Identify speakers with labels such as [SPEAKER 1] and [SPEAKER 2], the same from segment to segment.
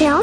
[SPEAKER 1] 聊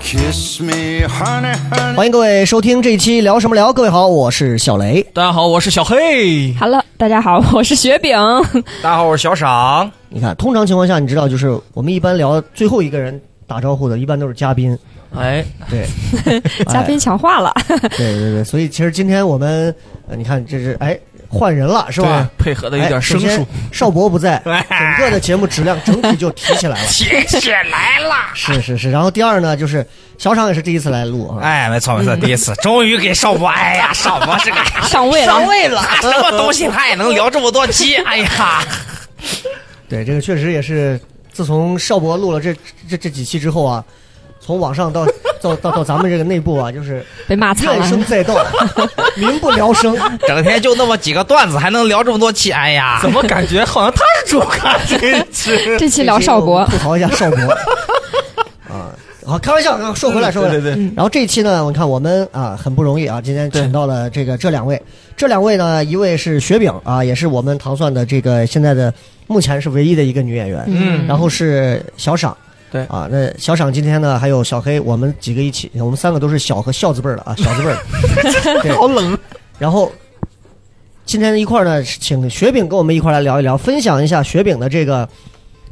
[SPEAKER 2] Kiss me, honey, honey.
[SPEAKER 3] 欢迎各位收听这一期聊什么聊。各位好，我是小雷。
[SPEAKER 4] 大家好，我是小黑。
[SPEAKER 5] Hello，大家好，我是雪饼。
[SPEAKER 4] 大家好，我是小赏。
[SPEAKER 3] 你看，通常情况下，你知道，就是我们一般聊最后一个人打招呼的，一般都是嘉宾。
[SPEAKER 4] 哎，
[SPEAKER 3] 对，
[SPEAKER 5] 嘉宾强化了，
[SPEAKER 3] 哎对对对，所以其实今天我们，呃、你看，这是哎换人了，是
[SPEAKER 4] 对
[SPEAKER 3] 吧？
[SPEAKER 4] 配合的有点生
[SPEAKER 3] 哎首
[SPEAKER 4] 疏
[SPEAKER 3] 先。邵博不 在，
[SPEAKER 4] 哎
[SPEAKER 3] 整个的节目质量整体就提起来 了。
[SPEAKER 4] 提起来了。
[SPEAKER 3] 是是是。然后第二呢，就是小赏也是第一次来录啊。
[SPEAKER 6] 哎，没错没错，第一次，终于给少博，哎呀，少博这个
[SPEAKER 5] 啊上位了。
[SPEAKER 6] 位 了，他什么东西他也能聊这么多 期，哎呀，
[SPEAKER 3] 对，这个确实也是，自从邵博录了这这这几期之后啊，从网上到到到到咱们这个内部啊，就是
[SPEAKER 5] 被骂惨
[SPEAKER 3] 怨
[SPEAKER 5] 了。
[SPEAKER 3] 声载 道，民不聊生。
[SPEAKER 6] 整天就那么几个段子，还能聊这么多期，哎呀，
[SPEAKER 4] 怎么感觉好像他是主咖？真 是。
[SPEAKER 5] 这期聊邵博
[SPEAKER 3] 这期我们吐槽一下邵博啊。好，开玩笑，啊说回来，说回来。
[SPEAKER 4] 对对对
[SPEAKER 3] 然后这一期呢，我看我们啊很不容易啊，今天请
[SPEAKER 4] 对
[SPEAKER 3] 到了这个这两位，这两位呢，一位是雪饼啊，也是我们糖蒜的这个现在的目前是唯一的一个女演员，
[SPEAKER 4] 嗯
[SPEAKER 3] 然后是小赏。
[SPEAKER 4] 对
[SPEAKER 3] 啊，那小赏今天呢，还有小黑，我们几个一起，我们三个都是小和孝字辈儿的 啊，小字辈儿的。对，
[SPEAKER 4] 好冷。
[SPEAKER 3] 然后今天一块儿呢，请雪饼跟我们一块儿来聊一聊，分享一下雪饼的这个、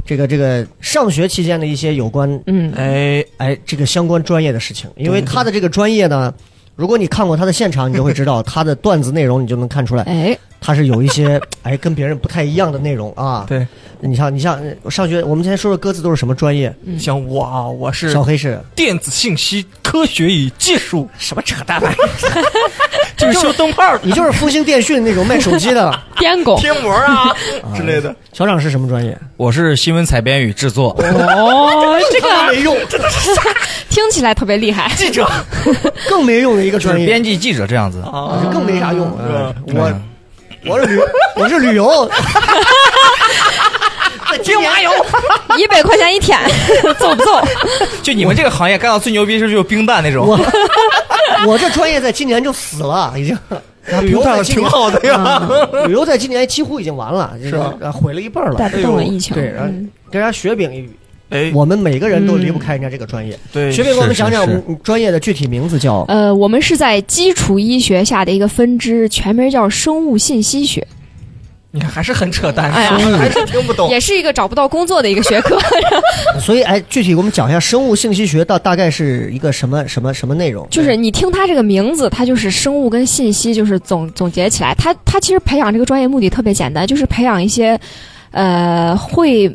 [SPEAKER 3] 这个、这个上学期间的一些有关
[SPEAKER 5] 嗯，
[SPEAKER 4] 哎，
[SPEAKER 3] 哎这个相关专业的事情。因为他的这个专业呢，如果你看过他的现场，你就会知 道他的段子内容，你就能看出来
[SPEAKER 5] 哎，
[SPEAKER 3] 他是有一些哎跟别人不太一样的内容啊。
[SPEAKER 4] 对，
[SPEAKER 3] 你像你像呃上学，我们先说说各自都是什么专业？
[SPEAKER 4] 像我啊，我是
[SPEAKER 3] 小黑是
[SPEAKER 4] 电子信息科学与技术，
[SPEAKER 6] 什么扯淡玩意
[SPEAKER 4] 就是修灯泡
[SPEAKER 3] 你就是复兴电讯那种卖手机的，
[SPEAKER 5] 编 狗
[SPEAKER 4] 贴膜啊之类的。
[SPEAKER 3] 小长是什么专业？
[SPEAKER 6] 我是新闻采编与制作，
[SPEAKER 5] 哦，这
[SPEAKER 3] 更
[SPEAKER 5] 个
[SPEAKER 3] 没用，
[SPEAKER 5] 听起来特别厉害。
[SPEAKER 4] 记者
[SPEAKER 3] 更没用的一个
[SPEAKER 6] 就
[SPEAKER 3] 专
[SPEAKER 6] 是
[SPEAKER 3] 业。
[SPEAKER 6] 编辑记者这样子。
[SPEAKER 3] 哎啊，这更没啥用。
[SPEAKER 4] 嗯
[SPEAKER 3] 哎我我是旅我是旅 游，
[SPEAKER 6] 兵马
[SPEAKER 5] 哎
[SPEAKER 6] 俑，
[SPEAKER 5] 一百块钱一天， 揍不揍？
[SPEAKER 6] 就你们这个行业干到最牛逼是就是冰弹那种
[SPEAKER 3] 我，我这专业在今年就死了，已经。旅游在今
[SPEAKER 4] 挺挺
[SPEAKER 3] 年啊
[SPEAKER 4] 好的呀。
[SPEAKER 3] 旅游在今年几乎已经完了，
[SPEAKER 4] 是吧
[SPEAKER 3] 呃毁了一半
[SPEAKER 5] 带
[SPEAKER 3] 了。
[SPEAKER 5] 不动了疫情。
[SPEAKER 3] 对，然后
[SPEAKER 5] 嗯
[SPEAKER 3] 跟人家雪饼，
[SPEAKER 4] 哎，
[SPEAKER 3] 我们每个人都离不开人家这个专业。
[SPEAKER 4] 对
[SPEAKER 3] 雪饼，给我们讲讲我
[SPEAKER 6] 是是
[SPEAKER 3] 们你专业的具体名字叫
[SPEAKER 5] 呃，我们是在基础医学下的一个分支，全名叫生物信息学，
[SPEAKER 4] 你还是很扯淡，
[SPEAKER 5] 哎呀
[SPEAKER 4] 还是听不懂。
[SPEAKER 5] 也是一个找不到工作的一个学科。
[SPEAKER 3] 所以哎，具体给我们讲一下生物信息学到大概是一个什么什么什么内容？
[SPEAKER 5] 就是你听它这个名字，它就是生物跟信息，就是总总结起来。它它其实培养这个专业目的特别简单，就是培养一些，呃，会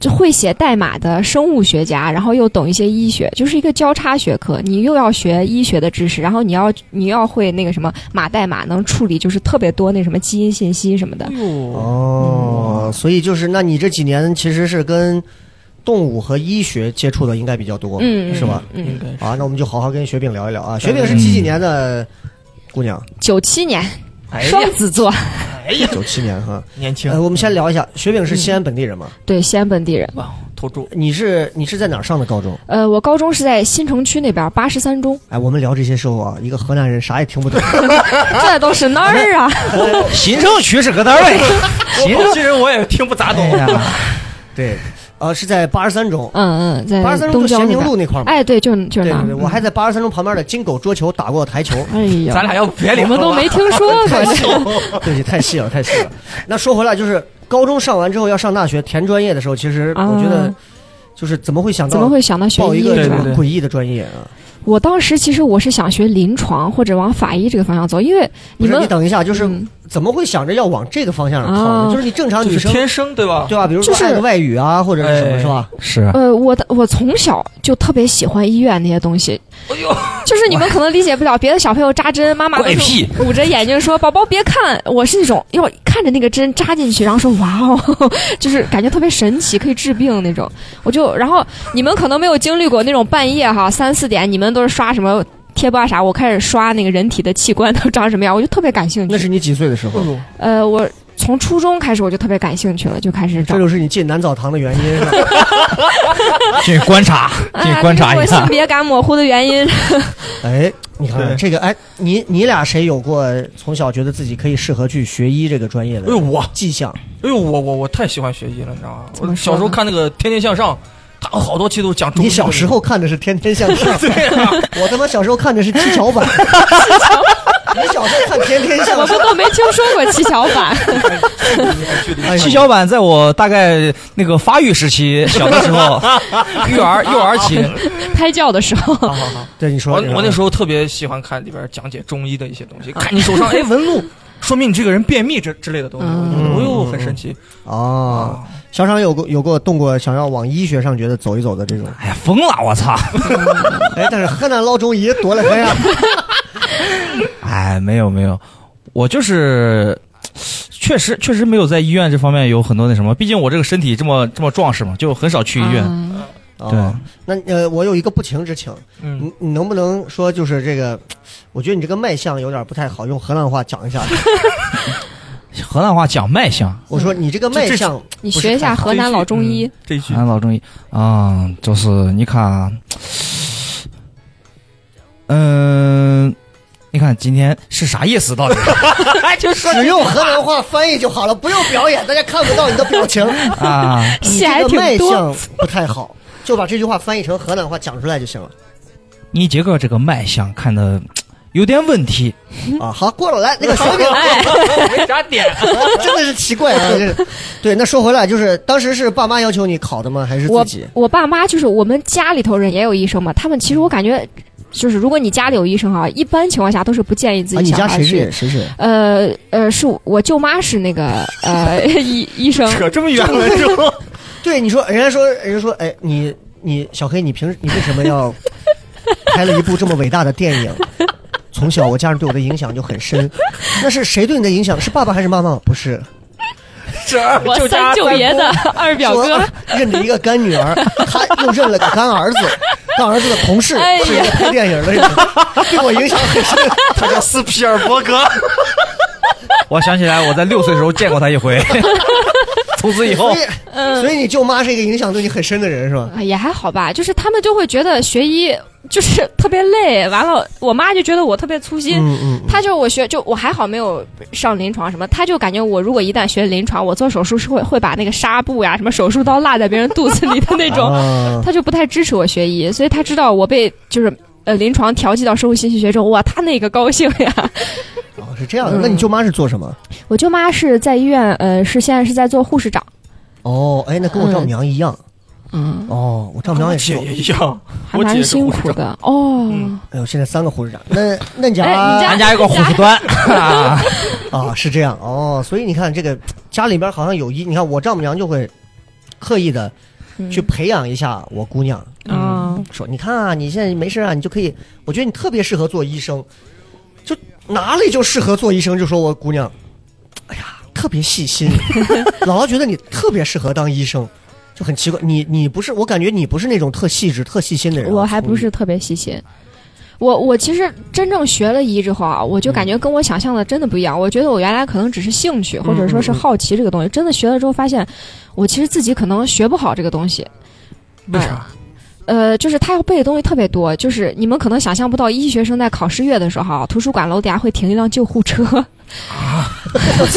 [SPEAKER 5] 就会写代码的生物学家，然后又懂一些医学，就是一个交叉学科。你又要学医学的知识，然后你要你要会那个什么码代码，能处理就是特别多那什么基因信息什
[SPEAKER 4] 哎
[SPEAKER 5] 么的。
[SPEAKER 3] 哦，所以就是，那你这几年其实是跟动物和医学接触的应该比较多，
[SPEAKER 5] 嗯，
[SPEAKER 3] 是吧？？
[SPEAKER 5] 嗯，
[SPEAKER 3] 啊，那我们就好好跟雪饼聊一聊啊。雪饼是几几年的姑娘？
[SPEAKER 5] 九七年，
[SPEAKER 4] 哎
[SPEAKER 5] 双
[SPEAKER 4] 呀，
[SPEAKER 5] 子座，
[SPEAKER 4] 哎呀，
[SPEAKER 3] 九七年哈。
[SPEAKER 4] 年轻
[SPEAKER 3] 呃，。我们先聊一下，雪饼是西安本地人吗？
[SPEAKER 5] 对，西安本地人。
[SPEAKER 4] 哇，嗯投注
[SPEAKER 3] 你是你是在哪儿上的高中？
[SPEAKER 5] 呃，我高中是在新城区那边八十三中，
[SPEAKER 3] 哎，我们聊这些时候啊，一个河南人啥也听不 懂。
[SPEAKER 4] 啊
[SPEAKER 5] 这都是哪儿啊？
[SPEAKER 6] 行政区是个单位，行
[SPEAKER 4] 我其实我也听不咋懂
[SPEAKER 3] 哎。呀，对，呃，是在八十三中，
[SPEAKER 5] 嗯嗯，在
[SPEAKER 3] 八十三中
[SPEAKER 5] 东
[SPEAKER 3] 就
[SPEAKER 5] 郊
[SPEAKER 3] 咸
[SPEAKER 5] 那
[SPEAKER 3] 宁
[SPEAKER 5] 边
[SPEAKER 3] 路那块儿嘛。
[SPEAKER 5] 哎，对，就是就是
[SPEAKER 3] 对
[SPEAKER 5] 那
[SPEAKER 3] 对
[SPEAKER 5] 儿。
[SPEAKER 3] 对，我还在八十三中旁边的金狗桌球打过台球。
[SPEAKER 5] 哎呀，
[SPEAKER 4] 咱俩要不别理
[SPEAKER 5] 我们都没听说过这。
[SPEAKER 3] 对不起，太细了，太细了。那说回来，就是高中上完之后要上大学填专业的时候，其实我觉得
[SPEAKER 5] 啊
[SPEAKER 3] 就是怎么会想
[SPEAKER 5] 怎么
[SPEAKER 3] 到
[SPEAKER 5] 会想到学
[SPEAKER 3] 报一
[SPEAKER 5] 医
[SPEAKER 3] 个
[SPEAKER 4] 对
[SPEAKER 3] 这
[SPEAKER 5] 是
[SPEAKER 3] 种
[SPEAKER 5] 吧？
[SPEAKER 4] 对
[SPEAKER 3] 诡异的专业啊？
[SPEAKER 5] 我当时其实我是想学临床或者往法医这个方向走，因为
[SPEAKER 3] 不
[SPEAKER 5] 你
[SPEAKER 3] 是，
[SPEAKER 5] 们
[SPEAKER 3] 你等一下，就是
[SPEAKER 5] 嗯
[SPEAKER 3] 怎么会想着要往这个方向上靠呢？
[SPEAKER 5] 啊
[SPEAKER 3] 就是你正常
[SPEAKER 4] 就
[SPEAKER 3] 女
[SPEAKER 4] 是
[SPEAKER 3] 生
[SPEAKER 4] 天生对吧？
[SPEAKER 3] 对吧？比如说
[SPEAKER 5] 就是
[SPEAKER 3] 爱个外语啊，或者是什么
[SPEAKER 4] 哎
[SPEAKER 3] 是吧？
[SPEAKER 6] 是
[SPEAKER 5] 呃，我的我从小就特别喜欢医院那些东西，
[SPEAKER 4] 哎呦，
[SPEAKER 5] 就是你们可能理解不了，别的小朋友扎针，妈妈都
[SPEAKER 6] 怪癖
[SPEAKER 5] 是捂着眼睛说：“宝宝别看。”我是那种要看着那个针扎进去，然后说：“哇哦， 就是感觉特别神奇，可以治病那种。”我就，然后你们可能没有经历过那种半夜哈三四点，你们都是刷什么贴吧啥，我开始刷那个人体的器官都长什么样，我就特别感兴
[SPEAKER 3] 那
[SPEAKER 5] 趣。
[SPEAKER 3] 是你几岁的时候？
[SPEAKER 5] 呃，我从初中开始我就特别感兴趣了，就开始找
[SPEAKER 3] 这。就是你进男澡堂的原因是吧？
[SPEAKER 6] 进去观察，进去观察
[SPEAKER 5] 这
[SPEAKER 6] 一
[SPEAKER 5] 啊是我性
[SPEAKER 6] 下。
[SPEAKER 5] 别感模糊的原 因。
[SPEAKER 3] 哎，你看
[SPEAKER 4] 对
[SPEAKER 3] 这个，哎，你你俩谁有过从小觉得自己可以适合去学医这个专业
[SPEAKER 4] 哎呦
[SPEAKER 3] 的
[SPEAKER 4] 我，
[SPEAKER 3] 迹象？
[SPEAKER 4] 哎呦我我我太喜欢学医了，你知道吗？
[SPEAKER 5] 怎
[SPEAKER 4] 我
[SPEAKER 5] 么说
[SPEAKER 4] 小
[SPEAKER 5] 呢
[SPEAKER 4] 时候看那个《天天向上》，他好多期都讲中医。
[SPEAKER 3] 你小时候看的是《天天向上》，
[SPEAKER 4] 对啊，
[SPEAKER 3] 我他妈小时候看的是七巧板。你小时候看《天天
[SPEAKER 5] 我
[SPEAKER 3] 向
[SPEAKER 5] 们
[SPEAKER 3] 上
[SPEAKER 5] 都没听说过七巧板，
[SPEAKER 3] 哎呦
[SPEAKER 6] 七巧板在我大概那个发育 时期，小的时候，幼儿幼儿期，
[SPEAKER 5] 胎教的时候。
[SPEAKER 4] 好好好，》？
[SPEAKER 3] 对，哎你说
[SPEAKER 4] 我我那
[SPEAKER 3] 候
[SPEAKER 4] 时候特别喜欢看里边讲解中医的一些东西， 看你手上哎纹路，说明你这个人便秘这之类的东西，我
[SPEAKER 3] 嗯
[SPEAKER 4] 就觉得哎呦很神奇
[SPEAKER 5] 嗯
[SPEAKER 3] 哦，
[SPEAKER 4] 啊！
[SPEAKER 3] 小厂有过有过动过想要往医学上觉得走一走的这种，
[SPEAKER 6] 哎呀疯了，我操！
[SPEAKER 3] 哎，但是河南老中医多了啊很呀。
[SPEAKER 6] 哎，没有没有，我就是确实确实没有在医院这方面有很多那什么，毕竟我这个身体这么这么壮实嘛，就很少去医院。
[SPEAKER 5] 啊
[SPEAKER 3] 哦，那呃，我有一个不情之请，
[SPEAKER 4] 嗯，
[SPEAKER 3] 你你能不能说就是这个？我觉得你这个卖相有点不太好，用河南话讲一下。
[SPEAKER 6] 河南话讲脉象，
[SPEAKER 3] 我说
[SPEAKER 5] 嗯
[SPEAKER 3] 你这个卖相，
[SPEAKER 5] 你学一下河南老中医，
[SPEAKER 4] 这一句
[SPEAKER 6] 河南老中医啊、就是你看啊，嗯、你看今天是啥意思？到底
[SPEAKER 3] 只用河南话翻译就好了，不用表演，大家看不到你的表 情。
[SPEAKER 6] 啊？
[SPEAKER 3] 你
[SPEAKER 5] 戏还
[SPEAKER 3] 这个
[SPEAKER 5] 挺
[SPEAKER 3] 卖
[SPEAKER 5] 多。
[SPEAKER 3] 相不太好，就把这句话翻译成河南话讲出来就行了。
[SPEAKER 6] 你杰克这个脉象看的有点问题，
[SPEAKER 5] 嗯
[SPEAKER 3] 啊，好，过了，来那个 雪饼，
[SPEAKER 4] 没啥点，
[SPEAKER 3] 真的是奇怪啊！这是对，那说回来，就是当时是爸妈要求你考的吗？还是自
[SPEAKER 5] 我
[SPEAKER 3] 己？
[SPEAKER 5] 我爸妈就是我们家里头人也有医生嘛，他们其实我感觉，就是如果你家里有医生哈，一般情况下都是不建议自
[SPEAKER 3] 啊，
[SPEAKER 5] 己
[SPEAKER 3] 你
[SPEAKER 5] 小
[SPEAKER 3] 家
[SPEAKER 5] 孩
[SPEAKER 3] 谁是
[SPEAKER 5] 去。
[SPEAKER 3] 谁是？
[SPEAKER 5] 呃呃，是我舅妈是那个 呃医医生，
[SPEAKER 4] 扯这么远了之后，
[SPEAKER 3] 对，你说，人家说，人家说，哎，你你小黑，你平时你为什么要拍了一部这么伟大的电影？从小我家人对我的影响就很深，那是谁对你的影响？是爸爸还是妈妈？不是，
[SPEAKER 4] 这儿
[SPEAKER 5] 我
[SPEAKER 4] 就
[SPEAKER 5] 三
[SPEAKER 4] 加
[SPEAKER 5] 舅爷的二表
[SPEAKER 3] 说啊
[SPEAKER 5] 哥，
[SPEAKER 3] 认了一个干女 儿，他又认了个干儿子，干儿子的同事
[SPEAKER 5] 哎呀
[SPEAKER 3] 是一个拍电影 的人，对我影响很深。
[SPEAKER 4] 他叫斯皮尔伯格，
[SPEAKER 6] 我想起来我在六岁的时候见过他一回， 从此以后
[SPEAKER 3] 所以，
[SPEAKER 5] 嗯
[SPEAKER 3] 所以你舅妈是一个影响对你很深的人，是吧？
[SPEAKER 5] 啊也还好吧，就是他们就会觉得学医就是特别累，完了我妈就觉得我特别粗心，
[SPEAKER 3] 嗯嗯，
[SPEAKER 5] 他就我学就我还好没有上临床什么，他就感觉我如果一旦学临床，我做手术是会会把那个纱布呀什么手术刀落在别人肚子里的那种，
[SPEAKER 3] 啊，
[SPEAKER 5] 他就不太支持我学医，所以他知道我被就是呃临床调剂到生物信息学中，哇，他那个高兴呀！
[SPEAKER 3] 哦是这样的。
[SPEAKER 5] 嗯
[SPEAKER 3] 那你舅妈是做什么？
[SPEAKER 5] 我舅妈是在医院，呃，是现在是在做护士长，
[SPEAKER 3] 哦，哎，那跟我丈母娘一样。
[SPEAKER 5] 嗯，
[SPEAKER 3] 哦，我丈母娘也是
[SPEAKER 4] 姐
[SPEAKER 3] 有。
[SPEAKER 4] 也一样，
[SPEAKER 5] 还
[SPEAKER 4] 我姐
[SPEAKER 5] 蛮
[SPEAKER 4] 也是
[SPEAKER 5] 辛
[SPEAKER 4] 护士
[SPEAKER 5] 苦
[SPEAKER 4] 长。
[SPEAKER 5] 的哦。
[SPEAKER 4] 嗯
[SPEAKER 3] 哎呦，现在三个护士长。 那那你家
[SPEAKER 5] 哎你家
[SPEAKER 6] 俺家有个护士端， 啊
[SPEAKER 3] 啊是这样哦，所以你看这个家里边好像有一，你看我丈母娘就会刻意的去培养一下我姑娘，
[SPEAKER 5] 嗯啊，
[SPEAKER 3] 说你看啊，你现在没事啊，你就可以，我觉得你特别适合做医生，就哪里就适合做医生，就说我姑娘，哎呀，特别细心， 姥姥觉得你特别适合当医生，就很奇怪，你你不是，我感觉你不是那种特细致、特细心的人啊，
[SPEAKER 5] 我还不
[SPEAKER 3] 从
[SPEAKER 5] 是特别细心。我我其实真正学了医之后啊，我就感觉跟我想象的真的不一样。我觉得我原来可能只是兴趣，或者说是好奇这个东西。真的学了之后，发现我其实自己可能学不好这个东西。
[SPEAKER 4] 为啥？
[SPEAKER 5] 呃，就是他要背的东西特别多，就是你们可能想象不到，医学生在考试月的时候啊，图书馆楼底下会停一辆救护车。
[SPEAKER 6] 啊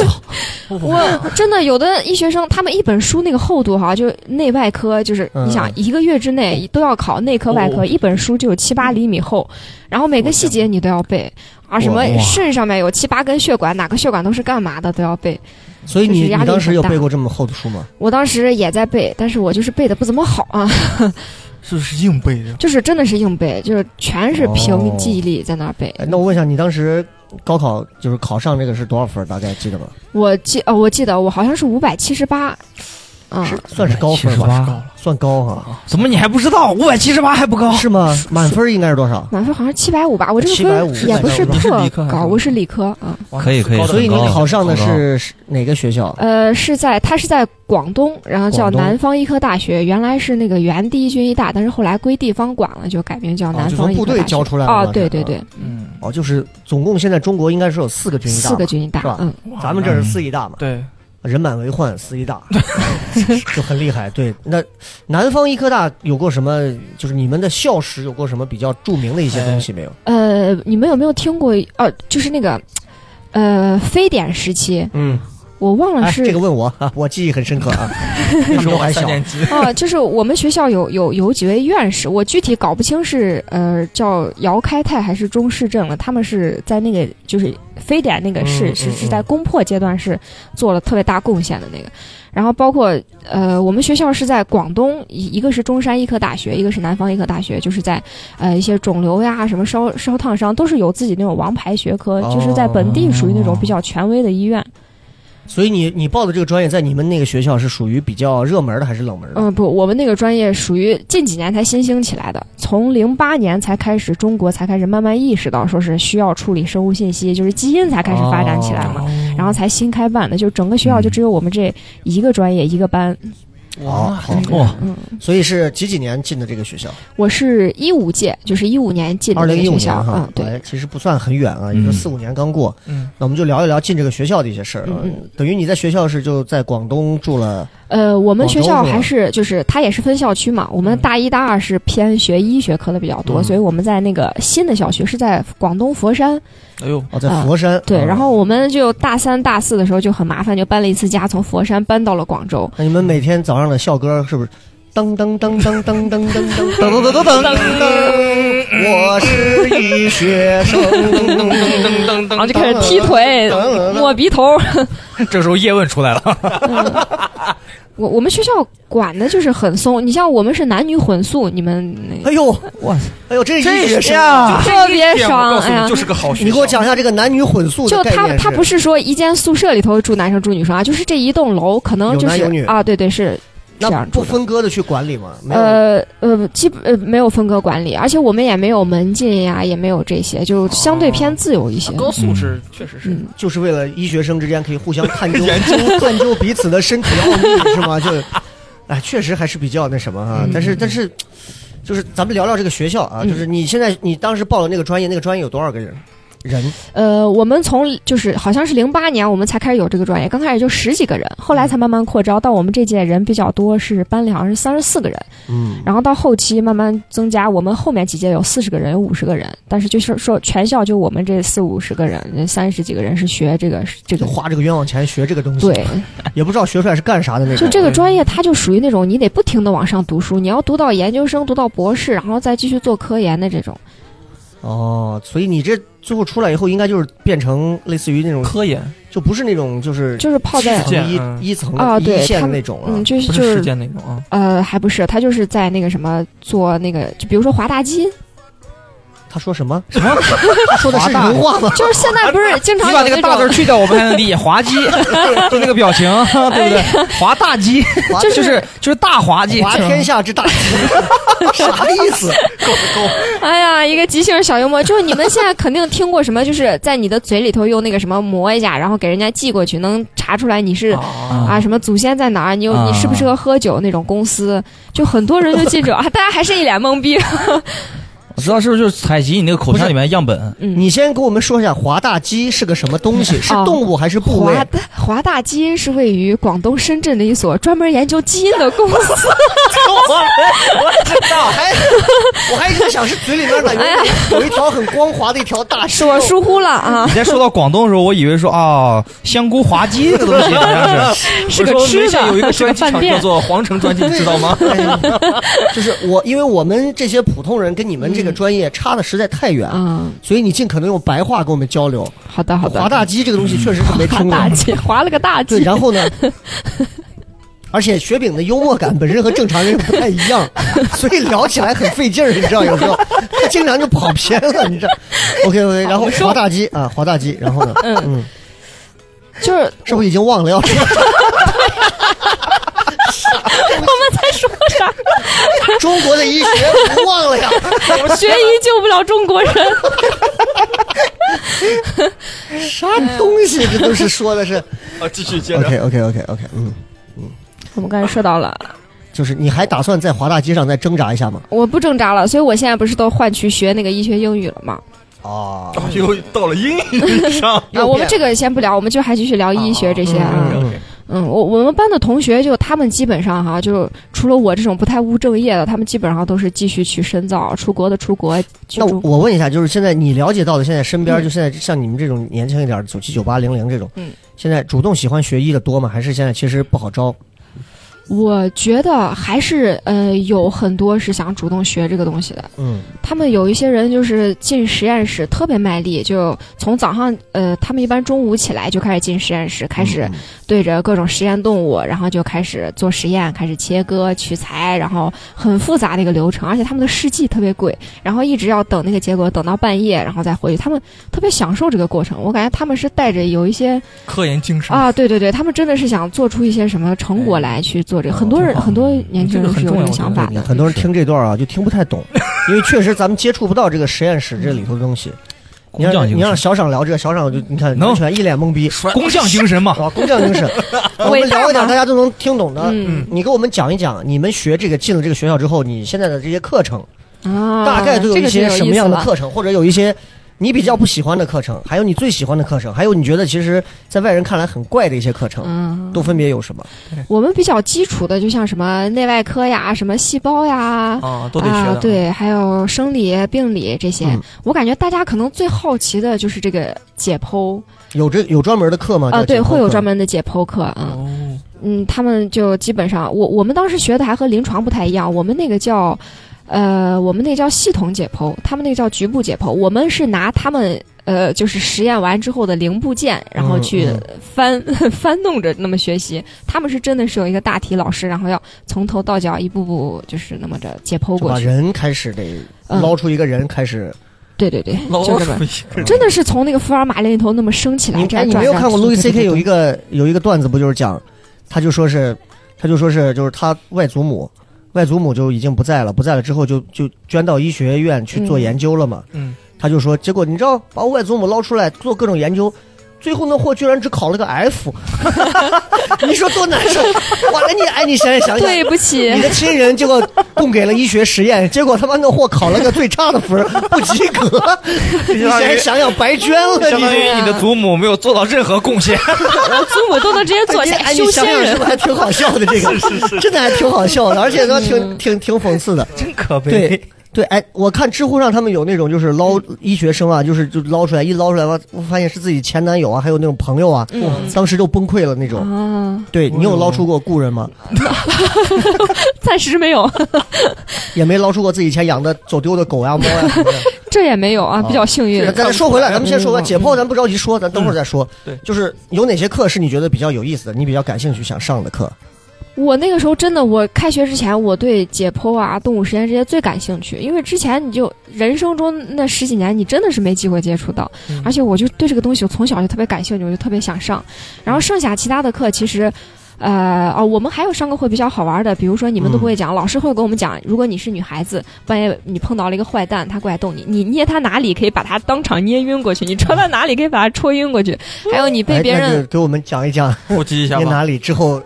[SPEAKER 5] 我真的有的医学生，他们一本书那个厚度哈、就是内外科，就是
[SPEAKER 3] 嗯
[SPEAKER 5] 你想一个月之内都要考内科、外科，
[SPEAKER 6] 哦
[SPEAKER 5] 一本书就有七八厘米厚，然后每个细节你都要背啊，什么
[SPEAKER 6] 哇
[SPEAKER 5] 肾上面有七八根血管，哪个血管都是干嘛的都要背。
[SPEAKER 3] 所以
[SPEAKER 5] 就是
[SPEAKER 3] 你
[SPEAKER 5] 压力
[SPEAKER 3] 你当时
[SPEAKER 5] 很
[SPEAKER 3] 有
[SPEAKER 5] 大
[SPEAKER 3] 背过这么厚的书吗？
[SPEAKER 5] 我当时也在背，但是我就是背的不怎么好啊，
[SPEAKER 4] 是不是硬背着？
[SPEAKER 5] 就是真的是硬背，就是全是
[SPEAKER 3] 哦
[SPEAKER 5] 凭记忆力在那儿背。
[SPEAKER 3] 哎，那我问一下，你当时高考就是考上这个是多少分儿？大概记得吗？
[SPEAKER 5] 哦我记呃，我记得我好像是五百七十八，嗯，
[SPEAKER 3] 是算是高分吧？
[SPEAKER 6] 高了，
[SPEAKER 3] 算高哈？
[SPEAKER 6] 怎么你还不知道？五百七十八还不
[SPEAKER 4] 哦
[SPEAKER 6] 高？
[SPEAKER 3] 是吗？满分应该是多少？
[SPEAKER 5] 满分好像七百五吧，我这个
[SPEAKER 3] 750
[SPEAKER 5] 分也不是
[SPEAKER 4] 你是理科
[SPEAKER 5] 特
[SPEAKER 4] 还是
[SPEAKER 5] 高，
[SPEAKER 4] 文科
[SPEAKER 5] 我是理科啊。
[SPEAKER 4] 哇
[SPEAKER 6] 可以可以
[SPEAKER 4] 高得
[SPEAKER 3] 所以你
[SPEAKER 4] 很高
[SPEAKER 3] 考上的是是哪个学校？
[SPEAKER 5] 呃，是在他是在广东，然后叫
[SPEAKER 3] 哦广东
[SPEAKER 5] 南方医科大学，原来是那个原第一军医大，但是后来归地方管了，就改名叫
[SPEAKER 3] 哦
[SPEAKER 5] 南
[SPEAKER 3] 就
[SPEAKER 5] 方
[SPEAKER 3] 从
[SPEAKER 5] 医
[SPEAKER 3] 部
[SPEAKER 5] 科
[SPEAKER 3] 队
[SPEAKER 5] 大学
[SPEAKER 3] 教。出来的嘛，
[SPEAKER 5] 哦对
[SPEAKER 3] 是
[SPEAKER 5] 对
[SPEAKER 3] 吧
[SPEAKER 5] 对，
[SPEAKER 4] 嗯，
[SPEAKER 3] 哦，就是总共现在中国应该是有四个军医大
[SPEAKER 5] 四
[SPEAKER 3] 吧，
[SPEAKER 5] 个军医大
[SPEAKER 3] 是吧，
[SPEAKER 5] 嗯，
[SPEAKER 3] 咱们这是四医大嘛，
[SPEAKER 4] 对，
[SPEAKER 3] 人满为患，四 医大就很厉害。对，那南方医科大有过什么？就是你们的校史有过什么比较著名的一些东西没
[SPEAKER 4] 哎
[SPEAKER 3] 有？
[SPEAKER 5] 呃，你们有没有听过？哦，就是那个，呃，非典时期，
[SPEAKER 3] 嗯，
[SPEAKER 5] 我忘了
[SPEAKER 3] 哎，
[SPEAKER 5] 是、
[SPEAKER 3] 这个问我啊，我记忆很深刻 啊，那
[SPEAKER 4] 那
[SPEAKER 3] 时候还
[SPEAKER 4] 三
[SPEAKER 3] 小。
[SPEAKER 4] 年级，
[SPEAKER 5] 哦，就是我们学校有有有几位院士，我具体搞不清是呃叫姚开泰还是钟世正了。他们是在那个就是非典那个是、
[SPEAKER 3] 嗯
[SPEAKER 5] 是
[SPEAKER 3] 嗯
[SPEAKER 5] 是在攻破阶段是做了特别大贡献的那个。然后包括呃，我们学校是在广东，一一个是中山医科大学，一个是南方医科大学，就是在呃一些肿瘤呀、什么烧烧烫伤都是有自己那种王牌学科，就是在本
[SPEAKER 3] 哦
[SPEAKER 5] 地属于那种比较权威的医院。
[SPEAKER 3] 所以你你报的这个专业在你们那个学校是属于比较热门的还是冷门的？
[SPEAKER 5] 嗯，不，我们那个专业属于近几年才新兴起来的，从零八年才开始，中国才开始慢慢意识到说是需要处理生物信息，就是基因才开始发展起来嘛，
[SPEAKER 3] 哦
[SPEAKER 5] 然后才新开办的，就整个学校就只有我们这一个专业一个班。
[SPEAKER 3] 好，好，
[SPEAKER 6] 哇，
[SPEAKER 5] 嗯，
[SPEAKER 3] 所以是几几年进的这个学校？
[SPEAKER 5] 我是一五届，就是一五年进的
[SPEAKER 3] 二
[SPEAKER 5] 那
[SPEAKER 3] 零
[SPEAKER 5] 个
[SPEAKER 3] 一五
[SPEAKER 5] 学
[SPEAKER 3] 年
[SPEAKER 5] 校，
[SPEAKER 3] 哈
[SPEAKER 5] 嗯，，对。
[SPEAKER 3] 哎，其实不算很远啊，也就
[SPEAKER 6] 嗯
[SPEAKER 3] 四五年刚过。
[SPEAKER 4] 嗯，
[SPEAKER 3] 那我们就聊一聊进这个学校的一些事儿啊
[SPEAKER 5] 嗯嗯。
[SPEAKER 3] 等于你在学校是就在广东住了，
[SPEAKER 5] 呃，我们学校
[SPEAKER 3] 广州是吧
[SPEAKER 5] 还是就是它也是分校区
[SPEAKER 3] 哦
[SPEAKER 5] 嘛。我们大一、大二是偏学医学科的比较多，
[SPEAKER 3] 嗯
[SPEAKER 5] 所以我们在那个新的小区是在广东佛山，
[SPEAKER 4] 哎呦，
[SPEAKER 3] 哦，在佛山。
[SPEAKER 5] 啊对，
[SPEAKER 3] 嗯
[SPEAKER 5] 然后我们就大三、大四的时候就很麻烦，就搬了一次家，从佛山搬到了广州。
[SPEAKER 3] 那你们每天早上的校歌是不是？噔噔噔噔噔噔噔噔 噔噔噔噔哦噔，我是医学 生。噔噔噔噔噔，
[SPEAKER 5] 然后就开始踢腿、
[SPEAKER 3] 嗯
[SPEAKER 5] 抹 鼻头。
[SPEAKER 6] 这时候叶问出来了，
[SPEAKER 5] 我我们学校管的就是很松，你像我们是男女混宿，你们那个
[SPEAKER 3] 哎呦，
[SPEAKER 6] 哇，
[SPEAKER 3] 哎呦，这医学
[SPEAKER 6] 这
[SPEAKER 3] 生，
[SPEAKER 6] 下
[SPEAKER 5] 特别爽，
[SPEAKER 4] 我告诉
[SPEAKER 5] 哎呀
[SPEAKER 4] 你，就！是个好学校。
[SPEAKER 3] 你给我讲一下这个男女混宿
[SPEAKER 5] 就
[SPEAKER 3] 的概
[SPEAKER 5] 他
[SPEAKER 3] 念
[SPEAKER 5] 他不
[SPEAKER 3] 是
[SPEAKER 5] 是说一间宿舍里头住男生住女生啊，就是这一栋楼可能就
[SPEAKER 3] 有男
[SPEAKER 5] 是
[SPEAKER 3] 有女
[SPEAKER 5] 啊，对对是这
[SPEAKER 3] 那
[SPEAKER 5] 样
[SPEAKER 3] 不
[SPEAKER 5] 住的。
[SPEAKER 3] 分割的去管理吗？没有
[SPEAKER 5] 呃呃，基本呃没有分割管理，而且我们也没有门禁呀，也没有这些，就相
[SPEAKER 3] 哦
[SPEAKER 5] 对偏自由一些。
[SPEAKER 4] 高素质确实是
[SPEAKER 5] 嗯，
[SPEAKER 3] 就是为了医学生之间可以互相探究、探究彼此的身体奥秘，是 吗？就，哎，确实还是比较那什么哈、但是，但是，就是咱们聊聊这个学校啊，
[SPEAKER 5] 嗯
[SPEAKER 3] 就是你现在你当时报的那个专业，那个专业有多少个人？人
[SPEAKER 5] 呃，我们从就是好像是零八年我们才开始有这个专业，刚开始就十几个人，后来才慢慢扩招，到我们这届人比较多，是班里好像是三十四个人，
[SPEAKER 3] 嗯，
[SPEAKER 5] 然后到后期慢慢增加，我们后面几届有四十个人，有五十个人，但是就是说全校就我们这四五十个人，三十几个人是学这个这
[SPEAKER 3] 就
[SPEAKER 5] 个。
[SPEAKER 3] 花这个冤枉钱学这个东西，
[SPEAKER 5] 对，
[SPEAKER 3] 也不知道学出来是干啥的那
[SPEAKER 5] 就
[SPEAKER 3] 种。
[SPEAKER 5] 这个专业，它就属于那种你得不停的往上读书，你要读到研究生，读到博士，然后再继续做科研的这种。
[SPEAKER 3] 哦，所以你这最后出来以后，应该就是变成类似于那种，
[SPEAKER 4] 科研
[SPEAKER 3] 就不是那种就是
[SPEAKER 5] 就是泡
[SPEAKER 3] 基
[SPEAKER 5] 在
[SPEAKER 3] 层一、
[SPEAKER 4] 嗯
[SPEAKER 3] 一层
[SPEAKER 5] 啊
[SPEAKER 3] 一
[SPEAKER 5] 对
[SPEAKER 3] 线
[SPEAKER 5] 他
[SPEAKER 3] 的
[SPEAKER 5] 们
[SPEAKER 3] 那种了、
[SPEAKER 5] 嗯，就是
[SPEAKER 4] 不
[SPEAKER 5] 就是
[SPEAKER 4] 实
[SPEAKER 5] 是
[SPEAKER 4] 践那种啊，
[SPEAKER 5] 呃，还不是，他就是在那个什么做那个，就比如说华大 基因，
[SPEAKER 3] 他说什么什么？他说的是
[SPEAKER 6] 华大
[SPEAKER 3] 人话吗？
[SPEAKER 5] 就是现在不是经
[SPEAKER 6] 你
[SPEAKER 5] 常
[SPEAKER 6] 把
[SPEAKER 5] 有
[SPEAKER 6] 那个大
[SPEAKER 5] 种，
[SPEAKER 6] 字去掉，我们才能理解滑稽，就那个表情，对不对？滑大稽，
[SPEAKER 3] 华
[SPEAKER 6] 就是就是大滑 稽，
[SPEAKER 3] 滑天下之大稽，啥意思？
[SPEAKER 5] 哎呀，一个即兴小幽默，就是你们现在肯定听过什么，就是在你的嘴里头用那个什么磨一下，然后给人家寄过去，能查出来你是。
[SPEAKER 4] 啊
[SPEAKER 5] 啊，什么祖先在哪儿？你有
[SPEAKER 6] 哦啊
[SPEAKER 5] 你适不适合喝酒那种公司，就很多人就记住啊，大家还是一脸懵 逼。
[SPEAKER 6] 我知道是不是就是采集你那个口腔里面的样本？
[SPEAKER 5] 嗯，
[SPEAKER 3] 你先给我们说一下华大基是个什么东西？是动物还是部
[SPEAKER 5] 华
[SPEAKER 3] 位？
[SPEAKER 5] 大华大基因是位于广东深圳的一所专门研究基因的公司。
[SPEAKER 3] 我知道，还哎我还一直想是嘴里面 感觉有一条很光滑的一条
[SPEAKER 6] 哎
[SPEAKER 3] 大
[SPEAKER 5] 是
[SPEAKER 3] 蛇。
[SPEAKER 5] 我疏忽了啊
[SPEAKER 6] 你，在说到广东的时候，我以为说啊，香菇滑稽这个东西好像
[SPEAKER 5] 是
[SPEAKER 6] 是，
[SPEAKER 4] 我
[SPEAKER 5] 个
[SPEAKER 4] 说
[SPEAKER 5] 吃
[SPEAKER 4] 梅县
[SPEAKER 5] 的，
[SPEAKER 4] 有一个
[SPEAKER 5] 是
[SPEAKER 4] 专机
[SPEAKER 5] 个饭
[SPEAKER 4] 场
[SPEAKER 5] 店
[SPEAKER 4] 叫。做皇城专机，知道 吗？
[SPEAKER 3] 就是我，因为我们这些普通人跟你们这个专业差的实在太远，
[SPEAKER 5] 嗯，
[SPEAKER 3] 所以你尽可能用白话跟我们交流。
[SPEAKER 5] 好的好的。
[SPEAKER 3] 华大基这个东西确实是 没听过。
[SPEAKER 5] 大姐划了个大
[SPEAKER 3] 对，
[SPEAKER 5] 姐。
[SPEAKER 3] 然后呢？而且雪饼的幽默感本身和正常人不太一样，所以聊起来很费劲儿，你知道有时候他经常就跑偏了，你知道？OK OK，然后华大基啊，华大基，然后呢？
[SPEAKER 5] 嗯
[SPEAKER 3] 嗯，
[SPEAKER 5] 就是
[SPEAKER 3] 是不是已经忘了要？ 中国的医学不忘了呀。
[SPEAKER 5] 学医救不了中国人。
[SPEAKER 3] 啥东西？这都是说的是
[SPEAKER 4] 啊，继续接
[SPEAKER 3] OK OK OK OK，嗯，
[SPEAKER 5] 我们刚才说到了，
[SPEAKER 3] 就是你还打算在华大街上再挣扎一下吗？
[SPEAKER 5] 我不挣扎了，所以我现在不是都换去学那个医学英语了吗？
[SPEAKER 3] 哦，
[SPEAKER 4] 又到了英语上，
[SPEAKER 3] 又变
[SPEAKER 5] 啊，我们这个先不聊，我们就还继续聊医学这些啊。
[SPEAKER 3] 嗯
[SPEAKER 5] 嗯，我我们班的同学就他们基本上哈、就除了我这种不太务正业的，他们基本上都是继续去深造，出国的出国，去
[SPEAKER 3] 那
[SPEAKER 5] 中
[SPEAKER 3] 我我问一下，就是现在你了解到的，现在身边就现在像你们这种年轻一点的九七九八零零这种，
[SPEAKER 5] 嗯，
[SPEAKER 3] 现在主动喜欢学医的多吗？还是现在其实不好招？
[SPEAKER 5] 我觉得还是呃有很多是想主动学这个东西的。
[SPEAKER 3] 嗯，
[SPEAKER 5] 他们有一些人就是进实验室特别卖力，就从早上呃，他们一般中午起来就开始进实验室，开
[SPEAKER 3] 嗯
[SPEAKER 5] 始对着各种实验动物，然后就开始做实验，开始切割、取材，然后很复杂的一个流程，而且他们的试剂特别贵，然后一直要等那个结果，等到半夜，然后再回去。他们特别享受这个过程，我感觉他们是带着有一些
[SPEAKER 4] 科研精神，
[SPEAKER 5] 啊，对对对，他们真的是想做出一些什么成果来去做这个。很多
[SPEAKER 3] 嗯
[SPEAKER 5] 人很多年轻人是有这个想法的，
[SPEAKER 3] 很多人听这段啊就听不太 懂，因为确实咱们接触不到这个实验室这里头的东西。
[SPEAKER 5] 嗯
[SPEAKER 3] 你
[SPEAKER 6] 工匠
[SPEAKER 3] 让你
[SPEAKER 6] 精
[SPEAKER 3] 让
[SPEAKER 6] 神，
[SPEAKER 3] 小赏聊这个，小赏就你看
[SPEAKER 6] 能
[SPEAKER 3] 完全一脸懵逼。
[SPEAKER 6] 工匠精 神嘛，
[SPEAKER 3] 啊，工匠精 神，我们聊一点大家都能听懂的。
[SPEAKER 5] 嗯
[SPEAKER 3] 你给我们讲一讲，你们学这个进了这个学校之后，你现在的这些课程，
[SPEAKER 5] 啊，
[SPEAKER 3] 嗯大概都有
[SPEAKER 5] 这
[SPEAKER 3] 一
[SPEAKER 5] 个就
[SPEAKER 3] 些什么样的
[SPEAKER 5] 意思了？
[SPEAKER 3] 课程，或者有一些你比较不喜欢的课程，还有你最喜欢的课程，还有你觉得其实在外人看来很怪的一些课程，
[SPEAKER 5] 嗯，
[SPEAKER 3] 都分别有什么？
[SPEAKER 5] 我们比较基础的，就像什么内外科呀、什么细胞呀，
[SPEAKER 4] 啊，都得学
[SPEAKER 5] 啊
[SPEAKER 4] 的，，
[SPEAKER 5] 对，还有生理、病理这些。
[SPEAKER 3] 嗯
[SPEAKER 5] 我感觉大家可能最好奇的就是这个解剖
[SPEAKER 3] 有这有专门的课吗？
[SPEAKER 5] 啊、
[SPEAKER 3] 叫
[SPEAKER 5] 对，
[SPEAKER 3] 解剖
[SPEAKER 5] 会有
[SPEAKER 3] 课
[SPEAKER 5] 专门的解剖课啊。
[SPEAKER 4] 哦，
[SPEAKER 5] 嗯，他们就基本上，我我们当时学的还和临床不太一样，我们那个叫。呃，我们那个叫系统解剖，他们那个叫局部解剖。我们是拿他们呃，就是实验完之后的零部件，然后
[SPEAKER 3] 嗯
[SPEAKER 5] 去
[SPEAKER 3] 嗯
[SPEAKER 5] 翻、 翻弄着那么学习。他们是真的是有一个大体老师，然后要从头到脚一步步就是那么着解剖
[SPEAKER 3] 就
[SPEAKER 5] 过
[SPEAKER 3] 把
[SPEAKER 5] 去。
[SPEAKER 3] 人开始得
[SPEAKER 5] 嗯
[SPEAKER 3] 捞出一个人开始。
[SPEAKER 5] 对对对，
[SPEAKER 4] 老
[SPEAKER 5] 就
[SPEAKER 6] 哦
[SPEAKER 4] 鼠
[SPEAKER 5] 这么。
[SPEAKER 4] 一个人
[SPEAKER 5] 真的是从那个福尔马林里头那么升起来。
[SPEAKER 3] 你哎
[SPEAKER 5] 这样
[SPEAKER 3] 你
[SPEAKER 5] 转
[SPEAKER 3] 没有
[SPEAKER 5] 转
[SPEAKER 3] 看过
[SPEAKER 5] 转
[SPEAKER 3] Louis
[SPEAKER 5] 转
[SPEAKER 3] C K 有一个有一个段子，不就是讲，他就说是，他就说是，就是他外祖母。外祖母就已经不在了，不在了之后就就捐到医学院去做
[SPEAKER 5] 嗯
[SPEAKER 3] 研究了嘛。
[SPEAKER 4] 嗯，
[SPEAKER 3] 他就说，结果你知道，把我外祖母捞出来做各种研究，最后那货居然只考了个 F，你说多难受！哇，那你哎，你想想想想，
[SPEAKER 5] 对不起
[SPEAKER 3] 你，的亲人结果供给了医学实验，结果他妈那货考了个最差的分儿，不及格，你
[SPEAKER 6] 相当于
[SPEAKER 3] 想想想白捐了，
[SPEAKER 6] 相
[SPEAKER 3] 你
[SPEAKER 6] 当于你的祖母没有做到任何 贡献。
[SPEAKER 5] 我祖母都能直接坐下
[SPEAKER 3] 哎，你
[SPEAKER 5] 修
[SPEAKER 3] 想
[SPEAKER 5] 仙
[SPEAKER 3] 想是
[SPEAKER 5] 人
[SPEAKER 3] 不是。还挺好笑的？这个真的还挺好笑的，而且都挺挺挺讽刺的，真可
[SPEAKER 6] 悲
[SPEAKER 3] 对对，哎，我看知乎上他们有那种就是捞医学生啊，就是就捞出来一捞出来吧，我发现是自己前男友啊，还有那种朋友啊，当时就崩溃了那种。
[SPEAKER 5] 嗯啊，
[SPEAKER 3] 对你有捞出过故人吗？
[SPEAKER 5] 暂时没有，
[SPEAKER 3] 也没捞出过自己以前养的走丢的狗呀、猫啊呀什 么的。
[SPEAKER 5] 这也没有啊，比较幸运
[SPEAKER 3] 是。咱说回来，咱们先说完解剖，咱不着急说，咱等会儿再说。
[SPEAKER 4] 对
[SPEAKER 3] 就是有哪些课是你觉得比较有意思的，你比较感兴趣想上的课？
[SPEAKER 5] 我那个时候真的，我开学之前，我对解剖啊、动物实验这些最感兴趣，因为之前你就人生中那十几年，你真的是没机会接触到，
[SPEAKER 4] 嗯
[SPEAKER 5] 而且我就对这个东西，我从小就特别感兴趣，我就特别想上。然后剩下其他的课，其实。呃哦，我们还有上课会比较好玩的，比如说你们都不会讲，
[SPEAKER 3] 嗯
[SPEAKER 5] 老师会给我们讲，如果你是女孩子，半夜你碰到了一个坏蛋，他过来逗你，你捏他哪里可以把他当场捏晕过去，你戳他哪里可以把他戳晕过去，还有你被
[SPEAKER 3] 哎
[SPEAKER 5] 别
[SPEAKER 3] 那
[SPEAKER 5] 人
[SPEAKER 3] 就给我们讲一讲
[SPEAKER 4] 普及一下
[SPEAKER 3] 在
[SPEAKER 4] 吧，
[SPEAKER 3] 哪里之后，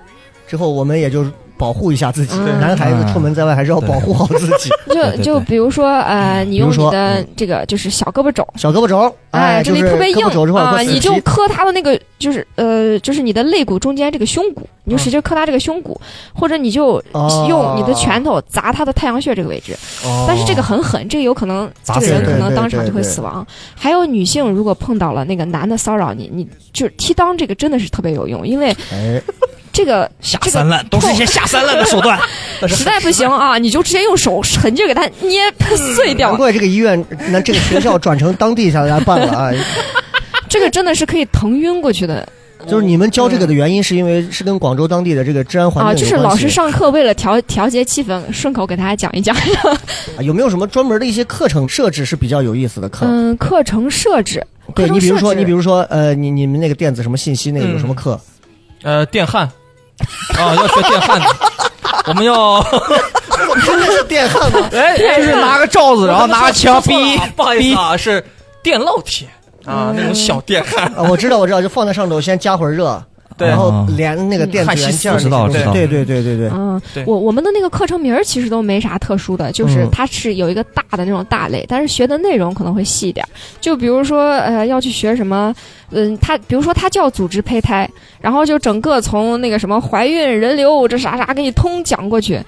[SPEAKER 3] 之后我们也就保护一下自己。
[SPEAKER 5] 嗯
[SPEAKER 3] 男孩子出门在外还是要保护好自己。
[SPEAKER 5] 就
[SPEAKER 6] 对对
[SPEAKER 5] 就
[SPEAKER 6] 对
[SPEAKER 5] 比如说呃，
[SPEAKER 3] 比
[SPEAKER 5] 你
[SPEAKER 3] 如
[SPEAKER 5] 用你
[SPEAKER 3] 说
[SPEAKER 5] 的
[SPEAKER 3] 嗯
[SPEAKER 5] 这个就是小胳膊肘，啊
[SPEAKER 3] 小胳膊肘，哎，
[SPEAKER 5] 这
[SPEAKER 3] 就
[SPEAKER 5] 里
[SPEAKER 3] 是
[SPEAKER 5] 特别
[SPEAKER 3] 胳膊肘这
[SPEAKER 5] 硬
[SPEAKER 3] 块儿
[SPEAKER 5] 啊，
[SPEAKER 3] 和四
[SPEAKER 5] 你
[SPEAKER 3] 肢
[SPEAKER 5] 就磕它的那个，就是呃，就是你的肋骨中间这个胸骨，你就使劲磕它这个胸骨，或者你就
[SPEAKER 3] 嗯哦
[SPEAKER 5] 用你的拳头砸它的太阳穴这个位置。
[SPEAKER 3] 哦
[SPEAKER 5] 但是这个很狠，这个有可能这
[SPEAKER 6] 打
[SPEAKER 5] 个
[SPEAKER 6] 死
[SPEAKER 5] 人可
[SPEAKER 3] 人
[SPEAKER 5] 能
[SPEAKER 3] 对
[SPEAKER 5] 当
[SPEAKER 3] 对
[SPEAKER 5] 场就会
[SPEAKER 3] 对
[SPEAKER 5] 死亡。还有女性如果碰到了那个男的骚扰你，你就是踢裆这个真的是特别有用，因为
[SPEAKER 3] 哎，
[SPEAKER 5] 这个
[SPEAKER 6] 下三滥都是一些下三滥的 手段。
[SPEAKER 5] 实在不行啊，你就直接用手狠劲儿给它 捏碎掉
[SPEAKER 3] 难。怪这个医院，那这个学校转成当地下来办了 啊。
[SPEAKER 5] 这个真的是可以疼晕过去的
[SPEAKER 3] 就是你们教这个的原因，是因为是跟广州当地的这个治安环
[SPEAKER 5] 啊！
[SPEAKER 3] 境
[SPEAKER 5] 就是
[SPEAKER 3] 有关
[SPEAKER 5] 老
[SPEAKER 3] 系
[SPEAKER 5] 师上课为了调调节气氛，顺口给大家讲 一讲。
[SPEAKER 3] 啊有没有什么专门的一些课程设置是比较有意思的课？
[SPEAKER 5] 嗯，课程设置，
[SPEAKER 3] 对
[SPEAKER 5] 课程
[SPEAKER 3] 你比如说，
[SPEAKER 5] 设置嗯
[SPEAKER 3] 你比如说，呃，你你们那个电子什么信息那个有什么课？
[SPEAKER 6] 呃，电焊啊，要学电焊的，我们要
[SPEAKER 3] 我真的是电焊 吗？
[SPEAKER 4] 哎，
[SPEAKER 6] 就是拿个罩子，然后拿个枪逼
[SPEAKER 4] 不好意
[SPEAKER 6] 逼
[SPEAKER 4] 思啊，是电烙铁啊，那种小电焊。
[SPEAKER 3] 啊，我知道，我知道，就放在上头，先加会儿 热，
[SPEAKER 4] 对
[SPEAKER 3] 然
[SPEAKER 5] 哦
[SPEAKER 3] 后连那个电子元件儿
[SPEAKER 6] 嗯
[SPEAKER 3] 那些东西，
[SPEAKER 6] 知道
[SPEAKER 3] 对
[SPEAKER 6] 知道
[SPEAKER 3] 对对对对，
[SPEAKER 5] 嗯
[SPEAKER 4] 对，
[SPEAKER 5] 我我们的那个课程名儿其实都没啥特殊的，就是
[SPEAKER 3] 嗯
[SPEAKER 5] 它是有一个大的那种大类，但是学的内容可能会细一点儿。就比如说，呃，要去学什么，嗯，它比如说它叫组织胚胎，然后就整个从那个什么怀孕、人流这啥啥给你通讲过去，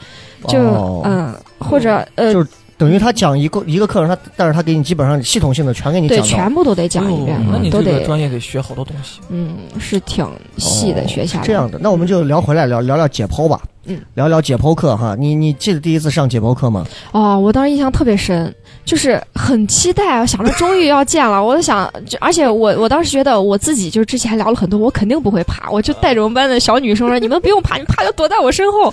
[SPEAKER 5] 就嗯、
[SPEAKER 3] 哦
[SPEAKER 5] 或者呃
[SPEAKER 3] 就，等于他讲一个一个课程，他但是他给你基本上系统性的全给你
[SPEAKER 5] 对，
[SPEAKER 3] 讲到，哦
[SPEAKER 5] 全部都得讲一遍，
[SPEAKER 4] 哎呦那你
[SPEAKER 5] 都
[SPEAKER 4] 这个
[SPEAKER 5] 得
[SPEAKER 4] 专业得学好多东西。
[SPEAKER 5] 嗯，是挺细的学下来。
[SPEAKER 3] 哦这样的，那我们就聊回来聊聊聊解剖吧，
[SPEAKER 5] 嗯，
[SPEAKER 3] 聊聊解剖课哈。你你记得第一次上解剖课吗？
[SPEAKER 5] 哦，我当时印象特别深，就是很期待，我想着终于要见了，我 就想，就而且我我当时觉得我自己就是之前聊了很多，我肯定不会怕，我就带着我们班的小 女生说，你们不用怕，你们怕就躲在我身后。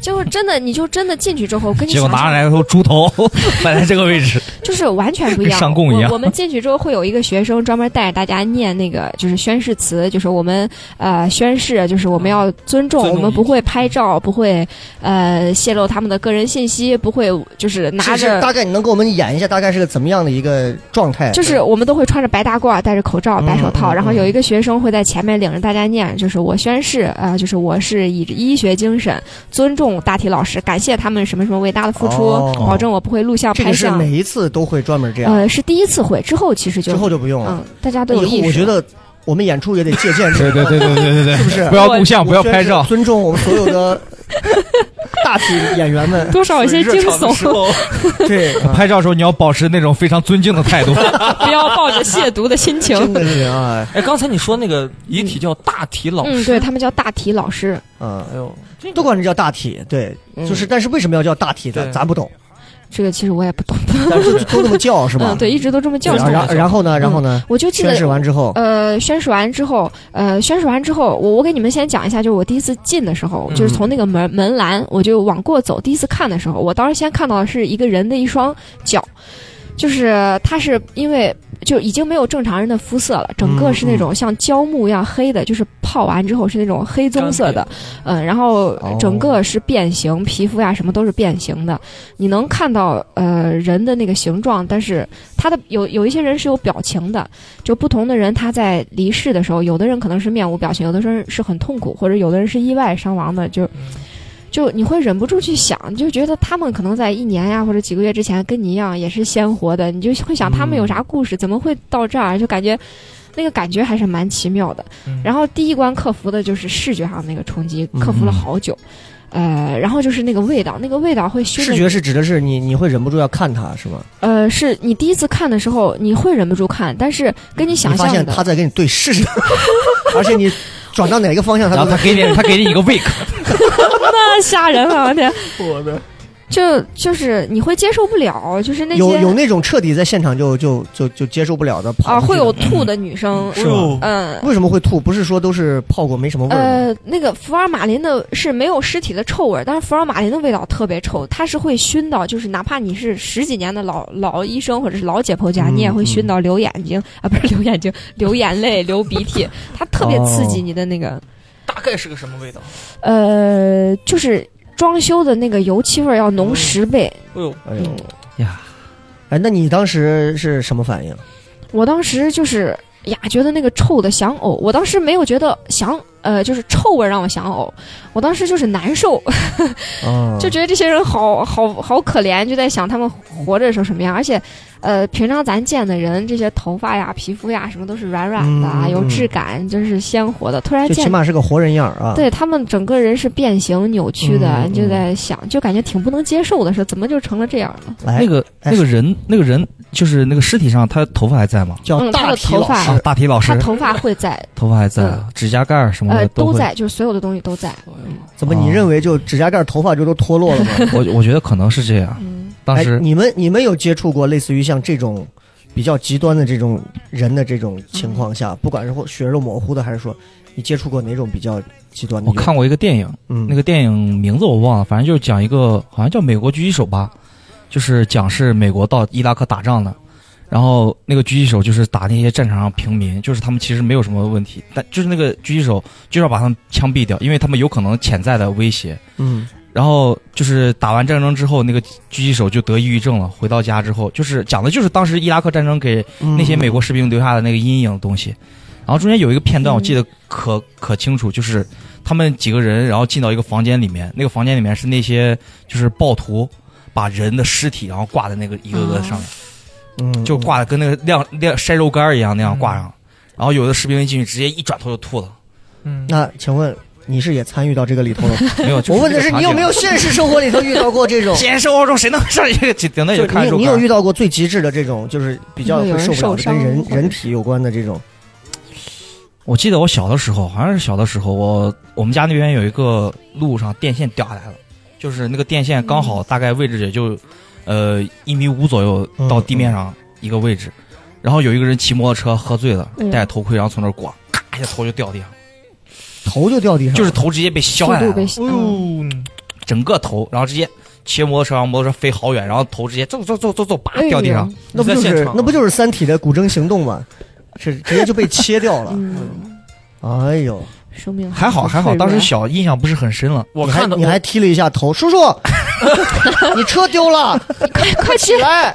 [SPEAKER 5] 结果真的，你就真的进去之后，跟你
[SPEAKER 6] 结果
[SPEAKER 5] 想
[SPEAKER 6] 拿
[SPEAKER 5] 象
[SPEAKER 6] 上来头猪头 摆在这个位置，
[SPEAKER 5] 就是完全不一样，
[SPEAKER 6] 跟上供一样
[SPEAKER 5] 我我们进去之后会有一个学生专门带着大家念那个就是宣誓词，就是我们呃宣誓，就是我们要尊重，
[SPEAKER 4] 尊重
[SPEAKER 5] 我们不会拍照，不会呃泄露他们的个人信息，不会呃就是拿
[SPEAKER 3] 是是
[SPEAKER 5] 着
[SPEAKER 3] 大概你能给我们演一下，大概是个怎么样的一个状态？
[SPEAKER 5] 就是我们都会穿着白大褂，戴着口罩、
[SPEAKER 3] 哎嗯
[SPEAKER 5] 白手套，
[SPEAKER 3] 嗯
[SPEAKER 5] 然后
[SPEAKER 3] 嗯
[SPEAKER 5] 有一个学生会在前面领着大家念，就是我宣誓，呃，就是我是以医学精神尊重大体老师，感谢他们什么什么伟大的付出，
[SPEAKER 3] 哦
[SPEAKER 5] 保证我不会录像
[SPEAKER 3] 这个
[SPEAKER 5] 拍
[SPEAKER 3] 是
[SPEAKER 5] 相
[SPEAKER 3] 每。一次都会专门这样，
[SPEAKER 5] 呃，是第一次会，之后其实就
[SPEAKER 3] 之后就不用了。
[SPEAKER 5] 嗯，大家都
[SPEAKER 3] 那
[SPEAKER 5] 有
[SPEAKER 3] 以后
[SPEAKER 5] 意
[SPEAKER 3] 我
[SPEAKER 5] 识
[SPEAKER 3] 觉
[SPEAKER 5] 了。
[SPEAKER 3] 得我们演出也得借 鉴这个，
[SPEAKER 6] 对对 对
[SPEAKER 3] 是不是
[SPEAKER 6] 不？要录
[SPEAKER 5] 啊
[SPEAKER 6] 像，
[SPEAKER 3] 我
[SPEAKER 6] 不要
[SPEAKER 3] 宣
[SPEAKER 6] 拍
[SPEAKER 3] 誓
[SPEAKER 6] 照，
[SPEAKER 3] 尊重我们所有 的大体演员们。
[SPEAKER 5] 多少有些哦惊悚，
[SPEAKER 4] 悚。
[SPEAKER 3] 对，啊
[SPEAKER 6] 拍照的时候你要保持那种非常尊敬的态 度。
[SPEAKER 5] 不要抱着亵渎的心情。
[SPEAKER 3] 真的是啊，
[SPEAKER 4] 哎，刚才你说那个遗体叫大体老
[SPEAKER 5] 嗯，
[SPEAKER 4] 师，
[SPEAKER 5] 对他们叫大体老师，
[SPEAKER 3] 嗯
[SPEAKER 4] 哎，呦，这
[SPEAKER 3] 都管这叫大体，对，
[SPEAKER 5] 嗯
[SPEAKER 3] 就是，但是为什么要叫大体的，
[SPEAKER 4] 对
[SPEAKER 3] 咱不懂，
[SPEAKER 5] 这个其实我也不懂。
[SPEAKER 3] 但是就都那么 叫是吧
[SPEAKER 5] 嗯，？对，一直都这么叫
[SPEAKER 3] 然。然然后呢，然后呢，
[SPEAKER 5] 我就记得
[SPEAKER 3] 宣誓完之后，
[SPEAKER 5] 呃，宣誓完之后，呃，宣誓完之后，我我给你们先讲一下，就是我第一次进的时候，
[SPEAKER 4] 嗯
[SPEAKER 5] 就是从那个门门栏，我就往过走，第一次看的时候，我当时先看到的是一个人的一双脚，就是他是因为就已经没有正常人的肤色了，整个是那种像胶木一样黑的，就是泡完之后是那种黑棕色的，嗯，然后整个是变形，皮肤呀、什么都是变形的。你能看到呃人的那个形状，但是他的有有一些人是有表情的，就不同的人他在离世的时候，有的人可能是面无表情，有的人是很痛苦，或者有的人是意外伤亡的，就。就你会忍不住去想，你就觉得他们可能在一年呀或者几个月之前跟你一样也是鲜活的，你就会想他们有啥故事，怎么会到这儿？就感觉那个感觉还是蛮奇妙的。
[SPEAKER 3] 嗯
[SPEAKER 5] 然后第一关克服的就是视觉上那个冲击，克服了好久。呃，然后就是那个味道，那个味道会熏得
[SPEAKER 3] 嗯视觉是指的是你你会忍不住要看他是吗？
[SPEAKER 5] 呃，是你第一次看的时候，你会忍不住看，但是跟你想
[SPEAKER 3] 你发
[SPEAKER 5] 象
[SPEAKER 3] 现
[SPEAKER 5] 的，
[SPEAKER 3] 他在跟你对视， 而且你转到哪个方向他
[SPEAKER 6] 然
[SPEAKER 3] 都
[SPEAKER 6] 后他
[SPEAKER 3] 在
[SPEAKER 6] 给你，他给你一个 wake，
[SPEAKER 5] 那吓人啊了，我天，
[SPEAKER 3] 我的。
[SPEAKER 5] 就就是你会接受不了，就是那些
[SPEAKER 3] 有有那种彻底在现场就就就就接受不了的跑
[SPEAKER 5] 啊
[SPEAKER 3] 出去
[SPEAKER 5] 会
[SPEAKER 3] 的
[SPEAKER 5] 有吐的女生，
[SPEAKER 3] 是吧？
[SPEAKER 5] 嗯。
[SPEAKER 3] 为什么会吐？不是说都是泡过没什么味儿吗？
[SPEAKER 5] 呃，那个福尔马林的是没有尸体的臭味儿，但是福尔马林的味道特别臭，它是会熏到，就是哪怕你是十几年的老老医生或者是老解剖家，
[SPEAKER 3] 嗯
[SPEAKER 5] 你也会熏到流眼睛啊，不是流眼睛，流眼泪、流鼻涕，它特别刺激你的那个，
[SPEAKER 4] 大概是个什么味道？
[SPEAKER 5] 呃，就是装修的那个油漆味儿要浓十倍。
[SPEAKER 4] 哎
[SPEAKER 5] 嗯
[SPEAKER 4] 呦，
[SPEAKER 5] 呃
[SPEAKER 3] 哎呦
[SPEAKER 6] 呀！
[SPEAKER 3] 哎，那你当时是什么反应？
[SPEAKER 5] 我当时就是呀，觉得那个臭的想呕，我当时没有觉得想。呃，就是臭味儿让我想呕，我当时就是难受，
[SPEAKER 3] 啊
[SPEAKER 5] 就觉得这些人好好好可怜，就在想他们活着的时候什么样。而且，呃，平常咱见的人，这些头发呀、皮肤呀，什么都是软软的，啊
[SPEAKER 3] 嗯嗯
[SPEAKER 5] 有质感，就是鲜活的。突然
[SPEAKER 3] 就起
[SPEAKER 5] 见，
[SPEAKER 3] 码是个活人样儿啊。，
[SPEAKER 5] 对他们整个人是变形扭曲的，
[SPEAKER 3] 嗯嗯
[SPEAKER 5] 你就在想，就感觉挺不能接受的，说怎么就成了这样了？
[SPEAKER 3] 来
[SPEAKER 6] 那个
[SPEAKER 3] 哎
[SPEAKER 6] 那个人，那个人就是那个尸体上，他头发还在吗？
[SPEAKER 3] 叫
[SPEAKER 5] 嗯他
[SPEAKER 3] 大
[SPEAKER 5] 的
[SPEAKER 3] 体
[SPEAKER 5] 头
[SPEAKER 3] 老
[SPEAKER 5] 发
[SPEAKER 3] 师
[SPEAKER 6] 啊，大体老
[SPEAKER 5] 他
[SPEAKER 6] 师
[SPEAKER 5] 头发会在，
[SPEAKER 6] 头发还在
[SPEAKER 5] 嗯，
[SPEAKER 6] 指甲盖儿什么
[SPEAKER 5] 呃
[SPEAKER 6] 的，
[SPEAKER 5] 都
[SPEAKER 6] 会。
[SPEAKER 5] 在，就是所有的东西都在。
[SPEAKER 3] 怎么你
[SPEAKER 6] 哦
[SPEAKER 3] 认为就指甲盖儿头发就都脱落了吗？
[SPEAKER 6] 我我觉得可能是这样。
[SPEAKER 5] 嗯，
[SPEAKER 6] 当
[SPEAKER 3] 哎
[SPEAKER 6] 时，
[SPEAKER 3] 你们你们有接触过类似于像这种比较极端的这种人的这种情况下，不管是血肉模糊的，还是说你接触过哪种比较极端的
[SPEAKER 6] 我
[SPEAKER 3] 有？
[SPEAKER 6] 看过一个电影，
[SPEAKER 3] 嗯，
[SPEAKER 6] 那个电影名字我忘了，反正就是讲一个好像叫《美国狙击手》吧，就是讲是美国到伊拉克打仗的，然后那个狙击手就是打那些战场上平民，就是他们其实没有什么问题，但就是那个狙击手就是要把他们枪毙掉，因为他们有可能潜在的威胁。
[SPEAKER 3] 嗯
[SPEAKER 6] 然后就是打完战争之后，那个狙击手就得抑郁症了。回到家之后，就是讲的就是当时伊拉克战争给
[SPEAKER 3] 嗯
[SPEAKER 6] 那些美国士兵留下的那个阴影的东西。然后中间有一个片
[SPEAKER 3] 嗯
[SPEAKER 6] 段，我记得可、可清楚，就是他们几个人，然后进到一个房间里面，那个房间里面是那些就是暴徒把人的尸体，然后挂在那个一个个
[SPEAKER 3] 哦
[SPEAKER 6] 上面，
[SPEAKER 3] 嗯
[SPEAKER 6] 就挂的跟那个晾晾晒肉干儿一样那样挂上。
[SPEAKER 4] 嗯
[SPEAKER 6] 然后有的士兵一进去，直接一转头就吐了。
[SPEAKER 4] 嗯，
[SPEAKER 3] 那请问你是也参与到这个里头了吗？
[SPEAKER 6] 没 有，就是
[SPEAKER 3] 我问的
[SPEAKER 6] 这
[SPEAKER 3] 是
[SPEAKER 6] 个
[SPEAKER 3] 你有
[SPEAKER 6] 场
[SPEAKER 3] 没
[SPEAKER 6] 景啊
[SPEAKER 3] 有现实生活里头遇到过这种？
[SPEAKER 6] 现实生活中谁能上去顶
[SPEAKER 4] 哎
[SPEAKER 6] 那
[SPEAKER 3] 就
[SPEAKER 6] 就看
[SPEAKER 3] 你
[SPEAKER 6] 肉
[SPEAKER 3] 你
[SPEAKER 6] 干
[SPEAKER 3] 有
[SPEAKER 6] 儿
[SPEAKER 3] 遇到过最极致的这种，就是比较会受不了的跟人人体有关的这种？
[SPEAKER 6] 我记得我小的时候，好像是小的时候，我我们家那边有一个路上电线掉下来了，就是那个电线刚好大概位置也就，呃一米五左右到地面上一个位置，然后有一个人骑摩托车喝醉了，
[SPEAKER 5] 嗯
[SPEAKER 6] 戴着头盔，然后从那儿过，咔一下头就掉地上，
[SPEAKER 3] 头就掉地上，
[SPEAKER 6] 就是头直接被削下来
[SPEAKER 5] 速度被
[SPEAKER 6] 了，
[SPEAKER 5] 吸
[SPEAKER 4] 哎
[SPEAKER 5] 嗯
[SPEAKER 4] 呦，
[SPEAKER 6] 整个头，然后直接骑摩托车，然后摩托车飞好远，然后头直接走走走走走，叭
[SPEAKER 5] 哎呦
[SPEAKER 6] 掉地上，
[SPEAKER 3] 那不就
[SPEAKER 4] 你在现
[SPEAKER 3] 是
[SPEAKER 4] 场
[SPEAKER 3] 那不就是《三体》的古筝行动吗？是直接就被切掉了。
[SPEAKER 5] 嗯，
[SPEAKER 3] 哎呦，
[SPEAKER 5] 生命
[SPEAKER 6] 还好还好，当时小印象不是很深了。
[SPEAKER 4] 我
[SPEAKER 3] 你还
[SPEAKER 4] 看到
[SPEAKER 3] 你还踢了一下头，叔 叔，你车丢了，
[SPEAKER 5] 快起
[SPEAKER 4] 来，
[SPEAKER 5] 来，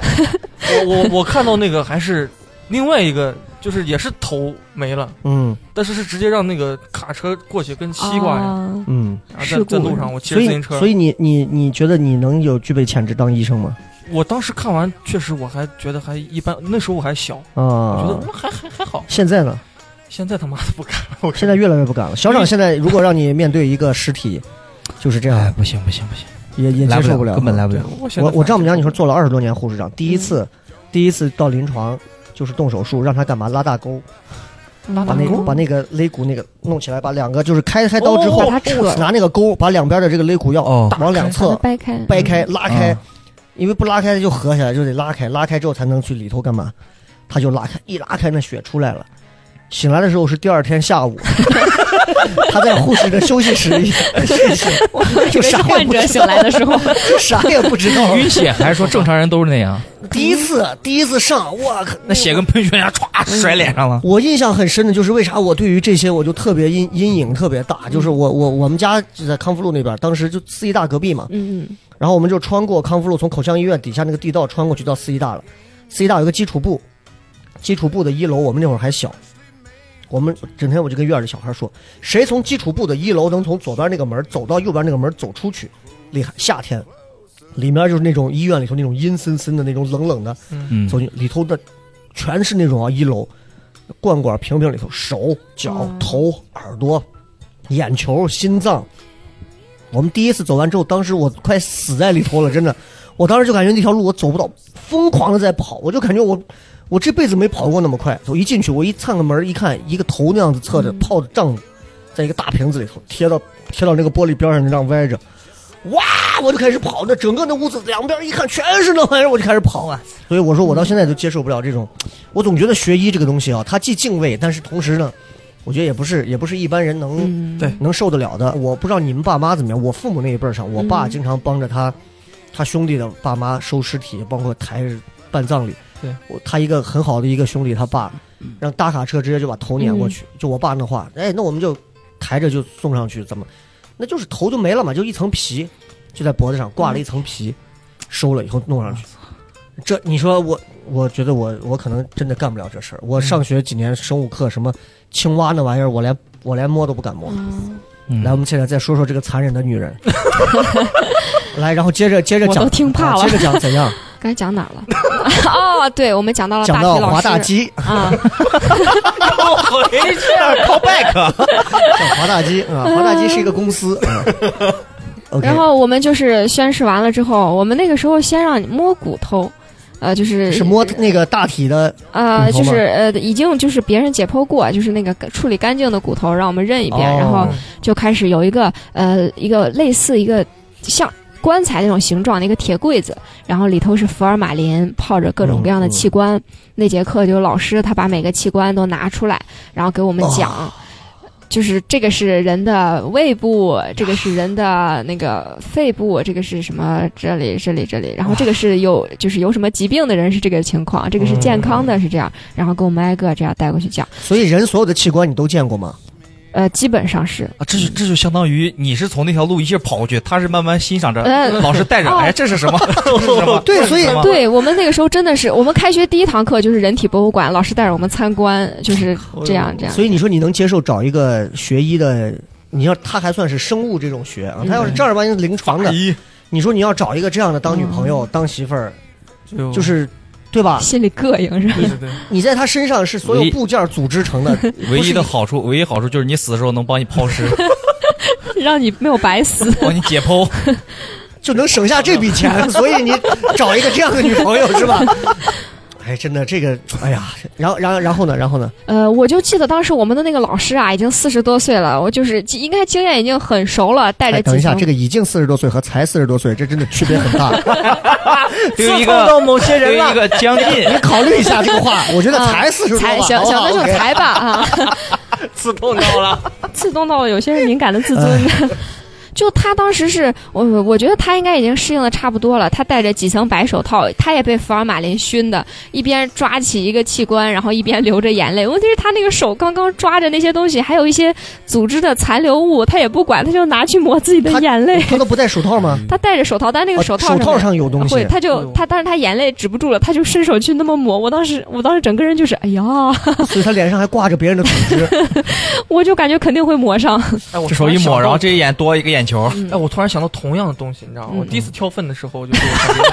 [SPEAKER 4] 我我我看到那个还是另外一个，就是也是头没了，
[SPEAKER 3] 嗯
[SPEAKER 4] 但是是直接让那个卡车过去跟西瓜一样，
[SPEAKER 5] 啊
[SPEAKER 3] 嗯，
[SPEAKER 4] 然后
[SPEAKER 5] 事
[SPEAKER 4] 在
[SPEAKER 5] 故
[SPEAKER 4] 在路上我骑
[SPEAKER 3] 所
[SPEAKER 4] 着自
[SPEAKER 3] 以
[SPEAKER 4] 行车
[SPEAKER 3] 所，以你你你觉得你能有具备潜质当医生吗？
[SPEAKER 4] 我当时看完确实我还觉得还一般，那时候我还小，我觉
[SPEAKER 3] 啊
[SPEAKER 4] 得，嗯还还还好，
[SPEAKER 3] 现在呢？
[SPEAKER 4] 现在他妈的不敢了，我
[SPEAKER 3] 现在越来越不敢了。小
[SPEAKER 4] 因
[SPEAKER 3] 厂
[SPEAKER 4] 为
[SPEAKER 3] 现在如果让你面对一个尸体，就是这
[SPEAKER 6] 哎
[SPEAKER 3] 样，，
[SPEAKER 6] 不行不行不行，
[SPEAKER 3] 也也
[SPEAKER 6] 来
[SPEAKER 3] 接受
[SPEAKER 6] 了，
[SPEAKER 3] 了，
[SPEAKER 6] 根本来不了。
[SPEAKER 4] 我现在
[SPEAKER 3] 我我丈母娘，你说
[SPEAKER 4] 说
[SPEAKER 3] 做了二十多年护士长，
[SPEAKER 5] 嗯
[SPEAKER 3] 第一次，第一次到临床就是动手术，让她干嘛拉大钩，
[SPEAKER 5] 把
[SPEAKER 3] 把那把那个肋骨那个弄起来，把两个就是开开刀之
[SPEAKER 5] 把
[SPEAKER 3] 后，
[SPEAKER 5] 它扯了，
[SPEAKER 3] 拿那个钩把两边的这个肋骨要
[SPEAKER 6] 哦
[SPEAKER 3] 往两
[SPEAKER 5] 把它
[SPEAKER 3] 侧
[SPEAKER 5] 掰哦开，
[SPEAKER 3] 掰开拉开
[SPEAKER 6] 嗯，
[SPEAKER 3] 因为不拉开就合起来，就得拉开，拉开之后才能去里头干嘛，她就拉开，一拉开那血出来了。醒来的时候是第二天下午， 她在护士的休息室里， 是是
[SPEAKER 5] 嗯，
[SPEAKER 3] 就
[SPEAKER 5] 以为是
[SPEAKER 3] 啥也不
[SPEAKER 5] 患者
[SPEAKER 3] 知
[SPEAKER 5] 醒来的 时候，
[SPEAKER 3] 就啥也不知道。
[SPEAKER 6] 晕血还是说正常人都是那样？
[SPEAKER 3] 第一次，第一次上，我靠，
[SPEAKER 6] 那血跟喷泉一样，
[SPEAKER 5] 哎
[SPEAKER 6] 歘甩脸上了。
[SPEAKER 3] 我印象很深的就是为啥我对于这些我就特别阴阴影特别大，就是我我我们家就在康复路那边，当时就四医大隔壁嘛，
[SPEAKER 5] 嗯嗯
[SPEAKER 3] 然后我们就穿过康复路，从口腔医院底下那个地道穿过去到四医大了。四医大有个基础部，基础部的一楼，我们那会儿还小，我们整天我就跟院里小孩说，谁从基础部的一楼能从左边那个门走到右边那个门走出去，厉害！夏天，里面就是那种医院里头那种阴森森的那种冷冷的，
[SPEAKER 6] 嗯
[SPEAKER 3] 走进里头的全是那种啊一楼罐罐瓶瓶里头手脚
[SPEAKER 5] 哇
[SPEAKER 3] 头耳朵眼球心脏。我们第一次走完之后，当时我快死在里头了，真的。我当时就感觉那条路我走不到，疯狂的在跑，我就感觉我我这辈子没跑过那么快。我一进去，我一探个门一看，一个头那样子侧着泡着胀，在一个大瓶子里头贴到贴到那个玻璃边上那样歪着，哇！我就开始跑，那整个那屋子两边一看全是那玩意儿，我就开始跑啊。所以我说我到现在都接受不了这种，我总觉得学医这个东西啊，它既敬畏，但是同时呢，我觉得也不是也不是一般人能、
[SPEAKER 5] 嗯，
[SPEAKER 4] 对
[SPEAKER 3] 能受得了的。我不知道你们爸妈怎么样，我父母那一辈儿上，我爸
[SPEAKER 5] 嗯
[SPEAKER 3] 经常帮着他、他兄弟的爸妈收尸体，包括抬着办葬礼。
[SPEAKER 4] 对
[SPEAKER 3] 我，他一个很好的一个兄弟，他爸让大卡车直接就把头碾过去，就我爸那话，哎，那我们就抬着就送上去，怎么？那就是头就没了嘛，就一层皮，就在脖子上挂了一层皮，收了以后弄上去。这你说我，我觉得我我可能真的干不了这事儿。我上学几年生物课什么青蛙那玩意儿，我连我连摸都不敢摸。
[SPEAKER 5] 嗯
[SPEAKER 6] 嗯
[SPEAKER 3] 来，我们现在再说说这个残忍的女人。 来，然后接着接着
[SPEAKER 5] 我
[SPEAKER 3] 讲，
[SPEAKER 5] 都听怕
[SPEAKER 3] 啊
[SPEAKER 5] 了
[SPEAKER 3] 接着讲怎样？
[SPEAKER 5] 刚才讲哪儿 了？哦，对，我们讲到了
[SPEAKER 3] 讲
[SPEAKER 5] 大
[SPEAKER 3] 到
[SPEAKER 5] 体老
[SPEAKER 3] 滑
[SPEAKER 5] 师
[SPEAKER 3] 大鸡，
[SPEAKER 5] 啊，哦
[SPEAKER 4] 回去 call back，
[SPEAKER 3] 讲滑大鸡 啊，滑大鸡是一个公司。啊 OK，
[SPEAKER 5] 然后我们就是宣誓完了之后，我们那个时候先让你摸骨头，呃，就是
[SPEAKER 3] 是摸那个大体的，骨
[SPEAKER 5] 呃，
[SPEAKER 3] 头
[SPEAKER 5] 就是
[SPEAKER 3] 吗
[SPEAKER 5] 呃，已经就是别人解剖过，就是那个处理干净的骨头，让我们认一遍，
[SPEAKER 3] 哦
[SPEAKER 5] 然后就开始有一个呃一个类似一个像棺材那种形状的一个铁柜子，然后里头是福尔马林泡着各种各样的
[SPEAKER 3] 嗯
[SPEAKER 5] 器官。那节课就老师他把每个器官都拿出来，然后给我们讲。就是这个是人的胃部，这个是人的那个肺部，这个是什么？这里这里这里，然后这个是有就是有什么疾病的人是这个情况，这个是健康的是这样，然后给我们挨个这样带过去讲。
[SPEAKER 3] 所以人所有的器官你都见过吗？
[SPEAKER 5] 呃，基本上是。
[SPEAKER 6] 啊，这就这就相当于你是从那条路一气儿跑过去，他是慢慢欣赏着，
[SPEAKER 5] 呃
[SPEAKER 6] 老师带着，
[SPEAKER 5] 哦
[SPEAKER 6] 哎，这是 什么？这是什么？
[SPEAKER 3] 对所以
[SPEAKER 6] 这是什么
[SPEAKER 5] 对我们那个时候真的是，我们开学第一堂课就是人体博物馆，老师带着我们参观，就是这样这样。
[SPEAKER 3] 所以你说你能接受找一个学医的，你要他还算是生物这种学
[SPEAKER 5] 嗯
[SPEAKER 3] 啊，他要是正儿八经临床
[SPEAKER 4] 哎
[SPEAKER 5] 哎
[SPEAKER 3] 的，
[SPEAKER 6] 一
[SPEAKER 3] 你说你要找一个这样的当女朋
[SPEAKER 5] 嗯
[SPEAKER 3] 友、当媳妇儿，
[SPEAKER 4] 就
[SPEAKER 3] 就是，对吧？
[SPEAKER 5] 心里膈应是吧？
[SPEAKER 4] 对对对，
[SPEAKER 3] 你在他身上是所有
[SPEAKER 6] 唯
[SPEAKER 3] 部件组织成的，
[SPEAKER 6] 唯一的好处，唯一好处就是你死的时候能帮你抛 尸，
[SPEAKER 5] 让你没有白死。
[SPEAKER 6] 帮你解 剖。
[SPEAKER 3] 就能省下这笔钱， 所以你找一个这样的女朋友是吧？哎，真的这个，哎呀，然后然后然后呢，然后呢？
[SPEAKER 5] 呃，我就记得当时我们的那个老师啊，已经四十多岁了，我就是应该经验已经很熟了，带着
[SPEAKER 3] 哎，等一
[SPEAKER 5] 几
[SPEAKER 3] 下，
[SPEAKER 5] 层。
[SPEAKER 3] 这个已经四十多岁和才四十多岁，这真的区别很 大。
[SPEAKER 6] 对于一
[SPEAKER 3] 刺痛到
[SPEAKER 6] 个
[SPEAKER 3] 某些
[SPEAKER 6] 对
[SPEAKER 3] 人
[SPEAKER 6] 于一
[SPEAKER 3] 了，
[SPEAKER 6] 个 将近，
[SPEAKER 3] 你考虑一下这个话，我觉得才 四十多吧，
[SPEAKER 5] 嗯才小
[SPEAKER 3] 好不
[SPEAKER 5] 小
[SPEAKER 3] 好
[SPEAKER 5] 的时
[SPEAKER 3] 哦
[SPEAKER 5] 候
[SPEAKER 3] OK
[SPEAKER 5] 才吧啊，
[SPEAKER 6] 刺痛到了。
[SPEAKER 5] 刺痛到有些人敏感的自尊。
[SPEAKER 3] 呃
[SPEAKER 5] 就他当时是我，我觉得他应该已经适应的差不多了。他戴着几层白手套，他也被福尔马林熏的，一边抓起一个器官，然后一边流着眼泪。问题是，他那个手刚刚抓着那些东西，还有一些组织的残留物，他也不管，他就拿去抹自己的眼泪。
[SPEAKER 3] 他都不戴手套吗？
[SPEAKER 5] 他戴着手套，但 那个
[SPEAKER 3] 哦
[SPEAKER 5] 手
[SPEAKER 3] 手
[SPEAKER 5] 套上面
[SPEAKER 3] 套上有东西嗯
[SPEAKER 5] 会，他
[SPEAKER 4] 哎
[SPEAKER 5] 就
[SPEAKER 4] 呦
[SPEAKER 5] 他，但是他眼泪止不住了，他就伸手去那么抹。我当时，我当时整个人就是，哎呀，
[SPEAKER 3] 所以他脸上还挂着别人的组织。
[SPEAKER 5] 我就感觉肯定会抹上。
[SPEAKER 4] 哎，我
[SPEAKER 6] 这
[SPEAKER 4] 突
[SPEAKER 6] 手一
[SPEAKER 4] 想
[SPEAKER 6] 抹，
[SPEAKER 4] 到
[SPEAKER 6] 然后这一眼多一个眼球，
[SPEAKER 4] 哎，我突然想到同样的东西，你知道吗？
[SPEAKER 5] 嗯
[SPEAKER 4] 我第一次挑粪的时候，我就这个感觉，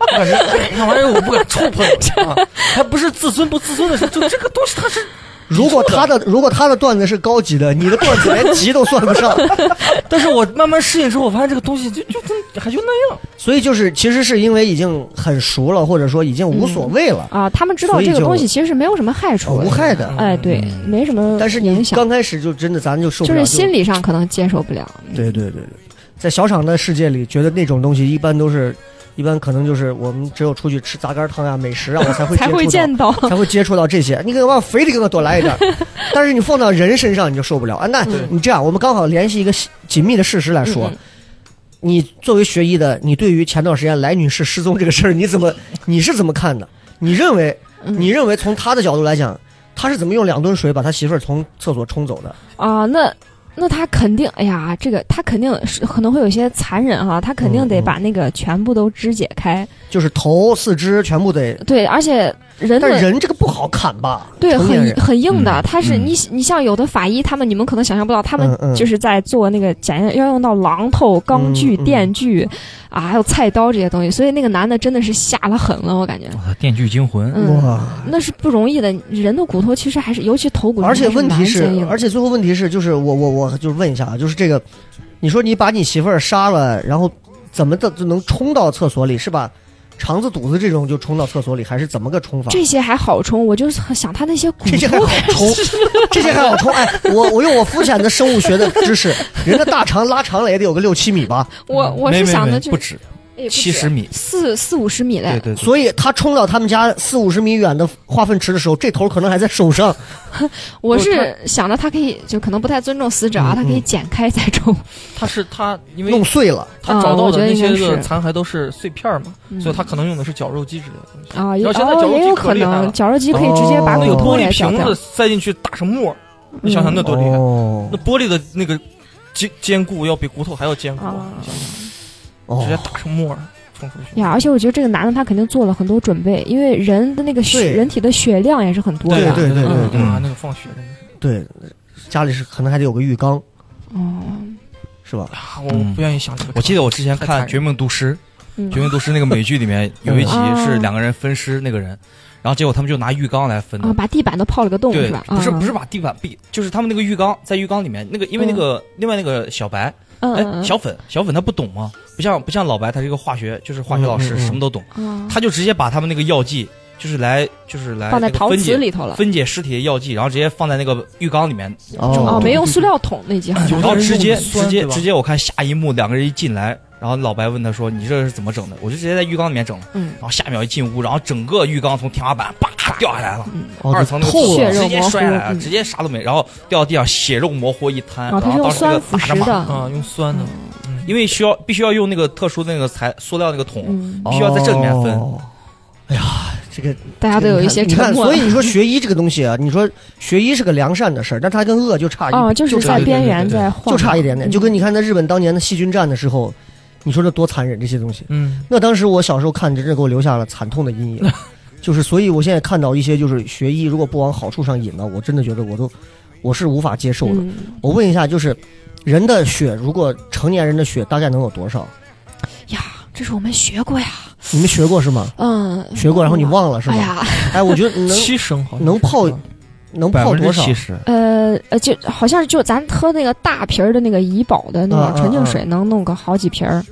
[SPEAKER 4] 我感觉这玩意儿我不敢触碰，啊，还不是自尊不自尊的事，就这个东西它是
[SPEAKER 3] 如果他的如果他的段子是高级的，你的段子连级都算不 上。
[SPEAKER 4] 但是我慢慢适应之后，我发现这个东西就就就还就那样。
[SPEAKER 3] 所以就是，其实是因为已经很熟了，或者说已经无所谓了，
[SPEAKER 5] 啊，他们知道
[SPEAKER 3] 所以
[SPEAKER 5] 这个
[SPEAKER 3] 就哦
[SPEAKER 5] 东西其实是没有什么害处的，
[SPEAKER 3] 无害的。
[SPEAKER 5] 哎，对，没什么
[SPEAKER 3] 但是你
[SPEAKER 5] 影响，
[SPEAKER 3] 刚开始就真的，咱就受不
[SPEAKER 5] 就
[SPEAKER 3] 了。
[SPEAKER 5] 是心理上可能接受不了。
[SPEAKER 3] 对对对对，在小厂的世界里，觉得那种东西一般都是，一般可能就是我们只有出去吃杂干汤呀、美食啊，我才会
[SPEAKER 5] 才会
[SPEAKER 3] 接触
[SPEAKER 5] 见到，
[SPEAKER 3] 到，才会接触到这些。你给我往肥里给我多来一 点，但是你放到人身上你就受不了啊。那
[SPEAKER 5] 嗯
[SPEAKER 4] 对
[SPEAKER 3] 你这样，我们刚好联系一个紧密的事实来说。你作为学医的，你对于前段时间来女士失踪这个事儿，你怎么你是怎么看的？你认为
[SPEAKER 5] 嗯
[SPEAKER 3] 你认为从他的角度来讲，他是怎么用两吨水把他媳妇儿从厕所冲走的？
[SPEAKER 5] 啊，那那他肯定，哎呀，这个他肯定是可能会有些残忍哈，他肯定得
[SPEAKER 3] 嗯嗯
[SPEAKER 5] 把那个全部都肢解开，
[SPEAKER 3] 就是头、四肢全部得，
[SPEAKER 5] 对，而且人
[SPEAKER 3] 但
[SPEAKER 5] 的
[SPEAKER 3] 是人这个不好砍吧？
[SPEAKER 5] 对，
[SPEAKER 3] 成年
[SPEAKER 5] 很
[SPEAKER 3] 人
[SPEAKER 5] 很硬的
[SPEAKER 6] 嗯。
[SPEAKER 5] 他是
[SPEAKER 6] 嗯
[SPEAKER 5] 你，你像有的法医，他们你们可能想象不到，他们
[SPEAKER 3] 嗯嗯
[SPEAKER 5] 就是在做那个检验，要用到榔头、钢锯、
[SPEAKER 3] 嗯嗯
[SPEAKER 5] 电锯啊，还有菜刀这些东西。所以那个男的真的是下了狠了，我感觉，
[SPEAKER 6] 哇电锯惊魂，
[SPEAKER 5] 嗯，
[SPEAKER 3] 哎哇！
[SPEAKER 5] 那是不容易的。人的骨头其实还是，尤其头骨，
[SPEAKER 3] 而且问题是
[SPEAKER 5] 还蛮坚硬，的
[SPEAKER 3] 而且最后问题是，就是我我我就是问一下啊，就是这个，你说你把你媳妇儿杀了，然后怎么的就能冲到厕所里是吧？肠子、肚子这种就冲到厕所里，还是怎么个冲法？
[SPEAKER 5] 这些还好冲，我就是想他那些骨
[SPEAKER 3] 这些还
[SPEAKER 5] 头
[SPEAKER 3] 好，冲，这些还好冲。哎，我我用我肤浅的生物学的知识，人的大肠拉长了也得有个六七米吧，
[SPEAKER 5] 我我
[SPEAKER 6] 没
[SPEAKER 5] 是
[SPEAKER 6] 没
[SPEAKER 5] 想
[SPEAKER 6] 没
[SPEAKER 5] 的就
[SPEAKER 6] 不
[SPEAKER 5] 是
[SPEAKER 6] 止
[SPEAKER 5] 哎不止
[SPEAKER 6] 七十米，
[SPEAKER 5] 四四五十米嘞
[SPEAKER 6] 对，对对，
[SPEAKER 3] 所以他冲到他们家四五十米远的化粪池的时候，这头可能还在手上。
[SPEAKER 5] 我
[SPEAKER 4] 不是
[SPEAKER 5] 是想着他可以就可能不太尊重死者啊，
[SPEAKER 3] 嗯
[SPEAKER 5] 他可以
[SPEAKER 3] 嗯
[SPEAKER 5] 剪开再冲，
[SPEAKER 4] 它是它，因为
[SPEAKER 3] 弄碎了，
[SPEAKER 4] 它找到
[SPEAKER 5] 啊我觉
[SPEAKER 4] 的
[SPEAKER 5] 得
[SPEAKER 4] 那些
[SPEAKER 5] 应该
[SPEAKER 4] 个
[SPEAKER 5] 是
[SPEAKER 4] 残骸都是碎片儿嘛，
[SPEAKER 5] 嗯
[SPEAKER 4] 所以它可能用的是绞肉机之类的东西。
[SPEAKER 5] 啊，也
[SPEAKER 4] 然后现在绞肉
[SPEAKER 5] 哦也
[SPEAKER 4] 机
[SPEAKER 5] 有
[SPEAKER 4] 可
[SPEAKER 5] 可
[SPEAKER 4] 厉害
[SPEAKER 5] 能
[SPEAKER 4] 了，
[SPEAKER 5] 绞肉机可以直接把
[SPEAKER 3] 哦
[SPEAKER 4] 那个
[SPEAKER 5] 骨头
[SPEAKER 4] 玻
[SPEAKER 5] 也
[SPEAKER 4] 璃
[SPEAKER 5] 绞
[SPEAKER 4] 瓶
[SPEAKER 5] 掉
[SPEAKER 4] 子。塞进去打成沫儿，你想想
[SPEAKER 6] 嗯
[SPEAKER 4] 那多厉害！
[SPEAKER 3] 哦
[SPEAKER 4] 那玻璃的那个坚坚固要比骨头还要坚固
[SPEAKER 6] 哦
[SPEAKER 4] 啊，
[SPEAKER 5] 啊
[SPEAKER 4] 你想想，直接
[SPEAKER 3] 哦，
[SPEAKER 4] 打成沫儿冲出去。
[SPEAKER 5] 呀，而且我觉得这个男的他肯定做了很多准备，因为人的那个血，
[SPEAKER 3] 对
[SPEAKER 5] 人体的血量也是很多
[SPEAKER 3] 对
[SPEAKER 5] 的。
[SPEAKER 3] 对对对
[SPEAKER 6] 对
[SPEAKER 4] 啊，那个放血真的是
[SPEAKER 3] 对，家里是可能还得有个浴缸，
[SPEAKER 5] 哦，
[SPEAKER 3] 是吧？
[SPEAKER 4] 啊，我
[SPEAKER 3] 嗯
[SPEAKER 4] 我不愿意想这个。
[SPEAKER 6] 我记得我之前
[SPEAKER 4] 太
[SPEAKER 6] 看
[SPEAKER 4] 残
[SPEAKER 6] 《绝命毒师》，
[SPEAKER 5] 嗯
[SPEAKER 6] 《绝命毒师》那个美剧里面有一 集
[SPEAKER 5] 嗯
[SPEAKER 6] 是两个人分尸那个人，然后结果他们就拿浴缸来分的
[SPEAKER 5] 啊，，把地板都泡了个洞
[SPEAKER 6] 对
[SPEAKER 5] 是吧，？
[SPEAKER 6] 不是
[SPEAKER 5] 啊
[SPEAKER 6] 不是，把地板壁，就是他们那个浴缸在浴缸里面那个，因为那个另外那个小白，
[SPEAKER 5] 嗯
[SPEAKER 6] 哎，
[SPEAKER 5] 嗯
[SPEAKER 6] 小粉小粉他不懂嘛，不像不像老白，他是一个化学就是化学老
[SPEAKER 3] 嗯
[SPEAKER 6] 师，
[SPEAKER 3] 嗯嗯
[SPEAKER 6] 什么都懂，
[SPEAKER 5] 嗯，
[SPEAKER 6] 他就直接把他们那个药剂就是来就是来
[SPEAKER 5] 放在
[SPEAKER 6] 那个
[SPEAKER 5] 陶
[SPEAKER 6] 分
[SPEAKER 5] 瓷
[SPEAKER 6] 解
[SPEAKER 5] 里头了。
[SPEAKER 6] 分解尸体的药剂，然后直接放在那个浴缸里面，
[SPEAKER 5] 哦，
[SPEAKER 3] 哦，
[SPEAKER 5] 没用塑料桶那集好像。
[SPEAKER 4] 有
[SPEAKER 6] 然
[SPEAKER 4] 的
[SPEAKER 6] 后
[SPEAKER 4] 人
[SPEAKER 6] 直接
[SPEAKER 4] 用酸
[SPEAKER 6] 直接
[SPEAKER 4] 对吧
[SPEAKER 6] 直接我看下一幕两个人一进来，然后老白问他说你这是怎么整的？我就直接在浴缸里面整了。
[SPEAKER 5] 嗯
[SPEAKER 6] 然后下一秒一进屋，然后整个浴缸从天花板啪掉下来了，
[SPEAKER 5] 嗯，
[SPEAKER 3] 哦
[SPEAKER 6] 二层那个
[SPEAKER 3] 透
[SPEAKER 5] 血
[SPEAKER 3] 了
[SPEAKER 5] 肉
[SPEAKER 6] 直接
[SPEAKER 5] 模糊
[SPEAKER 6] 摔下来了，
[SPEAKER 5] 嗯
[SPEAKER 6] 直接啥都没，然后掉到地上血肉模糊一摊，
[SPEAKER 5] 然后
[SPEAKER 6] 然
[SPEAKER 5] 他是用
[SPEAKER 6] 后当
[SPEAKER 5] 酸
[SPEAKER 6] 时那个
[SPEAKER 5] 腐
[SPEAKER 6] 打着
[SPEAKER 5] 蚀
[SPEAKER 6] 码，
[SPEAKER 5] 的，
[SPEAKER 4] 啊，用酸的，嗯
[SPEAKER 6] 因为需要必须要用那个特殊的那个材塑料那个桶，
[SPEAKER 5] 嗯
[SPEAKER 6] 哦必须要在这里面分。
[SPEAKER 3] 哦哎呀，这个
[SPEAKER 5] 大家都有一些
[SPEAKER 3] 你看，
[SPEAKER 5] 沉
[SPEAKER 3] 你看
[SPEAKER 5] 默
[SPEAKER 3] 所以。你说学医这个东西啊，你说学医是个良善的事儿，但它跟恶就差一，
[SPEAKER 5] 哦，就是
[SPEAKER 3] 差
[SPEAKER 5] 在
[SPEAKER 3] 一
[SPEAKER 5] 边
[SPEAKER 3] 点点
[SPEAKER 5] 缘在晃，
[SPEAKER 3] 就差一点点，
[SPEAKER 5] 嗯
[SPEAKER 3] 就跟你看在日本当年的细菌战的时候，你说这多残忍这些东西。
[SPEAKER 6] 嗯，
[SPEAKER 3] 那当时我小时候看，真的给我留下了惨痛的阴 影。就是，所以我现在看到一些就是学医如果不往好处上引呢，我真的觉得我都我是无法接受的。
[SPEAKER 5] 嗯
[SPEAKER 3] 我问一下，就是人的血，如果成年人的血大概能有多少？
[SPEAKER 5] 这是我们学过呀，
[SPEAKER 3] 你们学过是吗？
[SPEAKER 5] 嗯，
[SPEAKER 3] 学过，然后你忘了是
[SPEAKER 5] 哎
[SPEAKER 3] 吗？
[SPEAKER 5] 呀，
[SPEAKER 3] 哎，我觉得 能
[SPEAKER 4] 七升好像
[SPEAKER 3] 能
[SPEAKER 4] 是嗯
[SPEAKER 3] 泡
[SPEAKER 4] 吧
[SPEAKER 3] 能
[SPEAKER 6] 百
[SPEAKER 3] 泡
[SPEAKER 6] 分
[SPEAKER 3] 多
[SPEAKER 6] 之
[SPEAKER 3] 少？
[SPEAKER 6] 七十，
[SPEAKER 5] 呃呃，就好像就咱喝那个大瓶儿的那个怡宝的那
[SPEAKER 3] 啊
[SPEAKER 5] 个纯
[SPEAKER 3] 啊啊
[SPEAKER 5] 净水，能弄个好几瓶儿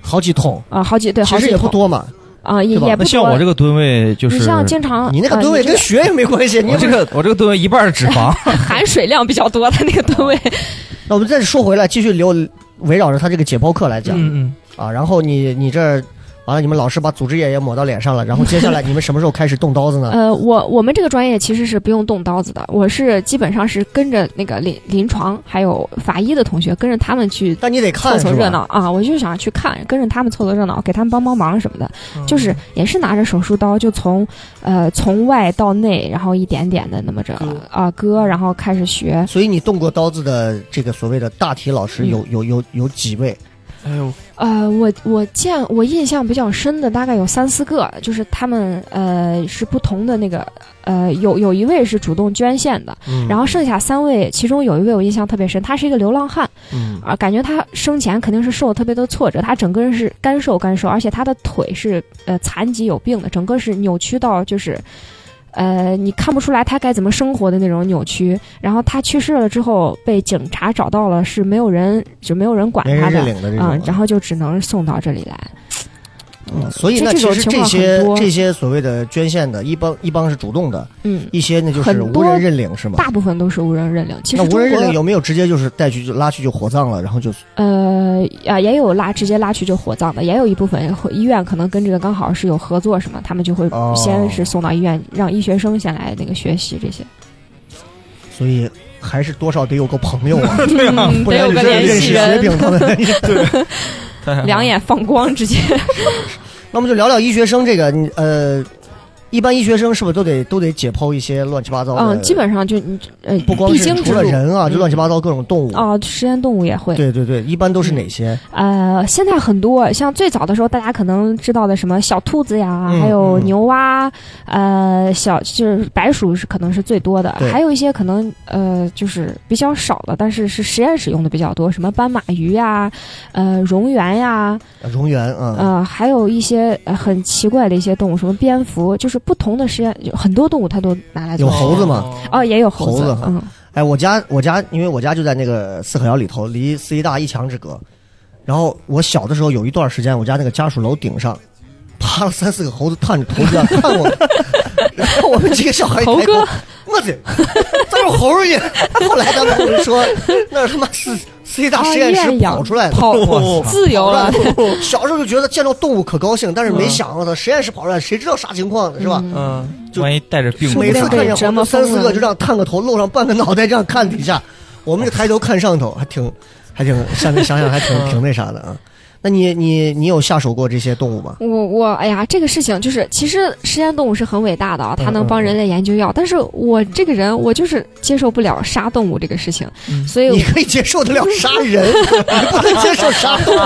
[SPEAKER 3] 好几桶，
[SPEAKER 5] 啊，好几对，
[SPEAKER 3] 其
[SPEAKER 5] 好
[SPEAKER 3] 实
[SPEAKER 5] 几
[SPEAKER 3] 也不
[SPEAKER 5] 桶
[SPEAKER 3] 多嘛。
[SPEAKER 5] 啊，也
[SPEAKER 3] 对吧
[SPEAKER 5] 也不
[SPEAKER 6] 那
[SPEAKER 5] 多。
[SPEAKER 6] 像我这个吨位就是
[SPEAKER 5] 你像经常
[SPEAKER 3] 你那个
[SPEAKER 5] 呃
[SPEAKER 3] 吨位
[SPEAKER 5] 你这
[SPEAKER 3] 跟
[SPEAKER 5] 个
[SPEAKER 3] 血也没关 系。你
[SPEAKER 6] 我这个我这个吨位一半是脂 肪，
[SPEAKER 5] 含水量比较多的那个吨位，
[SPEAKER 3] 啊那我们再说回来，继续留围绕着他这个解剖课来讲、
[SPEAKER 4] 嗯
[SPEAKER 3] 啊。然后你你这儿完了，你们老师把组织液也抹到脸上了。然后接下来你们什么时候开始动刀子呢？
[SPEAKER 5] 呃，我我们这个专业其实是不用动刀子的，我是基本上是跟着那个临临床还有法医的同学跟着他们去
[SPEAKER 3] 但你得
[SPEAKER 5] 凑
[SPEAKER 3] 看
[SPEAKER 5] 凑
[SPEAKER 3] 是吧
[SPEAKER 5] 热闹啊，我就想去看，跟着他们凑凑热闹，给他们帮帮忙什么的，
[SPEAKER 4] 嗯，
[SPEAKER 5] 就是也是拿着手术刀，就从呃从外到内，然后一点点的那么着啊割，然后开始学。
[SPEAKER 3] 所以你动过刀子的这个所谓的大体老师有、有有有几位？
[SPEAKER 4] 哎呦，
[SPEAKER 5] 呃，我我见我印象比较深的大概有三四个，就是他们呃是不同的那个呃有有一位是主动捐献的，
[SPEAKER 3] 嗯
[SPEAKER 5] 然后剩下三位，其中有一位我印象特别深，他是一个流浪汉
[SPEAKER 3] 嗯
[SPEAKER 5] 啊，感觉他生前肯定是受了特别多挫折，他整个人是干瘦干瘦，而且他的腿是呃残疾有病的，整个是扭曲到就是。呃，你看不出来他该怎么生活的那种扭曲。然后他去世了之后，被警察找到了，是没有人就没有人管
[SPEAKER 3] 没人
[SPEAKER 5] 他的
[SPEAKER 3] 认领的这种
[SPEAKER 5] 啊、
[SPEAKER 3] 啊。
[SPEAKER 5] 然后就只能送到这里来。
[SPEAKER 3] 嗯所以
[SPEAKER 5] 这
[SPEAKER 3] 呢，
[SPEAKER 5] 这
[SPEAKER 3] 其
[SPEAKER 5] 种
[SPEAKER 3] 实
[SPEAKER 5] 情
[SPEAKER 3] 这
[SPEAKER 5] 况
[SPEAKER 3] 些
[SPEAKER 5] 很多
[SPEAKER 3] 这些所谓的捐献的，一帮一帮是主动的，
[SPEAKER 5] 嗯，
[SPEAKER 3] 一些呢就是
[SPEAKER 5] 很
[SPEAKER 3] 无
[SPEAKER 5] 多
[SPEAKER 3] 人认领是吗？
[SPEAKER 5] 大部分都是无人认领。其
[SPEAKER 3] 那
[SPEAKER 5] 实
[SPEAKER 3] 无人
[SPEAKER 5] 中
[SPEAKER 3] 认领
[SPEAKER 5] 国
[SPEAKER 3] 有没有直接就是带去就拉去就火葬了，然后就
[SPEAKER 5] 呃啊，也有拉直接拉去就火葬的，也有一部分会医院可能跟这个刚好是有合作什么，他们就会
[SPEAKER 3] 哦
[SPEAKER 5] 先是送到医院，让医学生先来那个学习 这些。
[SPEAKER 3] 所以还是多少得有个朋 友啊，
[SPEAKER 4] 对啊，
[SPEAKER 5] 嗯
[SPEAKER 3] 不然你这认识雪饼 他们。
[SPEAKER 4] 太害怕
[SPEAKER 5] 两眼放光，直接
[SPEAKER 3] 那我们就聊聊医学生这个，你呃，一般医学生是不是都得都得解剖一些乱七八糟的？
[SPEAKER 5] 嗯，基本上就你呃，
[SPEAKER 3] 不光
[SPEAKER 5] 必
[SPEAKER 3] 是
[SPEAKER 5] 经之
[SPEAKER 3] 除了
[SPEAKER 5] 路
[SPEAKER 3] 人啊，
[SPEAKER 5] 嗯
[SPEAKER 3] 就乱七八糟各种动物。
[SPEAKER 5] 哦，实验动物也会。
[SPEAKER 3] 对对对，一般都是哪些？
[SPEAKER 5] 呃，现在很多像最早的时候，大家可能知道的什么小兔子呀，
[SPEAKER 3] 嗯
[SPEAKER 5] 还有
[SPEAKER 3] 嗯
[SPEAKER 5] 牛蛙，呃，小就是白鼠是可能是最多的
[SPEAKER 3] 对，
[SPEAKER 5] 还有一些可能呃就是比较少的，但是是实验室用的比较多，什么斑马鱼呀，呃，蝾螈呀，
[SPEAKER 3] 呃蝾螈啊，
[SPEAKER 5] 呃，还有一些呃很奇怪的一些动物，什么蝙蝠，就是不同的实验，有很多动物它都拿来
[SPEAKER 3] 有
[SPEAKER 5] 做实验
[SPEAKER 3] 猴子吗？
[SPEAKER 5] 哦，也有猴
[SPEAKER 3] 猴子哈
[SPEAKER 5] 嗯，
[SPEAKER 3] 哎，我家我家，因为我家就在那个四合窑里头，离四医大一墙之隔。然后我小的时候有一段时间，我家那个家属楼顶上爬了三四个猴子，探着头这样看我，然后我们几个小孩一
[SPEAKER 5] 猴
[SPEAKER 3] 抬头
[SPEAKER 5] 哥，
[SPEAKER 3] 我去，咋有猴儿呢？后来他们跟我说，那是他妈四四医大实验室
[SPEAKER 5] 啊艳阳
[SPEAKER 3] 跑出来的。
[SPEAKER 5] 跑
[SPEAKER 3] 我操
[SPEAKER 5] 自由啊了，
[SPEAKER 3] 小时候就觉得见到动物可高兴，但是没想到实验室跑出来，谁知道啥情况呢？是吧？
[SPEAKER 5] 嗯
[SPEAKER 4] 嗯，
[SPEAKER 3] 就
[SPEAKER 6] 万一带着病毒
[SPEAKER 3] 每次看见
[SPEAKER 5] 折
[SPEAKER 3] 猴
[SPEAKER 5] 磨
[SPEAKER 3] 子三
[SPEAKER 5] 疯
[SPEAKER 3] 四
[SPEAKER 5] 了
[SPEAKER 3] 个就这样探个头，露上半个脑袋这样看底下，我们就抬头看上头，还挺还挺下面想想还挺挺那啥的啊。那你你你有下手过这些动物吗？
[SPEAKER 5] 我我哎呀，这个事情就是，其实实验动物是很伟大的啊，它
[SPEAKER 3] 嗯
[SPEAKER 5] 能帮人类研究药。但是我这个人，我就是接受不了杀动物这个事情，所以
[SPEAKER 3] 嗯你可以接受得了杀人， 你不能接受杀动物。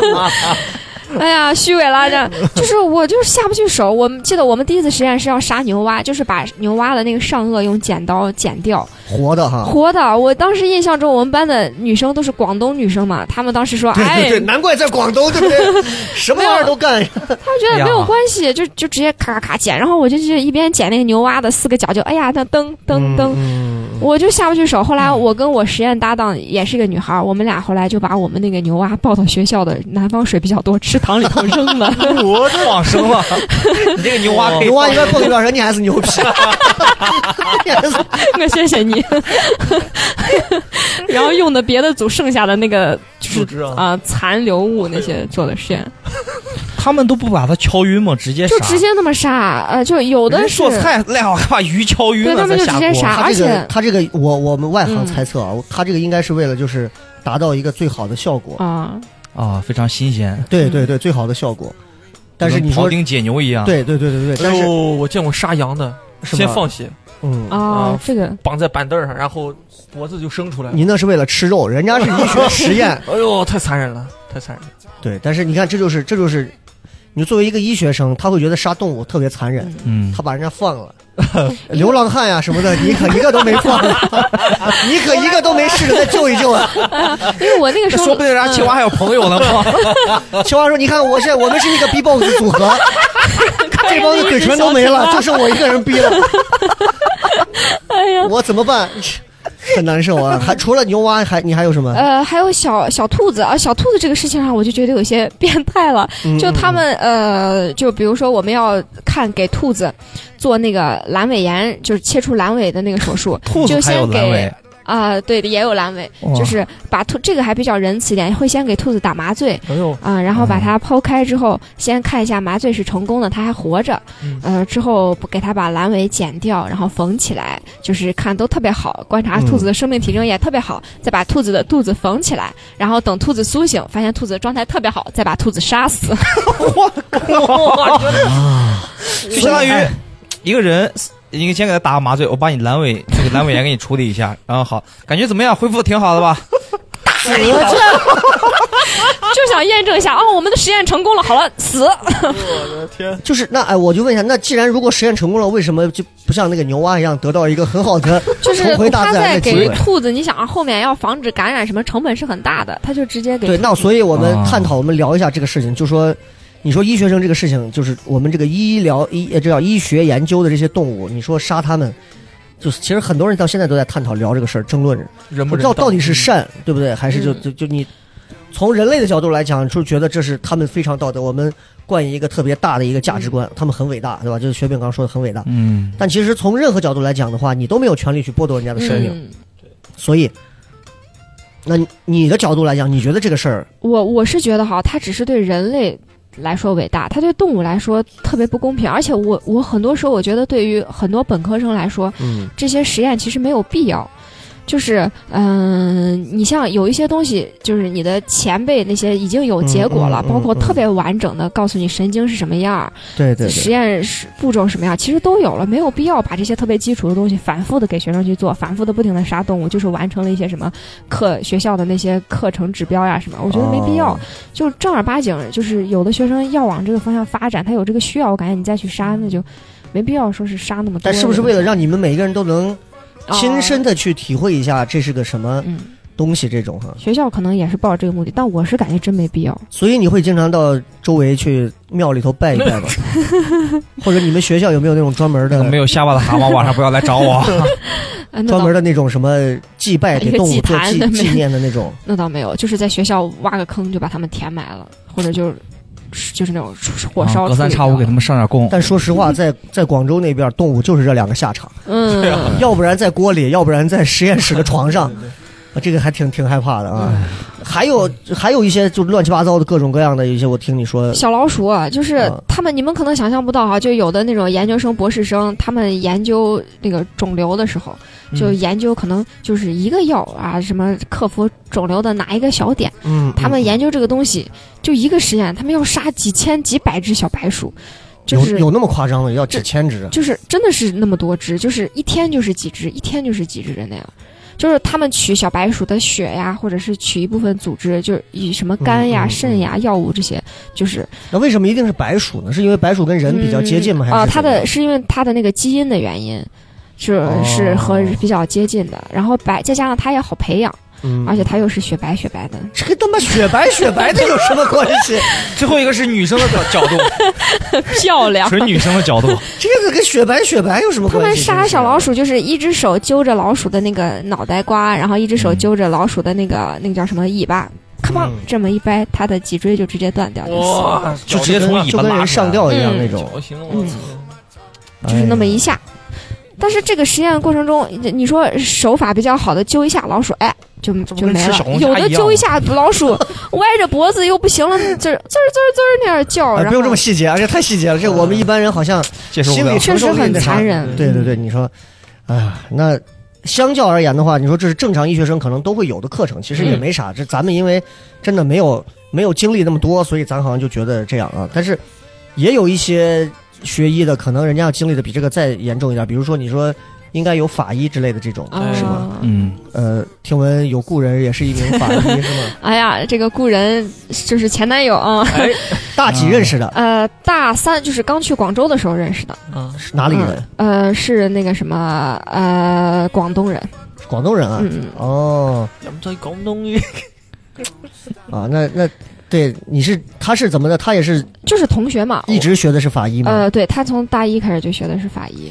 [SPEAKER 5] 哎呀，虚伪了，这 就是我就是下不去手。我们记得我们第一次实验是要杀牛蛙，就是把牛蛙的那个上颚用剪刀剪掉，
[SPEAKER 3] 活的哈，
[SPEAKER 5] 活的。我当时印象中，我们班的女生都是广东女生嘛，她们当时说，
[SPEAKER 3] 对对对，
[SPEAKER 5] 哎，
[SPEAKER 3] 难怪在广东，对不对？什么玩意儿都干。
[SPEAKER 5] 他觉得没
[SPEAKER 6] 啊
[SPEAKER 5] 有关系，就就直接咔咔咔剪，然后我就就一边剪那个牛蛙的四个角，就哎呀，那噔噔
[SPEAKER 6] 嗯
[SPEAKER 5] 噔，我就下不去手。后来我跟我实验搭档也是一个女孩儿，我们俩后来就把我们那个牛蛙抱到学校的南方水比较多池塘里 头扔了。
[SPEAKER 6] 我 往生了，你这个牛
[SPEAKER 4] 哦
[SPEAKER 6] 蛙可以
[SPEAKER 3] 牛蛙应该蹦一段时间，你还是牛逼。你还是
[SPEAKER 5] 我谢谢你。 然后用的别的组剩下的那个就是
[SPEAKER 4] 树枝啊
[SPEAKER 5] 啊、残留物那些做的实验，
[SPEAKER 6] 哎他们都不把它敲晕吗？直接
[SPEAKER 5] 就
[SPEAKER 6] 杀
[SPEAKER 5] 直接那么杀，呃，就有
[SPEAKER 6] 人
[SPEAKER 5] 的
[SPEAKER 6] 家
[SPEAKER 5] 是
[SPEAKER 6] 做菜赖好还把鱼敲晕
[SPEAKER 5] 对
[SPEAKER 6] 了
[SPEAKER 5] 他
[SPEAKER 6] 再
[SPEAKER 5] 们就直
[SPEAKER 6] 下
[SPEAKER 5] 接
[SPEAKER 6] 锅。
[SPEAKER 5] 杀，
[SPEAKER 3] 他
[SPEAKER 5] 而
[SPEAKER 3] 这个
[SPEAKER 5] 且
[SPEAKER 3] 他这个，我我们外
[SPEAKER 5] 嗯
[SPEAKER 3] 行猜测啊，他这个应该是为了就是达到一个最好的效果。
[SPEAKER 5] 啊。
[SPEAKER 6] 啊，非常新鲜。
[SPEAKER 3] 对对对，最好的效果。但是你
[SPEAKER 6] 跟庖
[SPEAKER 3] 说，
[SPEAKER 6] 丁啊解牛一样，，
[SPEAKER 3] 对对对对对， 但
[SPEAKER 4] 哎
[SPEAKER 3] 是
[SPEAKER 4] 呦，我见过杀羊的，
[SPEAKER 3] 是
[SPEAKER 4] 先
[SPEAKER 3] 吗
[SPEAKER 4] 放血，
[SPEAKER 3] 嗯，
[SPEAKER 5] 啊，这个
[SPEAKER 4] 绑在板凳上，然后脖子就伸出来了。
[SPEAKER 3] 你那是为了吃肉，人家是医学实验，
[SPEAKER 4] 哎呦，太残忍了，太残忍了。
[SPEAKER 3] 对，但是你看，这就是这就是，你作为一个医学生，他会觉得杀动物特别残忍，
[SPEAKER 6] 嗯
[SPEAKER 3] 他，把人家放了， 流浪汉呀、什么的，你可一个都没放， 你可一个都没试着再救一救啊！
[SPEAKER 5] 因为我那个时候
[SPEAKER 6] 说不定人家青蛙还有朋友呢，
[SPEAKER 3] 青蛙说：“你看，我现在我们是一个 B-box 组 合， 这帮子嘴唇都没了，就剩我一个人逼了，
[SPEAKER 5] 哎呀，
[SPEAKER 3] 我怎么办？ 很难受啊！还除了牛蛙，还你还有什么？
[SPEAKER 5] 呃，还有小小兔子啊，小兔子这个事情上，我就觉得 有些变态了。
[SPEAKER 3] 嗯
[SPEAKER 5] 就他们呃，就比如说我们要看给兔子做那个阑尾炎，就是切除阑尾的那个手术，
[SPEAKER 6] 兔
[SPEAKER 5] 就
[SPEAKER 6] 子还有
[SPEAKER 5] 先
[SPEAKER 6] 阑
[SPEAKER 5] 给
[SPEAKER 6] 尾，
[SPEAKER 5] 啊、对，也有阑尾，就是把兔这个还比较仁慈一点，会先给兔子打麻醉，
[SPEAKER 4] 哎呦，
[SPEAKER 5] 啊、然后把它剖开之后，先看一下麻醉是成功的，它还活着。
[SPEAKER 4] 嗯
[SPEAKER 5] 呃，之后不给它把阑尾剪掉，然后缝起来，就是看都特别好，观
[SPEAKER 4] 嗯
[SPEAKER 5] 察兔子的生命体征也特别好，再把兔子的肚子缝起来，然后等兔子苏醒，发现兔子状态特别好，再把兔子杀死。
[SPEAKER 6] 就相当于一个人，你先给他打个麻醉，我把你阑尾这个阑尾炎给你处理一下，然后好，感觉怎么样？恢复得挺好的吧？
[SPEAKER 5] 就想验证一下，哦，我们的实验成功了，好了，死。
[SPEAKER 3] 就是那哎，我就问一下，那既然如果实验成功了，为什么就不像那个牛蛙一样得到一个很好的
[SPEAKER 5] 就是
[SPEAKER 3] 重回大
[SPEAKER 5] 他
[SPEAKER 3] 自然
[SPEAKER 5] 在
[SPEAKER 3] 的机
[SPEAKER 5] 给
[SPEAKER 3] 会？
[SPEAKER 5] 兔子，你想啊，后面要防止感染什么，成本是很大的，他就直接给
[SPEAKER 3] 对，那所以我们
[SPEAKER 6] 啊
[SPEAKER 3] 探讨，我们聊一下这个事情，就说，你说医学生这个事情，就是我们这个医疗医呃这叫医学研究的这些动物，你说杀它们，就是其实很多人到现在都在探讨聊这个事儿，争论着，
[SPEAKER 4] 人
[SPEAKER 3] 不
[SPEAKER 4] 不
[SPEAKER 3] 知
[SPEAKER 4] 人
[SPEAKER 3] 道
[SPEAKER 4] 道
[SPEAKER 3] 到底是善，对不对？还是就
[SPEAKER 5] 嗯
[SPEAKER 3] 就就你从人类的角度来讲，就觉得这是他们非常道德，我们冠以一个特别大的一个价值观，他们很伟大，对吧？就是薛炳刚说的很伟大，
[SPEAKER 6] 嗯，
[SPEAKER 3] 但其实从任何角度来讲的话，你都没有权利去剥夺人家的生命，
[SPEAKER 5] 嗯
[SPEAKER 3] 所以。那你你的角度来讲，你觉得这个事儿
[SPEAKER 5] 我我是觉得哈，它只是对人类来说伟大，它对动物来说特别不公平。而且我我很多时候我觉得，对于很多本科生来说，
[SPEAKER 3] 嗯，
[SPEAKER 5] 这些实验其实没有必要。就是，嗯、你像有一些东西，就是你的前辈那些已经有结果
[SPEAKER 3] 嗯
[SPEAKER 5] 了，
[SPEAKER 3] 嗯嗯
[SPEAKER 5] 包括
[SPEAKER 3] 嗯
[SPEAKER 5] 特别完整的告诉你神经是什么样儿，
[SPEAKER 3] 对对对，
[SPEAKER 5] 实验是步骤什么样，其实都有了，没有必要把这些特别基础的东西反复的给学生去做，反复的不停的杀动物，就是完成了一些什么课学校的那些课程指标呀什么，我觉得没必要。
[SPEAKER 3] 哦
[SPEAKER 5] 就正儿八经，就是有的学生要往这个方向发展，他有这个需要，我感觉你再去杀，那就没必要说是杀那么多。
[SPEAKER 3] 嗯但是不是为了让你们每一个人都能
[SPEAKER 5] 哦
[SPEAKER 3] 亲身
[SPEAKER 5] 的、
[SPEAKER 3] 的去体会一下这是个什么
[SPEAKER 5] 嗯，
[SPEAKER 3] 东西？这种哈，
[SPEAKER 5] 学校可能也是抱着这个目的，但我是感觉真没必要。
[SPEAKER 3] 所以你会经常到周围去庙里头拜一拜 吗？或者你们学校有没有那种专门的
[SPEAKER 6] 没、有下巴的蛤蟆晚上不要来找我。
[SPEAKER 5] 啊，那
[SPEAKER 3] 专
[SPEAKER 5] 倒
[SPEAKER 3] 门的那种什么祭拜给动物做
[SPEAKER 5] 一
[SPEAKER 3] 祭
[SPEAKER 5] 个祭坛
[SPEAKER 3] 纪念的那种？
[SPEAKER 5] 那倒没有，就是在学校挖个坑就把他们填埋了，或者就是就是那种 火烧、
[SPEAKER 6] 啊隔三差五给他们上点供。
[SPEAKER 3] 但说实话，在在广州那边，动物就是这两个下场，
[SPEAKER 5] 嗯，
[SPEAKER 3] 要不然在锅里，要不然在实验室的床上。啊这个还挺挺害怕的啊，
[SPEAKER 6] 嗯
[SPEAKER 3] 还有还有一些就乱七八糟的各种各样的一些，我听你说，
[SPEAKER 5] 小老鼠啊就是
[SPEAKER 3] 嗯
[SPEAKER 5] 他们，你们可能想象不到哈、就有的那种研究生、博士生，他们研究那个肿瘤的时候，
[SPEAKER 3] 嗯
[SPEAKER 5] 就研究可能就是一个药啊，什么克服肿瘤的哪一个小点，
[SPEAKER 3] 嗯，
[SPEAKER 5] 他们
[SPEAKER 3] 嗯
[SPEAKER 5] 研究这个东西，就一个实验，他们要杀几千、几百只小白鼠，就是
[SPEAKER 3] 有有那么夸张的，要几千只啊，
[SPEAKER 5] 就是真的是那么多只，就是一天就是几只，一天就是几只的那样。就是他们取小白鼠的血呀，或者是取一部分组织，就是以什么肝呀、
[SPEAKER 3] 嗯嗯嗯
[SPEAKER 5] 肾呀、药物这些，就是
[SPEAKER 3] 那为什么一定是白鼠呢？是因为白鼠跟人比较接近吗？
[SPEAKER 5] 嗯
[SPEAKER 3] 还是
[SPEAKER 5] 啊，它
[SPEAKER 3] 怎么
[SPEAKER 5] 的
[SPEAKER 3] 样
[SPEAKER 5] 是因为它的那个基因的原因，是、
[SPEAKER 3] 哦
[SPEAKER 5] 是和比较接近的。然后白再加上它也好培养，
[SPEAKER 3] 嗯
[SPEAKER 5] 而且它又是雪白雪白的，
[SPEAKER 3] 这跟他妈雪白雪白的有什么关 系？
[SPEAKER 6] 最后一个是女生的角角度，
[SPEAKER 5] 漂 亮
[SPEAKER 6] 纯女生的角度。
[SPEAKER 3] 这个跟雪白雪白有什么
[SPEAKER 5] 他
[SPEAKER 3] 关系？
[SPEAKER 5] 们杀小老
[SPEAKER 3] 鼠，
[SPEAKER 5] 鼠就是一只手揪着老鼠的那个脑袋
[SPEAKER 3] 嗯
[SPEAKER 5] 瓜，然后一只手揪着老鼠的那个那个叫什么尾巴，咔砰、
[SPEAKER 3] 嗯
[SPEAKER 5] 这么一掰，它的脊椎就直接断掉，就死了，
[SPEAKER 4] 嗯哇，
[SPEAKER 6] 就直接从尾
[SPEAKER 3] 就
[SPEAKER 6] 巴
[SPEAKER 3] 跟
[SPEAKER 6] 拉
[SPEAKER 3] 人
[SPEAKER 6] 出来
[SPEAKER 3] 上吊一样
[SPEAKER 5] 嗯
[SPEAKER 3] 那种，
[SPEAKER 4] 绞刑，我
[SPEAKER 5] 嗯
[SPEAKER 4] 操！
[SPEAKER 5] 就是那么一
[SPEAKER 3] 哎
[SPEAKER 5] 下。但是这个实验过程中，你你说手法比较好的揪一下老鼠，哎，就
[SPEAKER 6] 这不
[SPEAKER 5] 就
[SPEAKER 6] 跟
[SPEAKER 5] 没
[SPEAKER 6] 吃
[SPEAKER 5] 了
[SPEAKER 6] 小龙。虾
[SPEAKER 5] 有的
[SPEAKER 6] 一样
[SPEAKER 3] 啊
[SPEAKER 5] 揪一下老 鼠，歪着脖子又不行了，滋儿滋儿滋儿滋儿那样叫，
[SPEAKER 3] 哎
[SPEAKER 5] 然后嗯
[SPEAKER 3] 不用这么细节，而且太细节了，这我们一般人好像
[SPEAKER 6] 接受不
[SPEAKER 3] 心
[SPEAKER 6] 了
[SPEAKER 3] 里。
[SPEAKER 5] 确
[SPEAKER 3] 承
[SPEAKER 5] 实
[SPEAKER 3] 受力
[SPEAKER 5] 很
[SPEAKER 3] 那啥
[SPEAKER 5] 残。忍。
[SPEAKER 3] 对对对，你说，哎呀，那相较而言的话，你说这是正常医学生可能都会有的课程，其
[SPEAKER 5] 嗯
[SPEAKER 3] 实也没啥。这咱们因为真的没有没有经历那么多，所以咱好像就觉得这样啊。但是也有一些学医的，可能人家要经历的比这个再严重一点，比如说你说应该有法医之类的这种，
[SPEAKER 5] 啊
[SPEAKER 4] 是
[SPEAKER 3] 吧
[SPEAKER 6] 嗯，
[SPEAKER 3] 呃，听闻有故人也是一名 法医是吗？
[SPEAKER 5] 哎呀，这个故人就是前男友啊，
[SPEAKER 4] 哎
[SPEAKER 3] 大几认识的？
[SPEAKER 5] 呃，大三就是刚去广州的时候认识的，
[SPEAKER 4] 啊，
[SPEAKER 3] 是哪里人？
[SPEAKER 5] 呃，是那个什么，呃，广东人，
[SPEAKER 3] 广东人啊？
[SPEAKER 5] 嗯，
[SPEAKER 3] 哦
[SPEAKER 4] 咱们在广东语
[SPEAKER 3] 啊，那那对你是他是怎么的？他也是
[SPEAKER 5] 就是同学嘛，
[SPEAKER 3] 一直学的是法医吗？
[SPEAKER 5] 呃，对他从大一开始就学的是法医，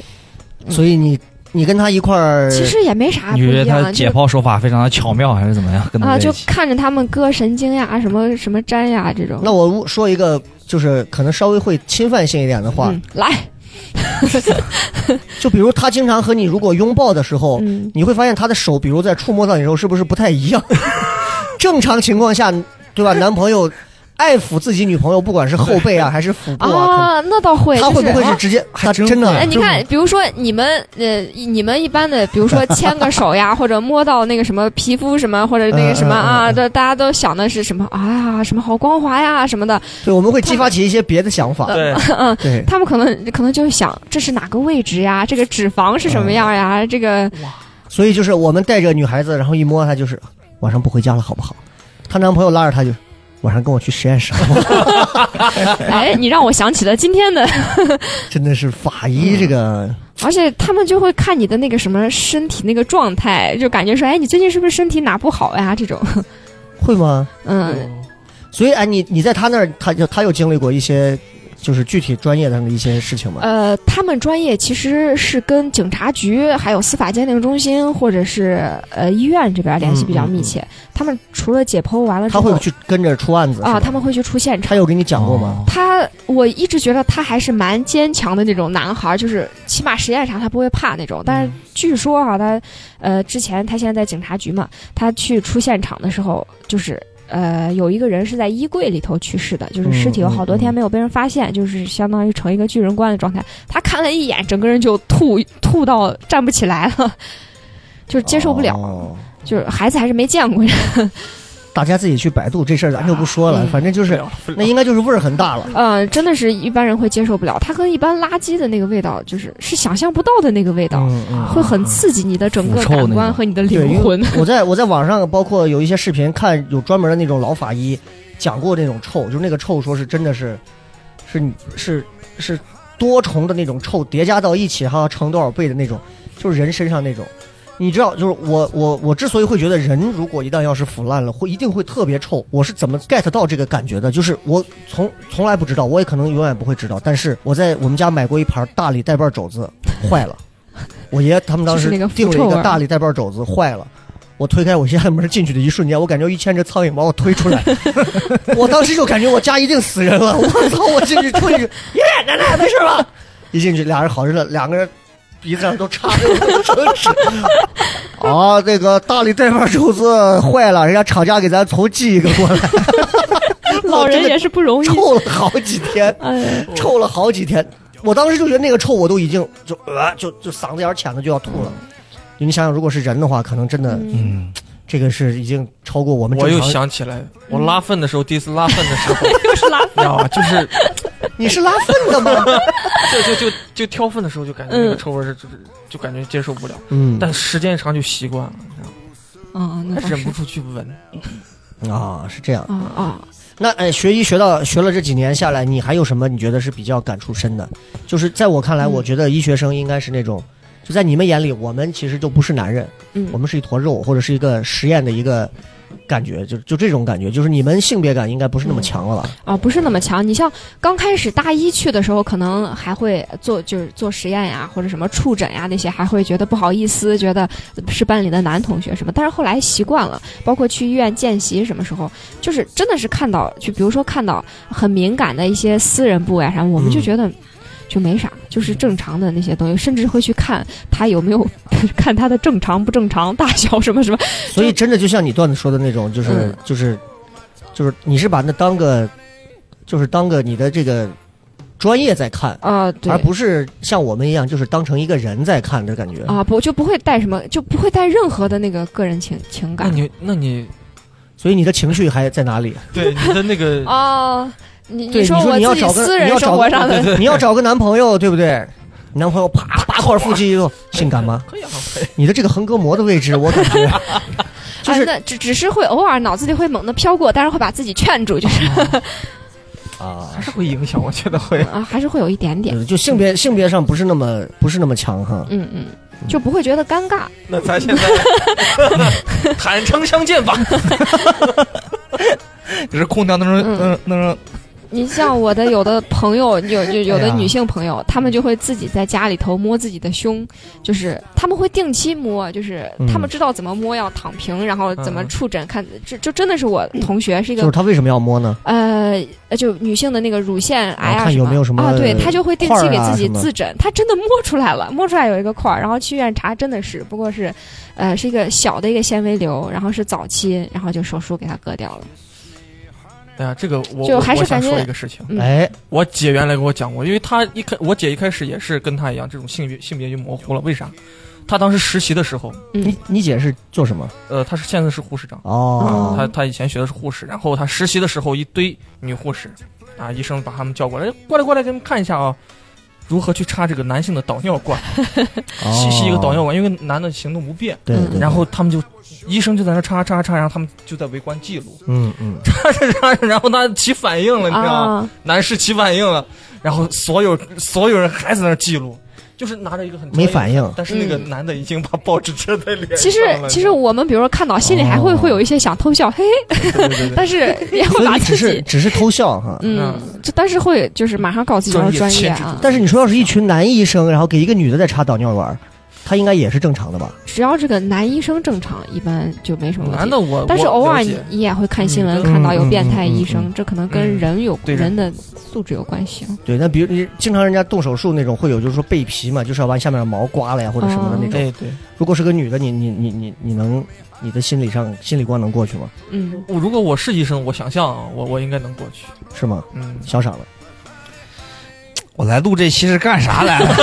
[SPEAKER 3] 所以你你跟他一块儿，
[SPEAKER 5] 其实也没啥啊
[SPEAKER 6] 你
[SPEAKER 5] 不
[SPEAKER 6] 觉
[SPEAKER 5] 一
[SPEAKER 6] 得他
[SPEAKER 5] 样，
[SPEAKER 6] 解
[SPEAKER 5] 就
[SPEAKER 6] 剖手法非常的巧妙，还是怎么样？跟他
[SPEAKER 5] 啊，
[SPEAKER 6] 们在
[SPEAKER 5] 就
[SPEAKER 6] 一起
[SPEAKER 5] 看着他们割神经呀，什么什么粘呀这种。
[SPEAKER 3] 那我说一个就是可能稍微会侵犯性一点的话，
[SPEAKER 5] 嗯，来，
[SPEAKER 3] 就比如他经常和你如果拥抱的时候，
[SPEAKER 5] 嗯，
[SPEAKER 3] 你会发现他的手，比如在触摸到你的时候，是不是不太一样？ 正常情况下，对吧？男朋友爱抚自己女朋友，不管是后背啊还是腹部啊，
[SPEAKER 5] 啊，那倒会，
[SPEAKER 3] 他
[SPEAKER 5] 就哦啊
[SPEAKER 3] 会不会是直接？他真的
[SPEAKER 5] 哎，
[SPEAKER 3] 啊
[SPEAKER 5] 你看，比如说你们呃，你们一般的，比如说牵个手呀， 或者摸到那个什么皮肤什么，或者那个什么
[SPEAKER 3] 嗯嗯嗯
[SPEAKER 5] 啊，
[SPEAKER 3] 嗯
[SPEAKER 5] 都大家都想的是什么啊，什么好光滑呀什么的，
[SPEAKER 3] 对，我们会激发起一些别的想法。
[SPEAKER 4] 对，
[SPEAKER 5] 嗯，
[SPEAKER 3] 对，
[SPEAKER 5] 他们可能可能就想这是哪个位置呀，这个脂肪是什么样呀，这个
[SPEAKER 3] 所以就是我们带着女孩子，然后一摸她就是晚上不回家了，好不好？她男朋友拉着她就晚上跟我去实验室，好不好？
[SPEAKER 5] 哎，你让我想起了今天的，
[SPEAKER 3] 真的是法医这个。
[SPEAKER 5] 而且他们就会看你的那个什么身体那个状态，就感觉说，哎，你最近是不是身体哪不好呀？ 这种，
[SPEAKER 3] 会吗？
[SPEAKER 5] 嗯，
[SPEAKER 3] 所以哎，你你在他那儿，他就他有经历过一些，就是具体专业上的一些事情吗？
[SPEAKER 5] 呃，他们专业其实是跟警察局、还有司法鉴定中心或者是呃医院这边联系比较密切。他们除了解剖完了之
[SPEAKER 3] 嗯他
[SPEAKER 5] 后
[SPEAKER 3] 会，去跟着出案子
[SPEAKER 5] 啊，哦
[SPEAKER 3] 是吧
[SPEAKER 5] 他们会去出现
[SPEAKER 3] 他
[SPEAKER 5] 场。
[SPEAKER 3] 有给你讲过
[SPEAKER 6] 哦
[SPEAKER 3] 吗？
[SPEAKER 5] 他，我一直觉得他还是蛮坚强的那种男孩儿，就是起码实验啥他不会怕那种。但是据说哈、他，呃，之前他现在在警察局嘛，他去出现场的时候，就是呃，有一个人是在衣柜里头去世的，就是尸体有好多天没有被人发现，就是相当于成一个巨人观的状态。他看了一眼，整个人就吐吐到站不起来了，就是接受不了，
[SPEAKER 3] 哦
[SPEAKER 5] 就是孩子还是没见过。
[SPEAKER 3] 大家自己去百度这事儿，咱就不说了。
[SPEAKER 5] 嗯
[SPEAKER 3] 反正 就是，那应该就是味儿很大了。
[SPEAKER 5] 嗯，真的是一般人会接受不了，它跟一般垃圾的那个味道，就是是想象不到的那个味道，
[SPEAKER 3] 嗯嗯。
[SPEAKER 5] 会很刺激你的整个
[SPEAKER 6] 腐臭
[SPEAKER 5] 感
[SPEAKER 6] 那
[SPEAKER 5] 官
[SPEAKER 6] 种
[SPEAKER 5] 和你的
[SPEAKER 3] 对，
[SPEAKER 5] 灵
[SPEAKER 3] 因
[SPEAKER 5] 魂
[SPEAKER 3] 为。我在我在网上，包括有一些视频看，有专门的那种老法医讲过那种臭，就是那个臭，说是真的是，是你是是多重的那种臭叠加到一起，还要乘多少倍的那种，就是人身上那种。你知道，就是我我我之所以会觉得人如果一旦要是腐烂了，会一定会特别臭。我是怎么 get 到这个感觉的？就是我从从来不知道，我也可能永远不会知道。但是我在我们家买过一盘大理带瓣肘 子，坏了。我爷他们当时
[SPEAKER 5] 就是那个腐
[SPEAKER 3] 订了
[SPEAKER 5] 臭
[SPEAKER 3] 一
[SPEAKER 5] 味
[SPEAKER 3] 个
[SPEAKER 5] 儿
[SPEAKER 3] 大理带瓣肘子，坏了。我推开我家门进去的一瞬间，我感觉一千只苍蝇把我推 出来，我当时就感觉我家一定死人了。我操！我进去出去，爷爷奶奶没事吧？一进去，俩人好着呢，两个人鼻子上都插着卫生 纸。啊，那个大理带瓣肘子坏了，人家厂家给咱重寄一个过来。
[SPEAKER 5] 老人
[SPEAKER 3] 真的
[SPEAKER 5] 也是不容易。
[SPEAKER 3] 臭了好几 天，
[SPEAKER 5] 哎，
[SPEAKER 3] 臭了好几天。我当时就觉得那个臭，我都已经就呃，就就嗓子眼儿浅的就要吐了。你想想，如果是人的话，可能真的
[SPEAKER 6] 嗯，
[SPEAKER 3] 这个是已经超过我们
[SPEAKER 4] 我
[SPEAKER 3] 正
[SPEAKER 4] 又
[SPEAKER 3] 常。
[SPEAKER 4] 想起来，我拉粪的时候，第一次拉粪的时 候，
[SPEAKER 5] 又是拉，
[SPEAKER 4] 你知道吧？就是
[SPEAKER 3] 你是拉粪的吗？
[SPEAKER 4] 就就就就挑粪的时候，就感觉那个臭味是就是就感觉接受不了，
[SPEAKER 3] 嗯
[SPEAKER 4] 但时间长就习惯了，你知道吗
[SPEAKER 5] 嗯，那倒是
[SPEAKER 4] 忍不住去闻。
[SPEAKER 3] 啊，是这样。
[SPEAKER 5] 啊啊，
[SPEAKER 3] 那哎，学医学到学了这几年下来，你还有什么你觉得是比较感触深的？就是在我看来，
[SPEAKER 5] 嗯
[SPEAKER 3] 我觉得医学生应该是那种，就在你们眼里，我们其实就不是男人，
[SPEAKER 5] 嗯
[SPEAKER 3] 我们是一坨肉，或者是一个实验的一个感觉，就就这种感觉，就是你们性别感应该不是那么强了吧？
[SPEAKER 5] 啊，不是那么强。你像刚开始大一去的时候，可能还会做就是做实验呀，或者什么触诊呀那些，还会觉得不好意思，觉得是班里的男同学什么。但是后来习惯了，包括去医院见习，什么时候就是真的是看到，就比如说看到很敏感的一些私人部位啊啥，我们就
[SPEAKER 3] 嗯
[SPEAKER 5] 觉得。就没啥，就是正常的那些东西，甚至会去看他有没有 看他的正常不正常、大小什么什么。
[SPEAKER 3] 所以真的就像你段子说的那种，就是、
[SPEAKER 5] 嗯
[SPEAKER 3] 就是就是你是把那当个就是当个你的这个专业在看，
[SPEAKER 5] 啊，对，
[SPEAKER 3] 而不是像我们一样就是当成一个人在看的感觉。
[SPEAKER 5] 啊，不就不会带什么，就不会带任何的那个个人情情
[SPEAKER 4] 那
[SPEAKER 5] 感
[SPEAKER 4] 你那你
[SPEAKER 3] 所以你的情绪还在哪里？
[SPEAKER 4] 对你的那个
[SPEAKER 5] 啊。你
[SPEAKER 3] 对，
[SPEAKER 5] 你
[SPEAKER 3] 你
[SPEAKER 5] 说我
[SPEAKER 3] 你要
[SPEAKER 5] 自己
[SPEAKER 3] 找
[SPEAKER 5] 私
[SPEAKER 3] 个你要
[SPEAKER 5] 人生
[SPEAKER 3] 找
[SPEAKER 5] 活
[SPEAKER 3] 个
[SPEAKER 5] 上的，
[SPEAKER 3] 你要找个男朋友，对不对？男朋友啪八块腹肌一露，性感吗？
[SPEAKER 4] 可以啊，
[SPEAKER 3] 你的这个横膈膜的位置，我感觉 就是
[SPEAKER 5] 啊、那只只是会偶尔脑子里会猛地飘过，但是会把自己劝住， 就是、
[SPEAKER 3] 啊
[SPEAKER 4] 还，是会影响，我觉得会。
[SPEAKER 5] 啊，还是会有一点点，
[SPEAKER 3] 就性别性别上不是那么不是那么强哈。
[SPEAKER 5] 嗯嗯，就不会觉得尴尬。
[SPEAKER 4] 那咱现在 坦诚相见 吧。
[SPEAKER 6] 可是空调那种
[SPEAKER 5] 嗯
[SPEAKER 6] 那那种
[SPEAKER 5] 你像我的有的朋友，有有有
[SPEAKER 6] 哎
[SPEAKER 5] 的
[SPEAKER 6] 呀
[SPEAKER 5] 女性朋友，她们就会自己在家里头摸自己的胸，就是她们会定期摸，就是
[SPEAKER 3] 嗯
[SPEAKER 5] 她们知道怎么摸要躺平，然后怎么
[SPEAKER 4] 嗯
[SPEAKER 5] 触诊，看这就真的是我同学是一
[SPEAKER 3] 就是
[SPEAKER 5] 个
[SPEAKER 3] 他为什么要摸呢？
[SPEAKER 5] 呃呃就女性的那个乳腺癌
[SPEAKER 3] 啊
[SPEAKER 5] 啊
[SPEAKER 3] 看
[SPEAKER 5] 什
[SPEAKER 3] 有
[SPEAKER 5] 么
[SPEAKER 3] 没有什么
[SPEAKER 5] 啊，对，她就会定期给自己
[SPEAKER 3] 块儿啊什么
[SPEAKER 5] 自诊，她真的摸出来了，摸出来有一个块儿，然后去医院查，真的是不过是呃是一个小的一个纤维瘤，然后是早期，然后就手术给它割掉了。
[SPEAKER 4] 哎呀，这个我
[SPEAKER 5] 就
[SPEAKER 4] 我
[SPEAKER 5] 还是
[SPEAKER 4] 我想
[SPEAKER 5] 感觉
[SPEAKER 4] 说一个事情，
[SPEAKER 5] 嗯
[SPEAKER 3] 哎，
[SPEAKER 4] 我姐原来跟我讲过，因为她一开我姐一开始也是跟她一样，这种性别性别就模糊了。为啥？她当时实习的时候，
[SPEAKER 5] 嗯
[SPEAKER 3] 你你姐是做什么？
[SPEAKER 4] 呃，她是现在是护士长，
[SPEAKER 3] 哦，
[SPEAKER 5] 嗯
[SPEAKER 4] 她她以前学的是护士，然后她实习的时候一堆女护士，啊，医生把她们叫过来，哎过来过来，给你们看一下啊。如何去插这个男性的导尿管，吸吸一个导
[SPEAKER 3] 导
[SPEAKER 4] 尿
[SPEAKER 3] 游，
[SPEAKER 4] 管，因为男的行动不便，
[SPEAKER 3] 哦对，
[SPEAKER 5] 嗯
[SPEAKER 3] 对
[SPEAKER 4] 然后他们就，医生就在那插插插，然后他们就在围观记录，
[SPEAKER 3] 嗯 嗯，
[SPEAKER 4] 插着插着，然后他起反应了，你知道吗？
[SPEAKER 5] 啊，
[SPEAKER 4] 男士起反应了，然后所有所有人还在那儿记录，就是拿着一个很
[SPEAKER 3] 没反
[SPEAKER 4] 应，
[SPEAKER 3] 应。
[SPEAKER 4] 但是那个男的已经把报纸遮在脸
[SPEAKER 5] 嗯其实
[SPEAKER 4] 上了
[SPEAKER 5] 其实我们比如说看到心里还会
[SPEAKER 3] 哦
[SPEAKER 5] 会有一些想偷笑，嘿嘿，
[SPEAKER 4] 对对对
[SPEAKER 5] 但是也会
[SPEAKER 3] 所以
[SPEAKER 5] 把
[SPEAKER 3] 你只
[SPEAKER 5] 自
[SPEAKER 3] 是
[SPEAKER 5] 己
[SPEAKER 3] 只是偷笑哈。
[SPEAKER 5] 嗯，就但是会就是马上告诉自己要专
[SPEAKER 4] 专业
[SPEAKER 5] 业
[SPEAKER 4] 切
[SPEAKER 5] 啊，
[SPEAKER 3] 但是你说要是一群男医生，然后给一个女的在插导尿管，他应该也是正常的吧？
[SPEAKER 5] 只要这个男医生正常，一般就没什么问题。
[SPEAKER 4] 男的
[SPEAKER 3] 呃
[SPEAKER 4] 我，
[SPEAKER 5] 但是
[SPEAKER 4] 我
[SPEAKER 5] 偶尔
[SPEAKER 4] 了
[SPEAKER 5] 你
[SPEAKER 4] 解
[SPEAKER 5] 你也会看新闻，
[SPEAKER 4] 嗯
[SPEAKER 5] 看到有
[SPEAKER 3] 嗯
[SPEAKER 5] 变态
[SPEAKER 3] 嗯
[SPEAKER 5] 医
[SPEAKER 3] 嗯
[SPEAKER 5] 生，这可能跟
[SPEAKER 4] 嗯
[SPEAKER 5] 人有
[SPEAKER 4] 对的
[SPEAKER 5] 人的素质有关系啊。
[SPEAKER 3] 对，那比如你经常人家动手术那种，会有就是说背皮嘛，就是要把你下面的毛刮了呀或者什么的
[SPEAKER 5] 哦
[SPEAKER 3] 那种。
[SPEAKER 4] 对对，
[SPEAKER 3] 如果是个女的，你你你你你能你的心理上心理关能过去吗？
[SPEAKER 5] 嗯，
[SPEAKER 4] 我如果我是医生，我想象啊，我我应该能过去，
[SPEAKER 3] 是吗？
[SPEAKER 4] 嗯，
[SPEAKER 3] 小傻了，
[SPEAKER 6] 我来录这期是干啥来了？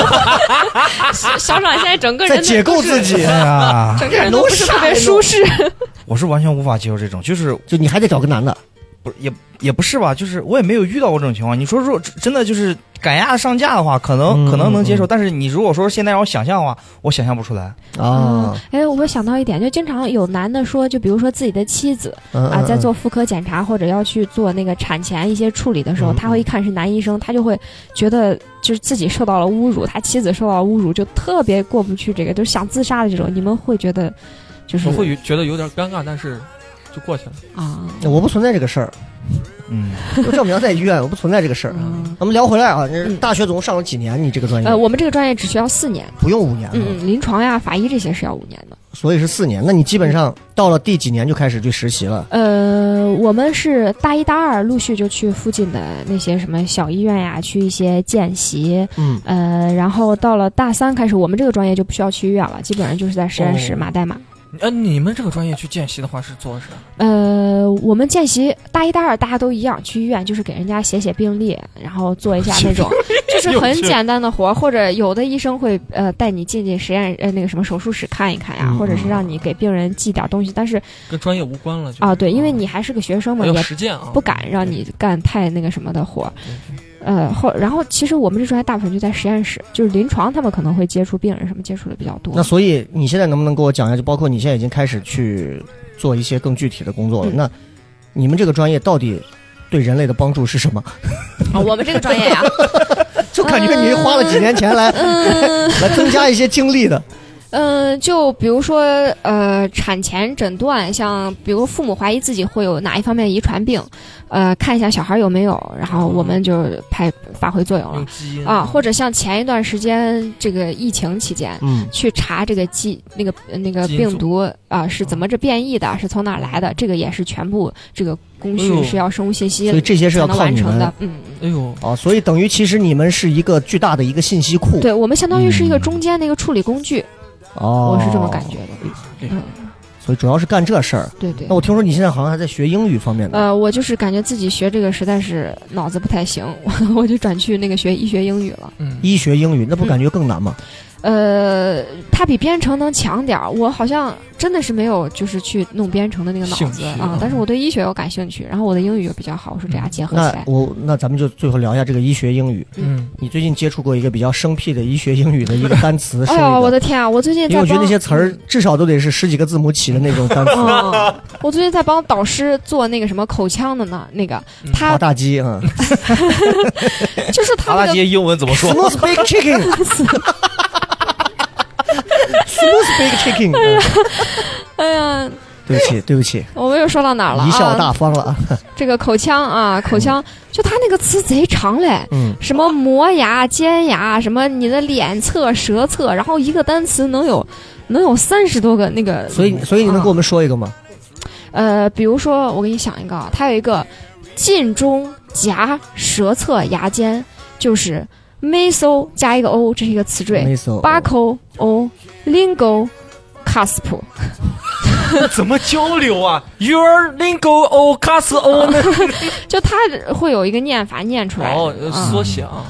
[SPEAKER 5] 小小爽现在整个人
[SPEAKER 3] 在
[SPEAKER 5] 的
[SPEAKER 3] 解构
[SPEAKER 5] 都是
[SPEAKER 3] 自己，
[SPEAKER 6] 哎呀，
[SPEAKER 5] 整个人都不是特别舒适。
[SPEAKER 6] 我是完全无法接受这种，就是
[SPEAKER 3] 就你还得找个男的，
[SPEAKER 6] 不是也也不是吧，就是我也没有遇到过这种情况。你说如果真的就是赶鸭子上架的话，可能、
[SPEAKER 3] 嗯
[SPEAKER 6] 可能能接
[SPEAKER 3] 嗯
[SPEAKER 6] 受，
[SPEAKER 3] 嗯
[SPEAKER 6] 但是你如果说现在让我想象的话，我想象不出来。
[SPEAKER 3] 啊，
[SPEAKER 5] 哎，我想到一点，就经常有男的说，就比如说自己的妻子
[SPEAKER 3] 嗯
[SPEAKER 5] 啊，在
[SPEAKER 3] 嗯
[SPEAKER 5] 做妇科检查或者要去做那个产前一些处理的时候，
[SPEAKER 3] 嗯
[SPEAKER 5] 他会一看是男医生，他就会觉得就是自己受到了侮辱，他妻子受到了侮辱，就特别过不去这个，就是想自杀的这种。你们会觉得就是
[SPEAKER 4] 我会有觉得有点尴尬，但是就过去了。
[SPEAKER 5] 啊，
[SPEAKER 3] 嗯我不存在这个 事儿，
[SPEAKER 6] 嗯，
[SPEAKER 3] 就丈母娘在医院，我不存在这个事儿。
[SPEAKER 5] 嗯
[SPEAKER 3] 咱们聊回来啊，你
[SPEAKER 5] 嗯
[SPEAKER 3] 大学总共上了几年？你这个专业、
[SPEAKER 5] 呃，我们这个专业只需要四年，
[SPEAKER 3] 不用五年了，
[SPEAKER 5] 嗯，临床呀、法医这些是要五年的。
[SPEAKER 3] 所以是四年。那你基本上到了第几年就开始去实习了？
[SPEAKER 5] 呃，我们是大一、大二陆续就去附近的那些什么小医院呀，去一些见习。
[SPEAKER 3] 嗯，
[SPEAKER 5] 呃，然后到了大三开始，我们这个专业就不需要去医院了，基本上就是在实验室
[SPEAKER 4] 哦
[SPEAKER 5] 码代码。
[SPEAKER 4] 呃，你们这个专业去见习的话是做啥？
[SPEAKER 5] 呃，我们见习大一、大二大家都一样，去医院就是给人家写写病历，然后做一下那 种就是很简单的活儿，或者有的医生会呃带你进进实验呃那个什么手术室看一看呀，
[SPEAKER 3] 嗯
[SPEAKER 5] 或者是让你给病人寄点儿东西，但是
[SPEAKER 4] 跟专业无关了，就是
[SPEAKER 5] 啊，对，因为你还是个学生嘛，
[SPEAKER 4] 还
[SPEAKER 5] 也
[SPEAKER 4] 要实践啊，
[SPEAKER 5] 不敢让你干太那个什么的活儿。呃，后然后其实我们这专业大部分就在实验室，就是临床，他们可能会接触病人什么接触的比较多。
[SPEAKER 3] 那所以你现在能不能给我讲一下？就包括你现在已经开始去做一些更具体的工作了。
[SPEAKER 5] 嗯
[SPEAKER 3] 那你们这个专业到底对人类的帮助是 什么？
[SPEAKER 5] 啊，我们这个专业呀、
[SPEAKER 3] 就感觉你花了几年钱来、
[SPEAKER 5] 嗯
[SPEAKER 3] 来增加一些经历的。
[SPEAKER 5] 嗯，就比如说呃，产前诊断，像比如父母怀疑自己会有哪一方面的遗传病，呃，看一下小孩有没有，然后我们就派发挥作用
[SPEAKER 3] 嗯
[SPEAKER 5] 了
[SPEAKER 4] 用基因
[SPEAKER 5] 啊，或者像前一段时间这个疫情期间，
[SPEAKER 3] 嗯
[SPEAKER 5] 去查这个基那个那个
[SPEAKER 4] 基因组
[SPEAKER 5] 病毒啊、是怎么这变异的，是从哪儿来的，这个也是全部这个工
[SPEAKER 4] 哎
[SPEAKER 5] 序
[SPEAKER 4] 呦
[SPEAKER 5] 是要生物信息
[SPEAKER 3] 嗯所以这些是
[SPEAKER 5] 才
[SPEAKER 3] 要
[SPEAKER 5] 能
[SPEAKER 3] 靠
[SPEAKER 5] 完
[SPEAKER 3] 你
[SPEAKER 5] 成
[SPEAKER 3] 们
[SPEAKER 5] 的。嗯，
[SPEAKER 4] 哎呦，
[SPEAKER 3] 哦，所以等于其实你们是一个巨大的一个信息库。
[SPEAKER 5] 对我们相当于是一个中间的一个处理工具，
[SPEAKER 3] 嗯哦，
[SPEAKER 5] 我是这么感觉。嗯的。
[SPEAKER 4] 对
[SPEAKER 5] 嗯，
[SPEAKER 3] 所以主要是干这事儿。
[SPEAKER 5] 对对
[SPEAKER 3] 那。我听说你现在好像还在学英语方面的。
[SPEAKER 5] 呃，我就是感觉自己学这个实在是 脑子不太行，我我就转去那个学医学英语了。
[SPEAKER 4] 嗯，
[SPEAKER 3] 医学英语，那不感觉更难吗？
[SPEAKER 5] 呃，它比编程能强点儿。我好像真的是没有，就是去弄编程的那个脑
[SPEAKER 4] 兴
[SPEAKER 5] 子
[SPEAKER 4] 趣
[SPEAKER 5] 啊、
[SPEAKER 3] 嗯
[SPEAKER 4] 啊
[SPEAKER 5] 但是我对医学有感兴趣，然后我的英语又比较嗯好，我说这俩结合起
[SPEAKER 3] 那
[SPEAKER 5] 来，
[SPEAKER 3] 我那咱们就最后聊一下这个医学英语。
[SPEAKER 4] 嗯，
[SPEAKER 3] 你最近接触过一个比较生僻的医学英语的一个单词，说
[SPEAKER 5] 哎
[SPEAKER 3] 一
[SPEAKER 5] 呀，
[SPEAKER 3] 个
[SPEAKER 5] 我的天啊！我最近
[SPEAKER 3] 因为
[SPEAKER 5] 在嗯
[SPEAKER 3] 我觉得
[SPEAKER 5] 帮
[SPEAKER 3] 那些词儿至少都得是十几个字母起的那种单词，
[SPEAKER 5] 嗯，我最近在帮导师做那个什么口腔的呢，那个
[SPEAKER 3] 滑
[SPEAKER 5] 他
[SPEAKER 3] 大鸡啊。
[SPEAKER 5] 就是他们的
[SPEAKER 6] 英文怎么
[SPEAKER 3] Smooth baked chicken。Smooth baked chicken 啊。
[SPEAKER 5] 哎呀，
[SPEAKER 3] 对不起，对不起，
[SPEAKER 5] 我们又说到哪儿了
[SPEAKER 3] 贻笑
[SPEAKER 5] 啊？
[SPEAKER 3] 大嗯方了啊。
[SPEAKER 5] 这个口腔啊，口腔就他那个词贼长嘞，
[SPEAKER 3] 嗯，
[SPEAKER 5] 什么磨牙、尖牙，什么你的脸侧、舌侧，然后一个单词能有能有三十多个那个，
[SPEAKER 3] 所以所以
[SPEAKER 5] 啊
[SPEAKER 3] 你能给我们说一个吗？
[SPEAKER 5] 呃，比如说我给你想一个，啊，它有一个近中夹舌侧牙尖，就是 meso 加一个 o，这是一个词缀。
[SPEAKER 3] 没搜。
[SPEAKER 5] 巴口哦 o lingo cusp，
[SPEAKER 4] 怎么交流啊？Your lingo oh, o c a s o
[SPEAKER 5] 就它会有一个念法念出来。
[SPEAKER 4] 哦，
[SPEAKER 5] 嗯
[SPEAKER 4] 缩写啊，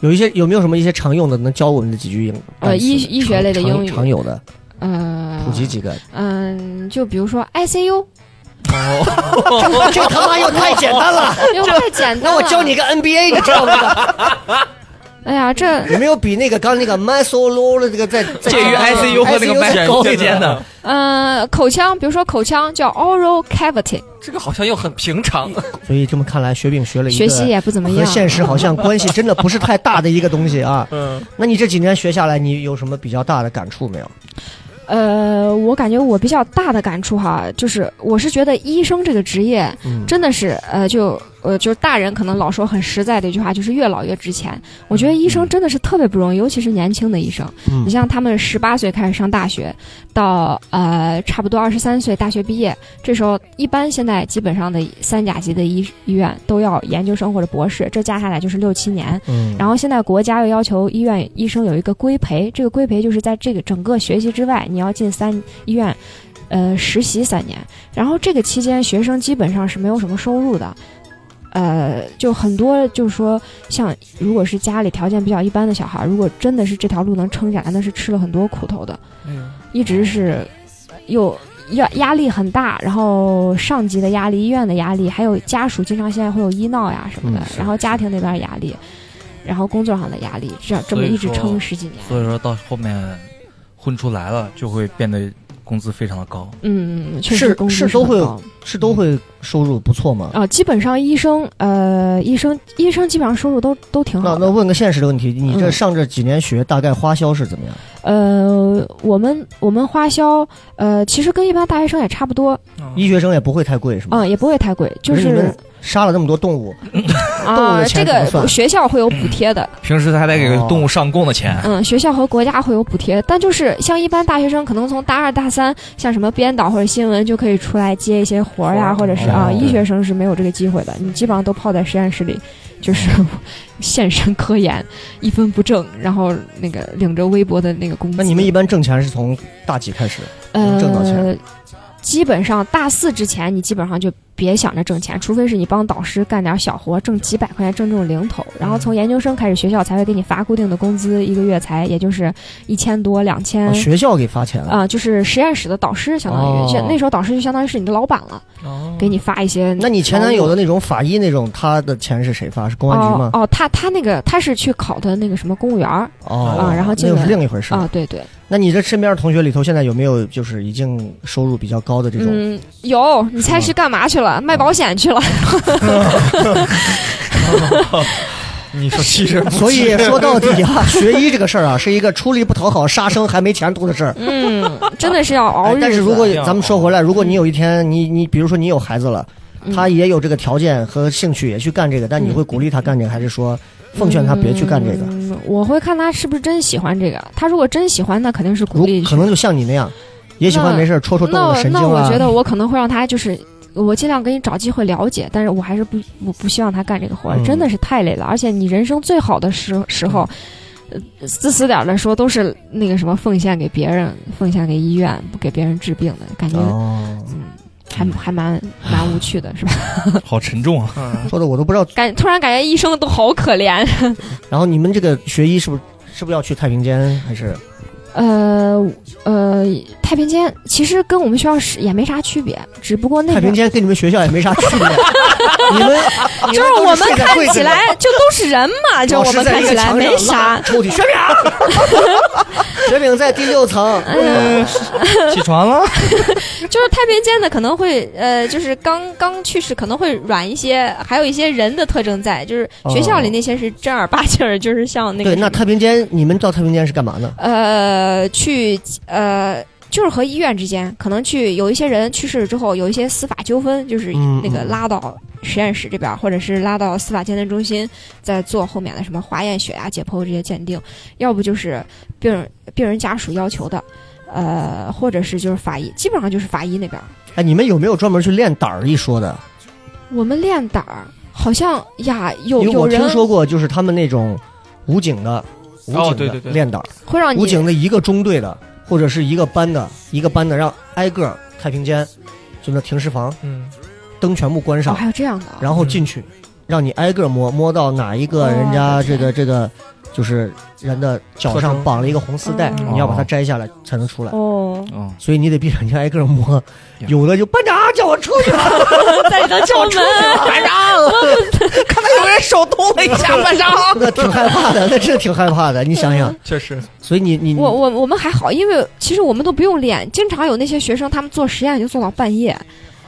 [SPEAKER 3] 有一些有没有什么一些常用的能教我们的几句英？
[SPEAKER 5] 呃医医学类的
[SPEAKER 3] 常
[SPEAKER 5] 英语
[SPEAKER 3] 常有的
[SPEAKER 5] 呃
[SPEAKER 3] 普及几 个。
[SPEAKER 5] 嗯，就比如说 ICU，
[SPEAKER 3] 这这他妈又太简单了，
[SPEAKER 5] 因为太简单啊
[SPEAKER 3] 那
[SPEAKER 5] 了。
[SPEAKER 3] 我教你。个 NBA，你知道 吗？
[SPEAKER 5] 哎呀，这
[SPEAKER 3] 有没有比那个刚那个 m y s o l o 的这个在
[SPEAKER 6] 介于 ICU 和那个
[SPEAKER 3] ICU 再高
[SPEAKER 6] Mac
[SPEAKER 3] 一
[SPEAKER 6] 之
[SPEAKER 3] 点
[SPEAKER 6] 间的？
[SPEAKER 5] 呃口腔，比如说口腔叫 oral cavity，
[SPEAKER 4] 这个好像又很平常。
[SPEAKER 3] 所以这么看来，雪饼学了一个
[SPEAKER 5] 学习也不怎么
[SPEAKER 3] 和
[SPEAKER 5] 样。
[SPEAKER 3] 现实好像关系真的不是太大的一个东西 啊。
[SPEAKER 4] 嗯，
[SPEAKER 3] 那你这几年学下来，你有什么比较大的感触没有？
[SPEAKER 5] 呃，我感觉我比较大的感触哈，就是我是觉得医生这个职业
[SPEAKER 3] 嗯，
[SPEAKER 5] 真的是呃，就呃，就是大人可能老说很实在的一句话，就是越老越值钱。我觉得医生真的是特别不容易，尤其是年轻的医生。
[SPEAKER 3] 嗯
[SPEAKER 5] 你像他们十八岁开始上大学，到呃差不多二十三岁大学毕业，这时候一般现在基本上的三甲级的医医院都要研究生或者博士，这加下来就是六七年。
[SPEAKER 3] 嗯
[SPEAKER 5] 然后现在国家又要求医院医生有一个规培，这个规培就是在这个整个学习之外，你要进三医院，呃，实习三年。然后这个期间，学生基本上是没有什么收入的，呃，就很多就是说，像如果是家里条件比较一般的小孩儿，如果真的是这条路能撑下来，那是吃了很多苦头的，一直是又。压压力很大，然后上级的压力、医院的压力，还有家属经常现在会有医闹呀什么的，
[SPEAKER 3] 嗯是
[SPEAKER 5] 然后家庭那边压力，然后工作上的压力，这样这么
[SPEAKER 6] 所以
[SPEAKER 5] 一直
[SPEAKER 6] 说
[SPEAKER 5] 撑十几年。
[SPEAKER 6] 所以说到后面混出来了，就会变得工资非常的高。
[SPEAKER 5] 嗯，确
[SPEAKER 3] 是
[SPEAKER 5] 实工
[SPEAKER 3] 是
[SPEAKER 5] 资
[SPEAKER 3] 都
[SPEAKER 5] 很
[SPEAKER 3] 会
[SPEAKER 5] 高
[SPEAKER 3] 是都会收入不错吗？
[SPEAKER 5] 啊、基本上医生，呃，医生医生基本上收入都都挺
[SPEAKER 3] 那
[SPEAKER 5] 好
[SPEAKER 3] 那
[SPEAKER 5] 的。
[SPEAKER 3] 问个现实的问题，你这
[SPEAKER 5] 嗯
[SPEAKER 3] 上这几年学，大概花销是怎么样？
[SPEAKER 5] 呃，我们我们花销，呃，其实跟一般大学生也差不多，
[SPEAKER 3] 医学生也不会太贵是吗？
[SPEAKER 5] 嗯，也不会太贵，嗯就
[SPEAKER 3] 可是你
[SPEAKER 5] 是
[SPEAKER 3] 们杀了那么多动物，动物
[SPEAKER 5] 啊
[SPEAKER 3] 的，钱
[SPEAKER 5] 这
[SPEAKER 3] 怎么算
[SPEAKER 5] 个学校会有补贴的，
[SPEAKER 6] 平时还得给动物上供的钱，
[SPEAKER 5] 嗯，学校和国家会有补贴，但就是像一般大学生，可能从大二大三，像什么编导或者新闻就可以出来接一些活儿
[SPEAKER 4] 活
[SPEAKER 5] 呀、
[SPEAKER 4] 儿
[SPEAKER 5] 或者是啊，
[SPEAKER 3] 哦
[SPEAKER 5] 医学生是没有这个机会的，你基本上都泡在实验室里，就是 现身科研，一分不挣，然后那个领着微薄的那个工资。
[SPEAKER 3] 那你们一般挣钱是从大几开始？能挣到钱
[SPEAKER 5] 呃，基本上大四之前，你基本上就别想着挣钱，除非是你帮导师干点小活，挣几百块钱，挣这种零头。然后从研究生开始，学校才会给你发固定的工资，一个月才也就是一千多、两千
[SPEAKER 3] 哦。学校给发钱了？
[SPEAKER 5] 嗯啊、就是实验室的导师，相当于、
[SPEAKER 3] 哦
[SPEAKER 5] 就那时候导师就相当于是你的老板了，
[SPEAKER 4] 哦，
[SPEAKER 5] 给你发一些。
[SPEAKER 3] 那你前男友的那种法医那种，他的钱是谁发？是公安局
[SPEAKER 5] 哦
[SPEAKER 3] 吗？
[SPEAKER 5] 哦，他他那个他是去考的那个什么公务员儿
[SPEAKER 3] 哦，
[SPEAKER 5] 啊然后
[SPEAKER 3] 那
[SPEAKER 5] 进
[SPEAKER 3] 又
[SPEAKER 5] 了
[SPEAKER 3] 是另一回事。
[SPEAKER 5] 啊，对对，
[SPEAKER 3] 那你这身边同学里头，现在有没有就是已经收入比较高的这种？
[SPEAKER 5] 嗯，有，你猜是干嘛去了？卖保险去了。
[SPEAKER 4] 你 说其实
[SPEAKER 3] 所以说到底啊，学医这个事儿啊，是一个出力不讨好、杀生还没前途的事儿。
[SPEAKER 5] 嗯， 真的是要熬
[SPEAKER 3] 哎
[SPEAKER 5] 日子。
[SPEAKER 3] 但是如果
[SPEAKER 4] 这样
[SPEAKER 3] 咱们说回来，如果你有一天你你比如说你有孩子了，
[SPEAKER 5] 嗯
[SPEAKER 3] 他也有这个条件和兴趣也去干这个，但你会鼓励他干这个，还是说奉劝他别去干这个？
[SPEAKER 5] 嗯我会看他是不是真喜欢这个。他如果真喜欢，那肯定是鼓
[SPEAKER 3] 如
[SPEAKER 5] 励
[SPEAKER 3] 可
[SPEAKER 5] 去。
[SPEAKER 3] 能就像你那样，也喜欢
[SPEAKER 5] 那
[SPEAKER 3] 没事儿戳戳动
[SPEAKER 5] 那
[SPEAKER 3] 物
[SPEAKER 5] 我
[SPEAKER 3] 的神经
[SPEAKER 5] 那我
[SPEAKER 3] 啊
[SPEAKER 5] 觉。得我可能会让他就是。我尽量给你找机会了解，但是我还是不，我不希望他干这个活儿，
[SPEAKER 3] 嗯
[SPEAKER 5] 真的是太累了。而且你人生最好的时时候，呃，自私点儿的说，都是那个什么奉献给别人，奉献给医院，不给别人治病的感觉，
[SPEAKER 3] 哦，
[SPEAKER 5] 还还蛮蛮无趣的，是吧？
[SPEAKER 6] 好沉重啊！
[SPEAKER 4] 嗯
[SPEAKER 3] 说的我都不知道。
[SPEAKER 5] 感突然感觉医生都好可怜，
[SPEAKER 3] 然后你们这个学医是不是是不是要去太平间？还是
[SPEAKER 5] 呃呃，太平间其实跟我们学校是也没啥区别，只不过那
[SPEAKER 3] 太
[SPEAKER 5] 个
[SPEAKER 3] 平间跟你们学校也没啥区 别？你们你
[SPEAKER 5] 就是
[SPEAKER 3] 都
[SPEAKER 5] 我
[SPEAKER 3] 是
[SPEAKER 5] 们
[SPEAKER 3] 睡在
[SPEAKER 5] 看
[SPEAKER 3] 柜子
[SPEAKER 5] 起
[SPEAKER 3] 里
[SPEAKER 5] 来就都是人嘛，就
[SPEAKER 3] 老
[SPEAKER 5] 我
[SPEAKER 3] 师
[SPEAKER 5] 们
[SPEAKER 3] 在
[SPEAKER 5] 看
[SPEAKER 3] 一
[SPEAKER 5] 起
[SPEAKER 3] 个
[SPEAKER 5] 来
[SPEAKER 3] 墙
[SPEAKER 5] 没
[SPEAKER 3] 上拉
[SPEAKER 5] 啥。
[SPEAKER 3] 抽屉，雪饼， 雪饼在第六层。
[SPEAKER 5] 哎
[SPEAKER 6] 起床了，
[SPEAKER 5] 就是太平间的可能会呃，就是刚刚去世可能会软一些，还有一些人的特征在，就是学校里那些是正儿八经儿，就是像那个
[SPEAKER 3] 哦对，那太平间，你们到太平间是干嘛呢？
[SPEAKER 5] 呃去呃。就是和医院之间，可能去有一些人去世了之后，有一些司法纠纷，就是
[SPEAKER 3] 嗯
[SPEAKER 5] 那个
[SPEAKER 3] 嗯
[SPEAKER 5] 拉到实验室这边，或者是拉到司法鉴定中心，再做后面的什么化验、血压、啊解剖这些鉴定，要不就是病人病人家属要求的，呃，或者是就是法医，基本上就是法医那边。
[SPEAKER 3] 哎，你们有没有专门去练胆儿一说的？
[SPEAKER 5] 我们练胆儿，好像呀，有
[SPEAKER 3] 因为
[SPEAKER 5] 有
[SPEAKER 3] 我
[SPEAKER 5] 人
[SPEAKER 3] 听说过，就是他们那种武警的，武
[SPEAKER 4] 哦
[SPEAKER 3] 警
[SPEAKER 4] 对
[SPEAKER 3] 的
[SPEAKER 4] 对对
[SPEAKER 3] 练胆儿，
[SPEAKER 5] 会让
[SPEAKER 3] 武警
[SPEAKER 5] 啊你哦
[SPEAKER 3] 的一个中队的，或者是一个班的，一个班的，让挨个儿太平间，就那停尸房
[SPEAKER 4] 嗯，
[SPEAKER 3] 灯全部关
[SPEAKER 5] 哦，
[SPEAKER 3] 上，
[SPEAKER 5] 还有这样的啊，
[SPEAKER 3] 然后进去，让你挨个摸摸到哪一个
[SPEAKER 5] 哦
[SPEAKER 3] 人家
[SPEAKER 5] 我
[SPEAKER 3] 这
[SPEAKER 5] 天
[SPEAKER 3] 个这个就是人的脚
[SPEAKER 4] 特
[SPEAKER 3] 上
[SPEAKER 4] 征
[SPEAKER 3] 绑了一个红丝带，
[SPEAKER 5] 嗯
[SPEAKER 3] 你要把它摘下来才能出来，
[SPEAKER 5] 哦，
[SPEAKER 6] 嗯，
[SPEAKER 3] 所以你得闭上眼睛挨个儿摸。
[SPEAKER 6] 呀
[SPEAKER 3] 有的就班长叫我出去了，
[SPEAKER 5] 在你的正门，
[SPEAKER 3] 班长，
[SPEAKER 7] 看到有人手动了一下，班长。
[SPEAKER 3] 那挺害怕的，那真的挺害怕的。你想想，
[SPEAKER 4] 确实，
[SPEAKER 3] 所以你你
[SPEAKER 5] 我我我们还好，因为其实我们都不用练，经常有那些学生他们做实验就做到半夜，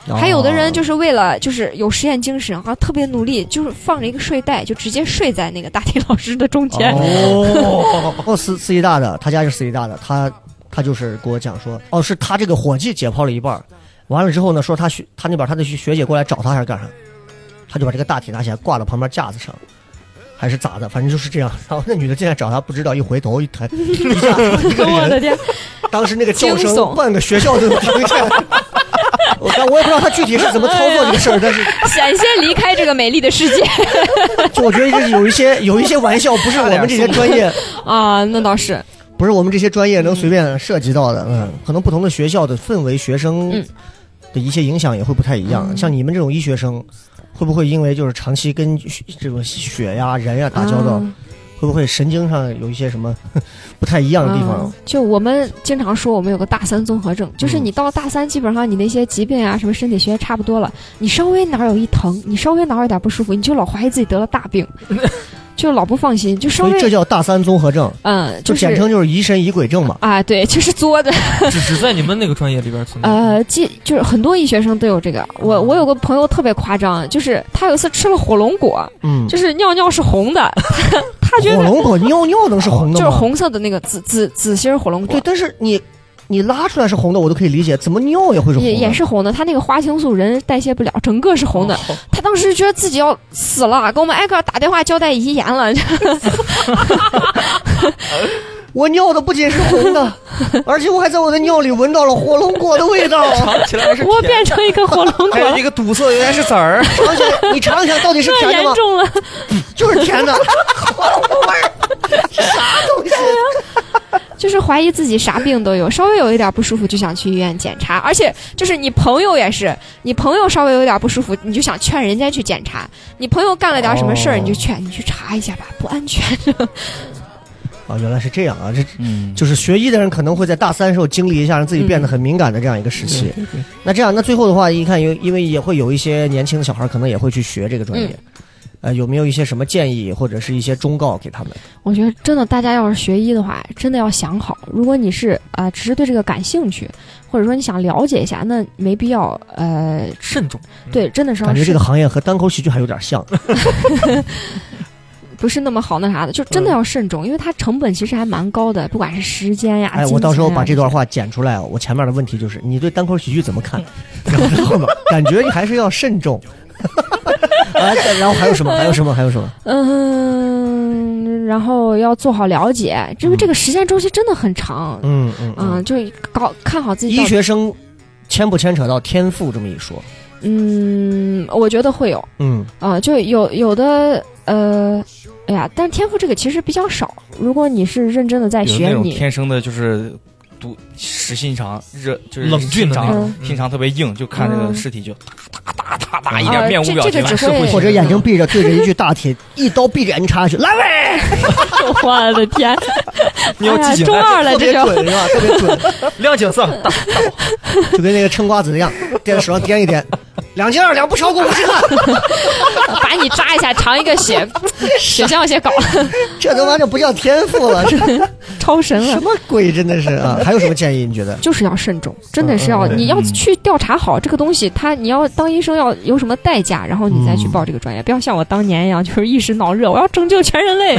[SPEAKER 3] 哦
[SPEAKER 5] 还有的人就是为了就是有实验精神啊，特别努力，就是放着一个睡袋就直接睡在那个大体老师的中间。
[SPEAKER 3] 哦，哦，四四医大的，他家是四医大的，他他就是给我讲说，哦，是他这个伙计解剖了一半儿，完了之后呢，说他学他那边他的学姐过来找他还是干啥，他就把这个大体拿起来挂到旁边架子上。还是咋的，反正就是这样。然后那女的进来找他，不知道一回头一抬，一下一个
[SPEAKER 5] 我的
[SPEAKER 3] 人，
[SPEAKER 5] 天，
[SPEAKER 3] 当时那个叫
[SPEAKER 5] 惊
[SPEAKER 3] 声
[SPEAKER 5] 悚
[SPEAKER 3] 半个学校都能听见。我刚我也不知道他具体是怎么操作这个事儿，但 是
[SPEAKER 5] 险些离开这个美丽的世界
[SPEAKER 3] 就我觉得这有一些有一些玩笑不是我们这些专业
[SPEAKER 5] 啊！那倒是，
[SPEAKER 3] 不是我们这些专业能随便涉及到的，嗯，可能不同的学校的氛围、学生
[SPEAKER 5] 嗯
[SPEAKER 3] 的一些影响也会不太一样。像你们这种医学生，会不会因为就是长期跟血这种血呀、人呀打交道，
[SPEAKER 5] 啊
[SPEAKER 3] 会不会神经上有一些什么 不太一样的地方嗯
[SPEAKER 5] 嗯？就我们经常说，我们有个大三综合症，就是你到了大三，基本上你那些疾病啊，什么身体学差不多了，你稍微哪儿有一疼，你稍微哪儿有点不舒服，你就老怀疑自己得了大 病，就老不放心，就稍
[SPEAKER 3] 所以这
[SPEAKER 5] 微
[SPEAKER 3] 叫大三综合症，
[SPEAKER 5] 嗯，
[SPEAKER 3] 就是简称就是疑神疑鬼症嘛。
[SPEAKER 5] 啊，对，就是作的。
[SPEAKER 4] 只只在你们那个专业里边存在。
[SPEAKER 3] 嗯
[SPEAKER 4] 哦
[SPEAKER 5] 呃，既就是很多医学生都有这个。我我有个朋友特别夸张，就是他有一次吃了火龙果，
[SPEAKER 3] 嗯，
[SPEAKER 5] 就是尿尿是红的，他他觉
[SPEAKER 3] 火
[SPEAKER 5] 得
[SPEAKER 3] 龙 果尿尿能是红
[SPEAKER 5] 就
[SPEAKER 3] 的吗？
[SPEAKER 5] 是红色的那个紫紫紫心儿火龙果
[SPEAKER 3] 对，。但是你你拉出来是红的，我都可以理解，怎么尿也会是红的？
[SPEAKER 5] 也也是红的，他那个花青素人代谢不了，整个是红的。他当时觉得自己要死了，给我们挨个打电话交代遗言了。
[SPEAKER 3] 我尿的不仅是红的， 而且我还在我的尿里闻到了火龙果的味道。啊
[SPEAKER 4] 藏起来是
[SPEAKER 5] 我变成一个火龙果
[SPEAKER 7] 还
[SPEAKER 6] 哎
[SPEAKER 7] 有
[SPEAKER 5] 了，
[SPEAKER 7] 一个堵塞，原来是籽儿。
[SPEAKER 3] 尝起来，你尝一下到底是
[SPEAKER 5] 这
[SPEAKER 3] 甜
[SPEAKER 5] 严
[SPEAKER 3] 的吗？
[SPEAKER 5] 重了。
[SPEAKER 3] 就是甜的，火龙果味儿，啥东西？
[SPEAKER 5] 就是怀疑自己啥病都有，稍微有一点不舒服就想去医院检查，而且就是你朋友也是，你朋友稍微有点不舒服，你就想劝人家去检查，你朋友干了点什么事儿，
[SPEAKER 3] 哦
[SPEAKER 5] 你就劝你去查一下吧，不安全。
[SPEAKER 3] 啊，原来是这样啊！这
[SPEAKER 6] 嗯，
[SPEAKER 3] 就是学医的人可能会在大三时候经历一下让自己变得很敏感的这样一个时期。那这样，那最后的话，一看有，因为也会有一些年轻的小孩可能也会去学这个专业。呃，有没有一些什么建议或者是一些忠告给他们？
[SPEAKER 5] 我觉得真的，大家要是学医的话，真的要想好。如果你是啊、呃只是对这个感兴趣，或者说你想了解一下，那没必要呃，
[SPEAKER 4] 慎重，
[SPEAKER 5] 对，真的是要
[SPEAKER 3] 感觉这
[SPEAKER 5] 慎
[SPEAKER 3] 个行业和单口喜剧还有点像。
[SPEAKER 5] 不是那么好那啥的，就真的要慎重，因为它成本其实还蛮高的，不管是时间呀、
[SPEAKER 3] 哎，
[SPEAKER 5] 金
[SPEAKER 3] 我到时候
[SPEAKER 5] 钱呀
[SPEAKER 3] 把这段
[SPEAKER 5] 些
[SPEAKER 3] 话剪出来。啊我前面的问题就是，你对单口喜剧怎么看？ 然后后面感觉你还是要慎 重。啊，然后还有什么？还有什么？还有 什么？
[SPEAKER 5] 嗯，然后要做好了解，因为这个时间周期真的很长。
[SPEAKER 3] 嗯嗯
[SPEAKER 5] 嗯，
[SPEAKER 3] 嗯，
[SPEAKER 5] 就搞看好自己到
[SPEAKER 3] 医。学生牵不牵扯到天赋这么一说？
[SPEAKER 5] 嗯，我觉得会有
[SPEAKER 3] 嗯，
[SPEAKER 5] 啊、就有有的呃，哎呀，但是天赋这个其实比较少。如果你是认真的在
[SPEAKER 6] 有那
[SPEAKER 5] 学，
[SPEAKER 6] 种
[SPEAKER 5] 你
[SPEAKER 6] 天生的就是毒实心肠，热就是
[SPEAKER 4] 冷峻的那
[SPEAKER 6] 心肠
[SPEAKER 4] 种，
[SPEAKER 5] 嗯啊
[SPEAKER 6] 心肠特别硬，就看这个尸体就
[SPEAKER 7] 啪啪一点面无
[SPEAKER 5] 这
[SPEAKER 7] 表
[SPEAKER 5] 这
[SPEAKER 7] 情
[SPEAKER 5] 个只
[SPEAKER 7] 完事。
[SPEAKER 5] 会
[SPEAKER 3] 或者眼睛闭着对着一具大体，一刀闭着眼睛插下去，来喂，
[SPEAKER 5] 我的天！
[SPEAKER 4] 你要
[SPEAKER 5] 哎呀
[SPEAKER 4] 记起来
[SPEAKER 5] 中嗯二了
[SPEAKER 3] 特
[SPEAKER 5] 这
[SPEAKER 3] 别
[SPEAKER 5] 就。
[SPEAKER 3] 准是吧？特别准，
[SPEAKER 4] 亮景色，大
[SPEAKER 3] 就跟那个称瓜子一 样，在手上掂一掂，两斤二两不超过五十克，
[SPEAKER 5] 把你扎一下，尝一个血，血象血搞了，
[SPEAKER 3] 这他妈就不叫天赋了，这
[SPEAKER 5] 超神
[SPEAKER 3] 什
[SPEAKER 5] 了。
[SPEAKER 3] 么鬼？真的是啊！还有什么建议？你觉得？
[SPEAKER 5] 就是要慎重，真的是要，
[SPEAKER 3] 嗯
[SPEAKER 5] 你要
[SPEAKER 6] 嗯
[SPEAKER 5] 去调查好这个东西，它你要当医生要有什么代价，然后你再去
[SPEAKER 3] 嗯
[SPEAKER 5] 报这个专业，不要像我当年一样，就是一时脑热，我要拯救全 人类，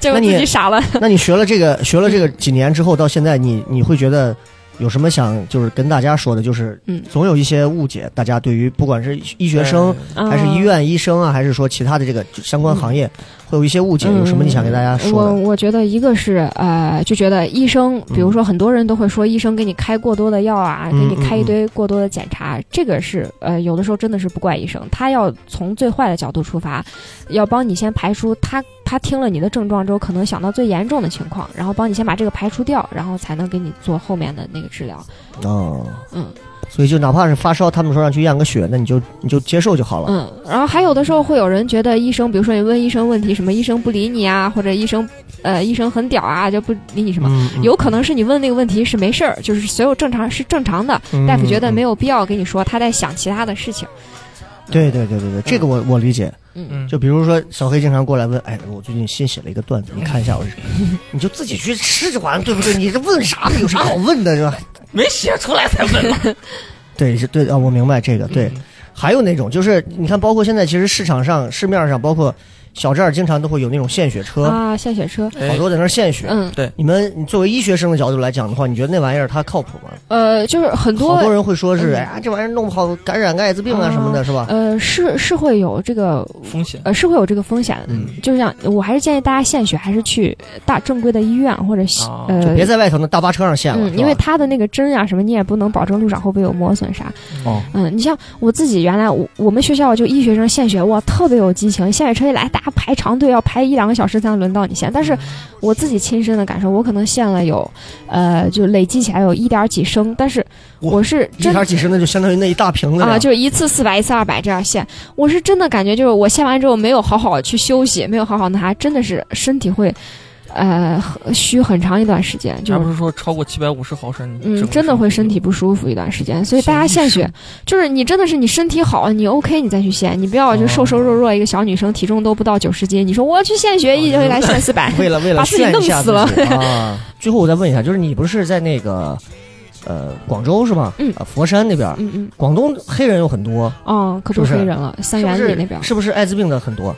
[SPEAKER 5] 结果
[SPEAKER 3] 那你
[SPEAKER 5] 自己傻了。
[SPEAKER 3] 那你学了这个，学了这个几年之后，到现在你，你会觉得有什么想就是跟大家说的？就是，
[SPEAKER 5] 嗯
[SPEAKER 3] 总有一些误解，大家对于不管是医
[SPEAKER 4] 哎
[SPEAKER 3] 学生，还是医院医生啊，还是说其他的这个相关行业，会有一些误解。
[SPEAKER 5] 嗯
[SPEAKER 3] 有什么你想给大家说
[SPEAKER 5] 我
[SPEAKER 3] 的？
[SPEAKER 5] 我觉得一个是呃，就觉得医生，比如说很多人都会说医生给你开过多的药啊，
[SPEAKER 3] 嗯
[SPEAKER 5] 给你开一堆过多的检查，这个是呃有的时候真的是不怪医生，他要从最坏的角度出发，要帮你先排除他他听了你的症状之后可能想到最严重的情况，然后帮你先把这个排除掉，然后才能给你做后面的那个治疗。
[SPEAKER 3] 哦，
[SPEAKER 5] 嗯
[SPEAKER 3] 所以就哪怕是发烧，他们说让去验个血，那你就你就接受就好了。
[SPEAKER 5] 嗯，然后还有的时候会有人觉得医生，比如说你问医生问题，什么医生不理你啊，或者医生呃医生很屌啊，就不理你什么。
[SPEAKER 3] 嗯，
[SPEAKER 5] 有可能是你问那个问题是没事儿，就是所有正常是正常的，
[SPEAKER 3] 嗯
[SPEAKER 5] 大夫觉得没
[SPEAKER 3] 有。
[SPEAKER 5] 有必要跟你说，他在想其他的事情。
[SPEAKER 3] 嗯对对对对对，这个我我理解。
[SPEAKER 4] 嗯，
[SPEAKER 3] 就比如说小黑经常过来问，哎，我最近新写了一个段子，你看一下我是，你就自己去吃就完了，对不对？你这问啥呢？有啥好问的，是吧？
[SPEAKER 7] 没写出来才问嘛。
[SPEAKER 3] 对，是对啊，我明白这个。对，还有那种就是你看，包括现在其实市场上、市面上，包括小寨儿，经常都会有那种献血车，
[SPEAKER 5] 啊，献血车，
[SPEAKER 4] 哎
[SPEAKER 3] 好多在那儿献血。
[SPEAKER 5] 嗯，
[SPEAKER 3] 你们你作为医学生的角度来讲的话，你觉得那玩意儿它靠谱吗？
[SPEAKER 5] 呃，就是很多
[SPEAKER 3] 好多人会说是，
[SPEAKER 5] 嗯
[SPEAKER 3] 哎呀，这玩意儿弄不好感染个艾滋病啊
[SPEAKER 5] 啊
[SPEAKER 3] 什么的，是吧？
[SPEAKER 5] 呃是是会有这个
[SPEAKER 4] 哎风险，
[SPEAKER 5] 呃是会有这个风险的，
[SPEAKER 3] 嗯
[SPEAKER 5] 就是像我还是建议大家献血还是去大正规的医院或者西
[SPEAKER 4] 啊
[SPEAKER 5] 呃
[SPEAKER 3] 嗯别在外头那大巴车上献了，
[SPEAKER 5] 嗯，因为他的那个针啊什么，你也不能保证路上会不会有磨损啥。
[SPEAKER 6] 哦，
[SPEAKER 5] 嗯，你像我自己原来我我们学校就医学生献血，哇，特别有激情，献血车一来，大家排长队，要排一两个小时才能轮到你献。但是我自己亲身的感受，我可能献了有，呃，就累积起来有一点儿几升，但是我是
[SPEAKER 3] 一
[SPEAKER 5] 真
[SPEAKER 3] 点几十那就相当于那一大瓶子了，
[SPEAKER 5] 啊，就是一次四百，一次二百这样献。我是真的感觉，就是我献完之后没有好好去休息，没有好好那啥，真的是身体会，呃，虚很长一段时间，就
[SPEAKER 4] 还
[SPEAKER 5] 是
[SPEAKER 4] 不是说超过七百五十毫升，你
[SPEAKER 5] 嗯
[SPEAKER 4] 整，个
[SPEAKER 5] 真的会身体不舒服一段时间，所以大家献血，就是你真的是你身体好，你 OK 你再去献，你不要就瘦瘦弱弱一个小女生，体重都不到九十斤，你说我要去献血，一回来献四百
[SPEAKER 3] 哦为了为了
[SPEAKER 5] 把自己
[SPEAKER 3] 炫一
[SPEAKER 5] 弄
[SPEAKER 3] 下
[SPEAKER 5] 死了
[SPEAKER 3] 己啊！最后我再问一下，就是你不是在那个呃广州是吧？
[SPEAKER 5] 嗯
[SPEAKER 3] 啊佛山那边儿，
[SPEAKER 5] 嗯嗯，
[SPEAKER 3] 广东黑人有很多，
[SPEAKER 5] 哦，可多
[SPEAKER 3] 是不
[SPEAKER 5] 黑
[SPEAKER 3] 是
[SPEAKER 5] 人了，三
[SPEAKER 3] 是不
[SPEAKER 5] 元里那
[SPEAKER 3] 是
[SPEAKER 5] 边？，
[SPEAKER 3] 是不是艾滋病的很多？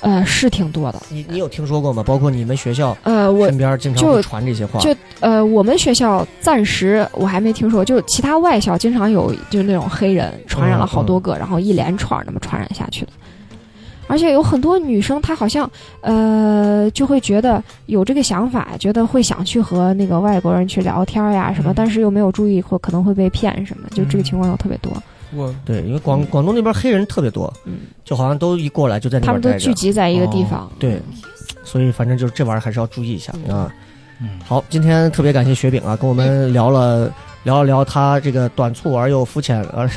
[SPEAKER 5] 呃，是挺多的，
[SPEAKER 3] 你你有听说过吗？包括你们学校
[SPEAKER 5] 呃，我
[SPEAKER 3] 身边经常
[SPEAKER 5] 就
[SPEAKER 3] 会传这些话，
[SPEAKER 5] 就呃，我们学校暂时我还没听说，就是其他外校经常有就是那种黑人传染了好多个，然后一连串儿那么传染下去的。而且有很多女生，她好像呃就会觉得有这个想法，觉得会想去和那个外国人去聊天儿呀什么，
[SPEAKER 4] 嗯
[SPEAKER 5] 但是又没有注意或可能会被骗什么，就这个
[SPEAKER 4] 嗯
[SPEAKER 5] 情况又特别多。
[SPEAKER 4] 我
[SPEAKER 3] 对，因为广广东那边黑人特别多，
[SPEAKER 5] 嗯，
[SPEAKER 3] 就好像都一过来就在那
[SPEAKER 5] 他们
[SPEAKER 3] 边
[SPEAKER 5] 都
[SPEAKER 3] 待着
[SPEAKER 5] 聚。集在一个地方。
[SPEAKER 3] 对，所以反正就是这玩意儿还是要注意一下
[SPEAKER 5] 嗯
[SPEAKER 3] 啊。
[SPEAKER 6] 嗯，
[SPEAKER 3] 好，今天特别感谢雪饼啊，跟我们聊了聊了聊他这个短促而又肤浅，而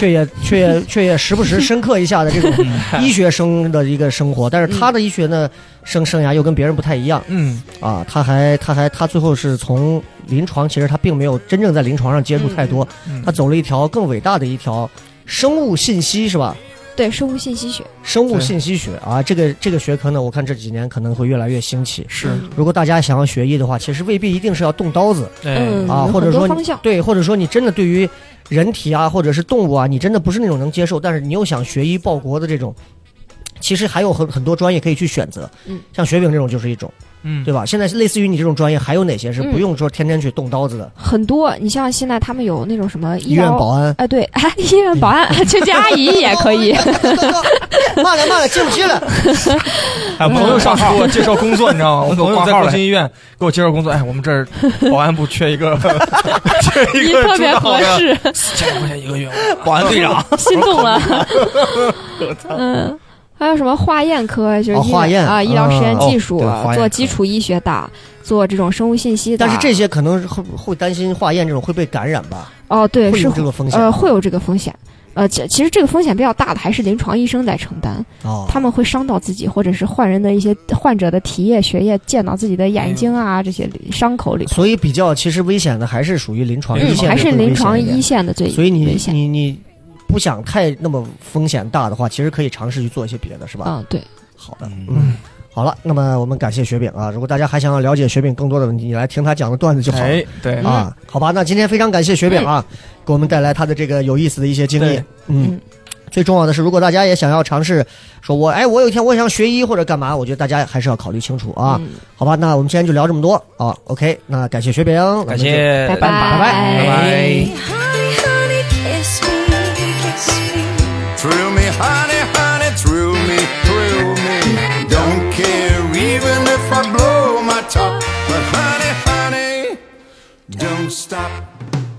[SPEAKER 3] 却也却也却也时不时深刻一下的这种 医学生的一个生活。但是他的医学呢生生涯又跟别人不太一样
[SPEAKER 4] 嗯，
[SPEAKER 3] 啊，他还他还他最后是从临床，其实他并没有真正在临床上接触太多，
[SPEAKER 4] 嗯
[SPEAKER 3] 他走了一条更伟大的一条生物信息是吧？
[SPEAKER 5] 对，生物信息学，
[SPEAKER 3] 生物
[SPEAKER 4] 对
[SPEAKER 3] 信息学啊，这个这个学科呢，我看这几年可能会越来越兴起。
[SPEAKER 4] 是
[SPEAKER 3] 如果大家想要学医的话，其实未必一定是要动刀子，
[SPEAKER 4] 哎
[SPEAKER 5] 嗯，
[SPEAKER 3] 啊
[SPEAKER 5] 有
[SPEAKER 3] 或者
[SPEAKER 5] 很多
[SPEAKER 3] 说你
[SPEAKER 5] 方向。
[SPEAKER 3] 对，或者说你真的对于人体啊，或者是动物啊，你真的不是那种能接受，但是你又想学医报国的这种，其实还有很很多专业可以去选择。
[SPEAKER 5] 嗯，
[SPEAKER 3] 像雪饼这种就是一种，
[SPEAKER 4] 嗯
[SPEAKER 3] 对吧？现在类似于你这种专业，还有哪些是
[SPEAKER 5] 嗯
[SPEAKER 3] 不用说天天去动刀子的？
[SPEAKER 5] 很多，你像现在他们有那种什么
[SPEAKER 3] 医
[SPEAKER 5] 医
[SPEAKER 3] 院
[SPEAKER 5] 疗
[SPEAKER 3] 保安。
[SPEAKER 5] 哎，对，啊，医院保安、 清洁阿姨 也可 以。
[SPEAKER 3] 慢了慢了，进不去了。
[SPEAKER 4] 哎，朋友 上次给我介绍工作，你知道吗？我朋友在国新医院给我介绍工作，哎，我们这儿保安部缺一 个，缺一
[SPEAKER 5] 你
[SPEAKER 4] 个
[SPEAKER 5] 特别
[SPEAKER 4] 指导
[SPEAKER 5] 合
[SPEAKER 4] 的，
[SPEAKER 5] 适，
[SPEAKER 4] 四千块钱一个月，
[SPEAKER 7] 保安队长，
[SPEAKER 5] 心动了。嗯，还有什么化验科，就是
[SPEAKER 3] 哦
[SPEAKER 5] 医
[SPEAKER 3] 化验
[SPEAKER 5] 啊，医疗实验技术啊
[SPEAKER 3] 哦对化，验
[SPEAKER 5] 做
[SPEAKER 3] 科
[SPEAKER 5] 基础医学的，做这种生物信息的。
[SPEAKER 3] 但是这些可能会会担心化验这种会被感染吧，
[SPEAKER 5] 哦，对，
[SPEAKER 3] 会
[SPEAKER 5] 是呃
[SPEAKER 3] 有这个风险。
[SPEAKER 5] 呃会有这个风险。呃，其其实这个风险比较大的还是临床医生在承担，
[SPEAKER 3] 哦，
[SPEAKER 5] 他们会伤到自己，或者是患人的一些患者的体液、血液溅到自己的眼睛啊这些里伤口里头。
[SPEAKER 3] 所以比较其实危险的还是属于临床
[SPEAKER 4] 嗯
[SPEAKER 3] 啊一
[SPEAKER 5] 嗯，
[SPEAKER 3] 线，
[SPEAKER 5] 还是临床一。线的最
[SPEAKER 3] 所以
[SPEAKER 5] 危
[SPEAKER 3] 你
[SPEAKER 5] 险。
[SPEAKER 3] 你你不想太那么风险大的话，其实可以尝试去做一些别的，是吧？
[SPEAKER 5] 嗯，对，
[SPEAKER 3] 好的，嗯，好了，那么我们感谢雪饼啊！如果大家还想要了解雪饼更多的问题，你来听他讲的段子就好了。
[SPEAKER 4] 哎，对，
[SPEAKER 3] 啊，好吧，那今天非常感谢雪饼啊，给我们带来他的这个有意思的一些经历
[SPEAKER 4] 对。
[SPEAKER 3] 嗯
[SPEAKER 5] 嗯，
[SPEAKER 3] 最重要的是，如果大家也想要尝试，说我哎，我有一天我想学医或者干嘛，我觉得大家还是要考虑清楚啊。
[SPEAKER 5] 嗯，
[SPEAKER 3] 好吧，那我们今天就聊这么多啊。OK，那感谢雪饼，咱们
[SPEAKER 6] 感
[SPEAKER 3] 就
[SPEAKER 6] 谢，
[SPEAKER 5] 拜拜
[SPEAKER 3] 拜
[SPEAKER 6] 拜。
[SPEAKER 8] Honey, honey, kiss me, kiss me.
[SPEAKER 2] Through me, honey, honey, through me, through me. Don't care even if I blow my top. But honey, honey, don't stop.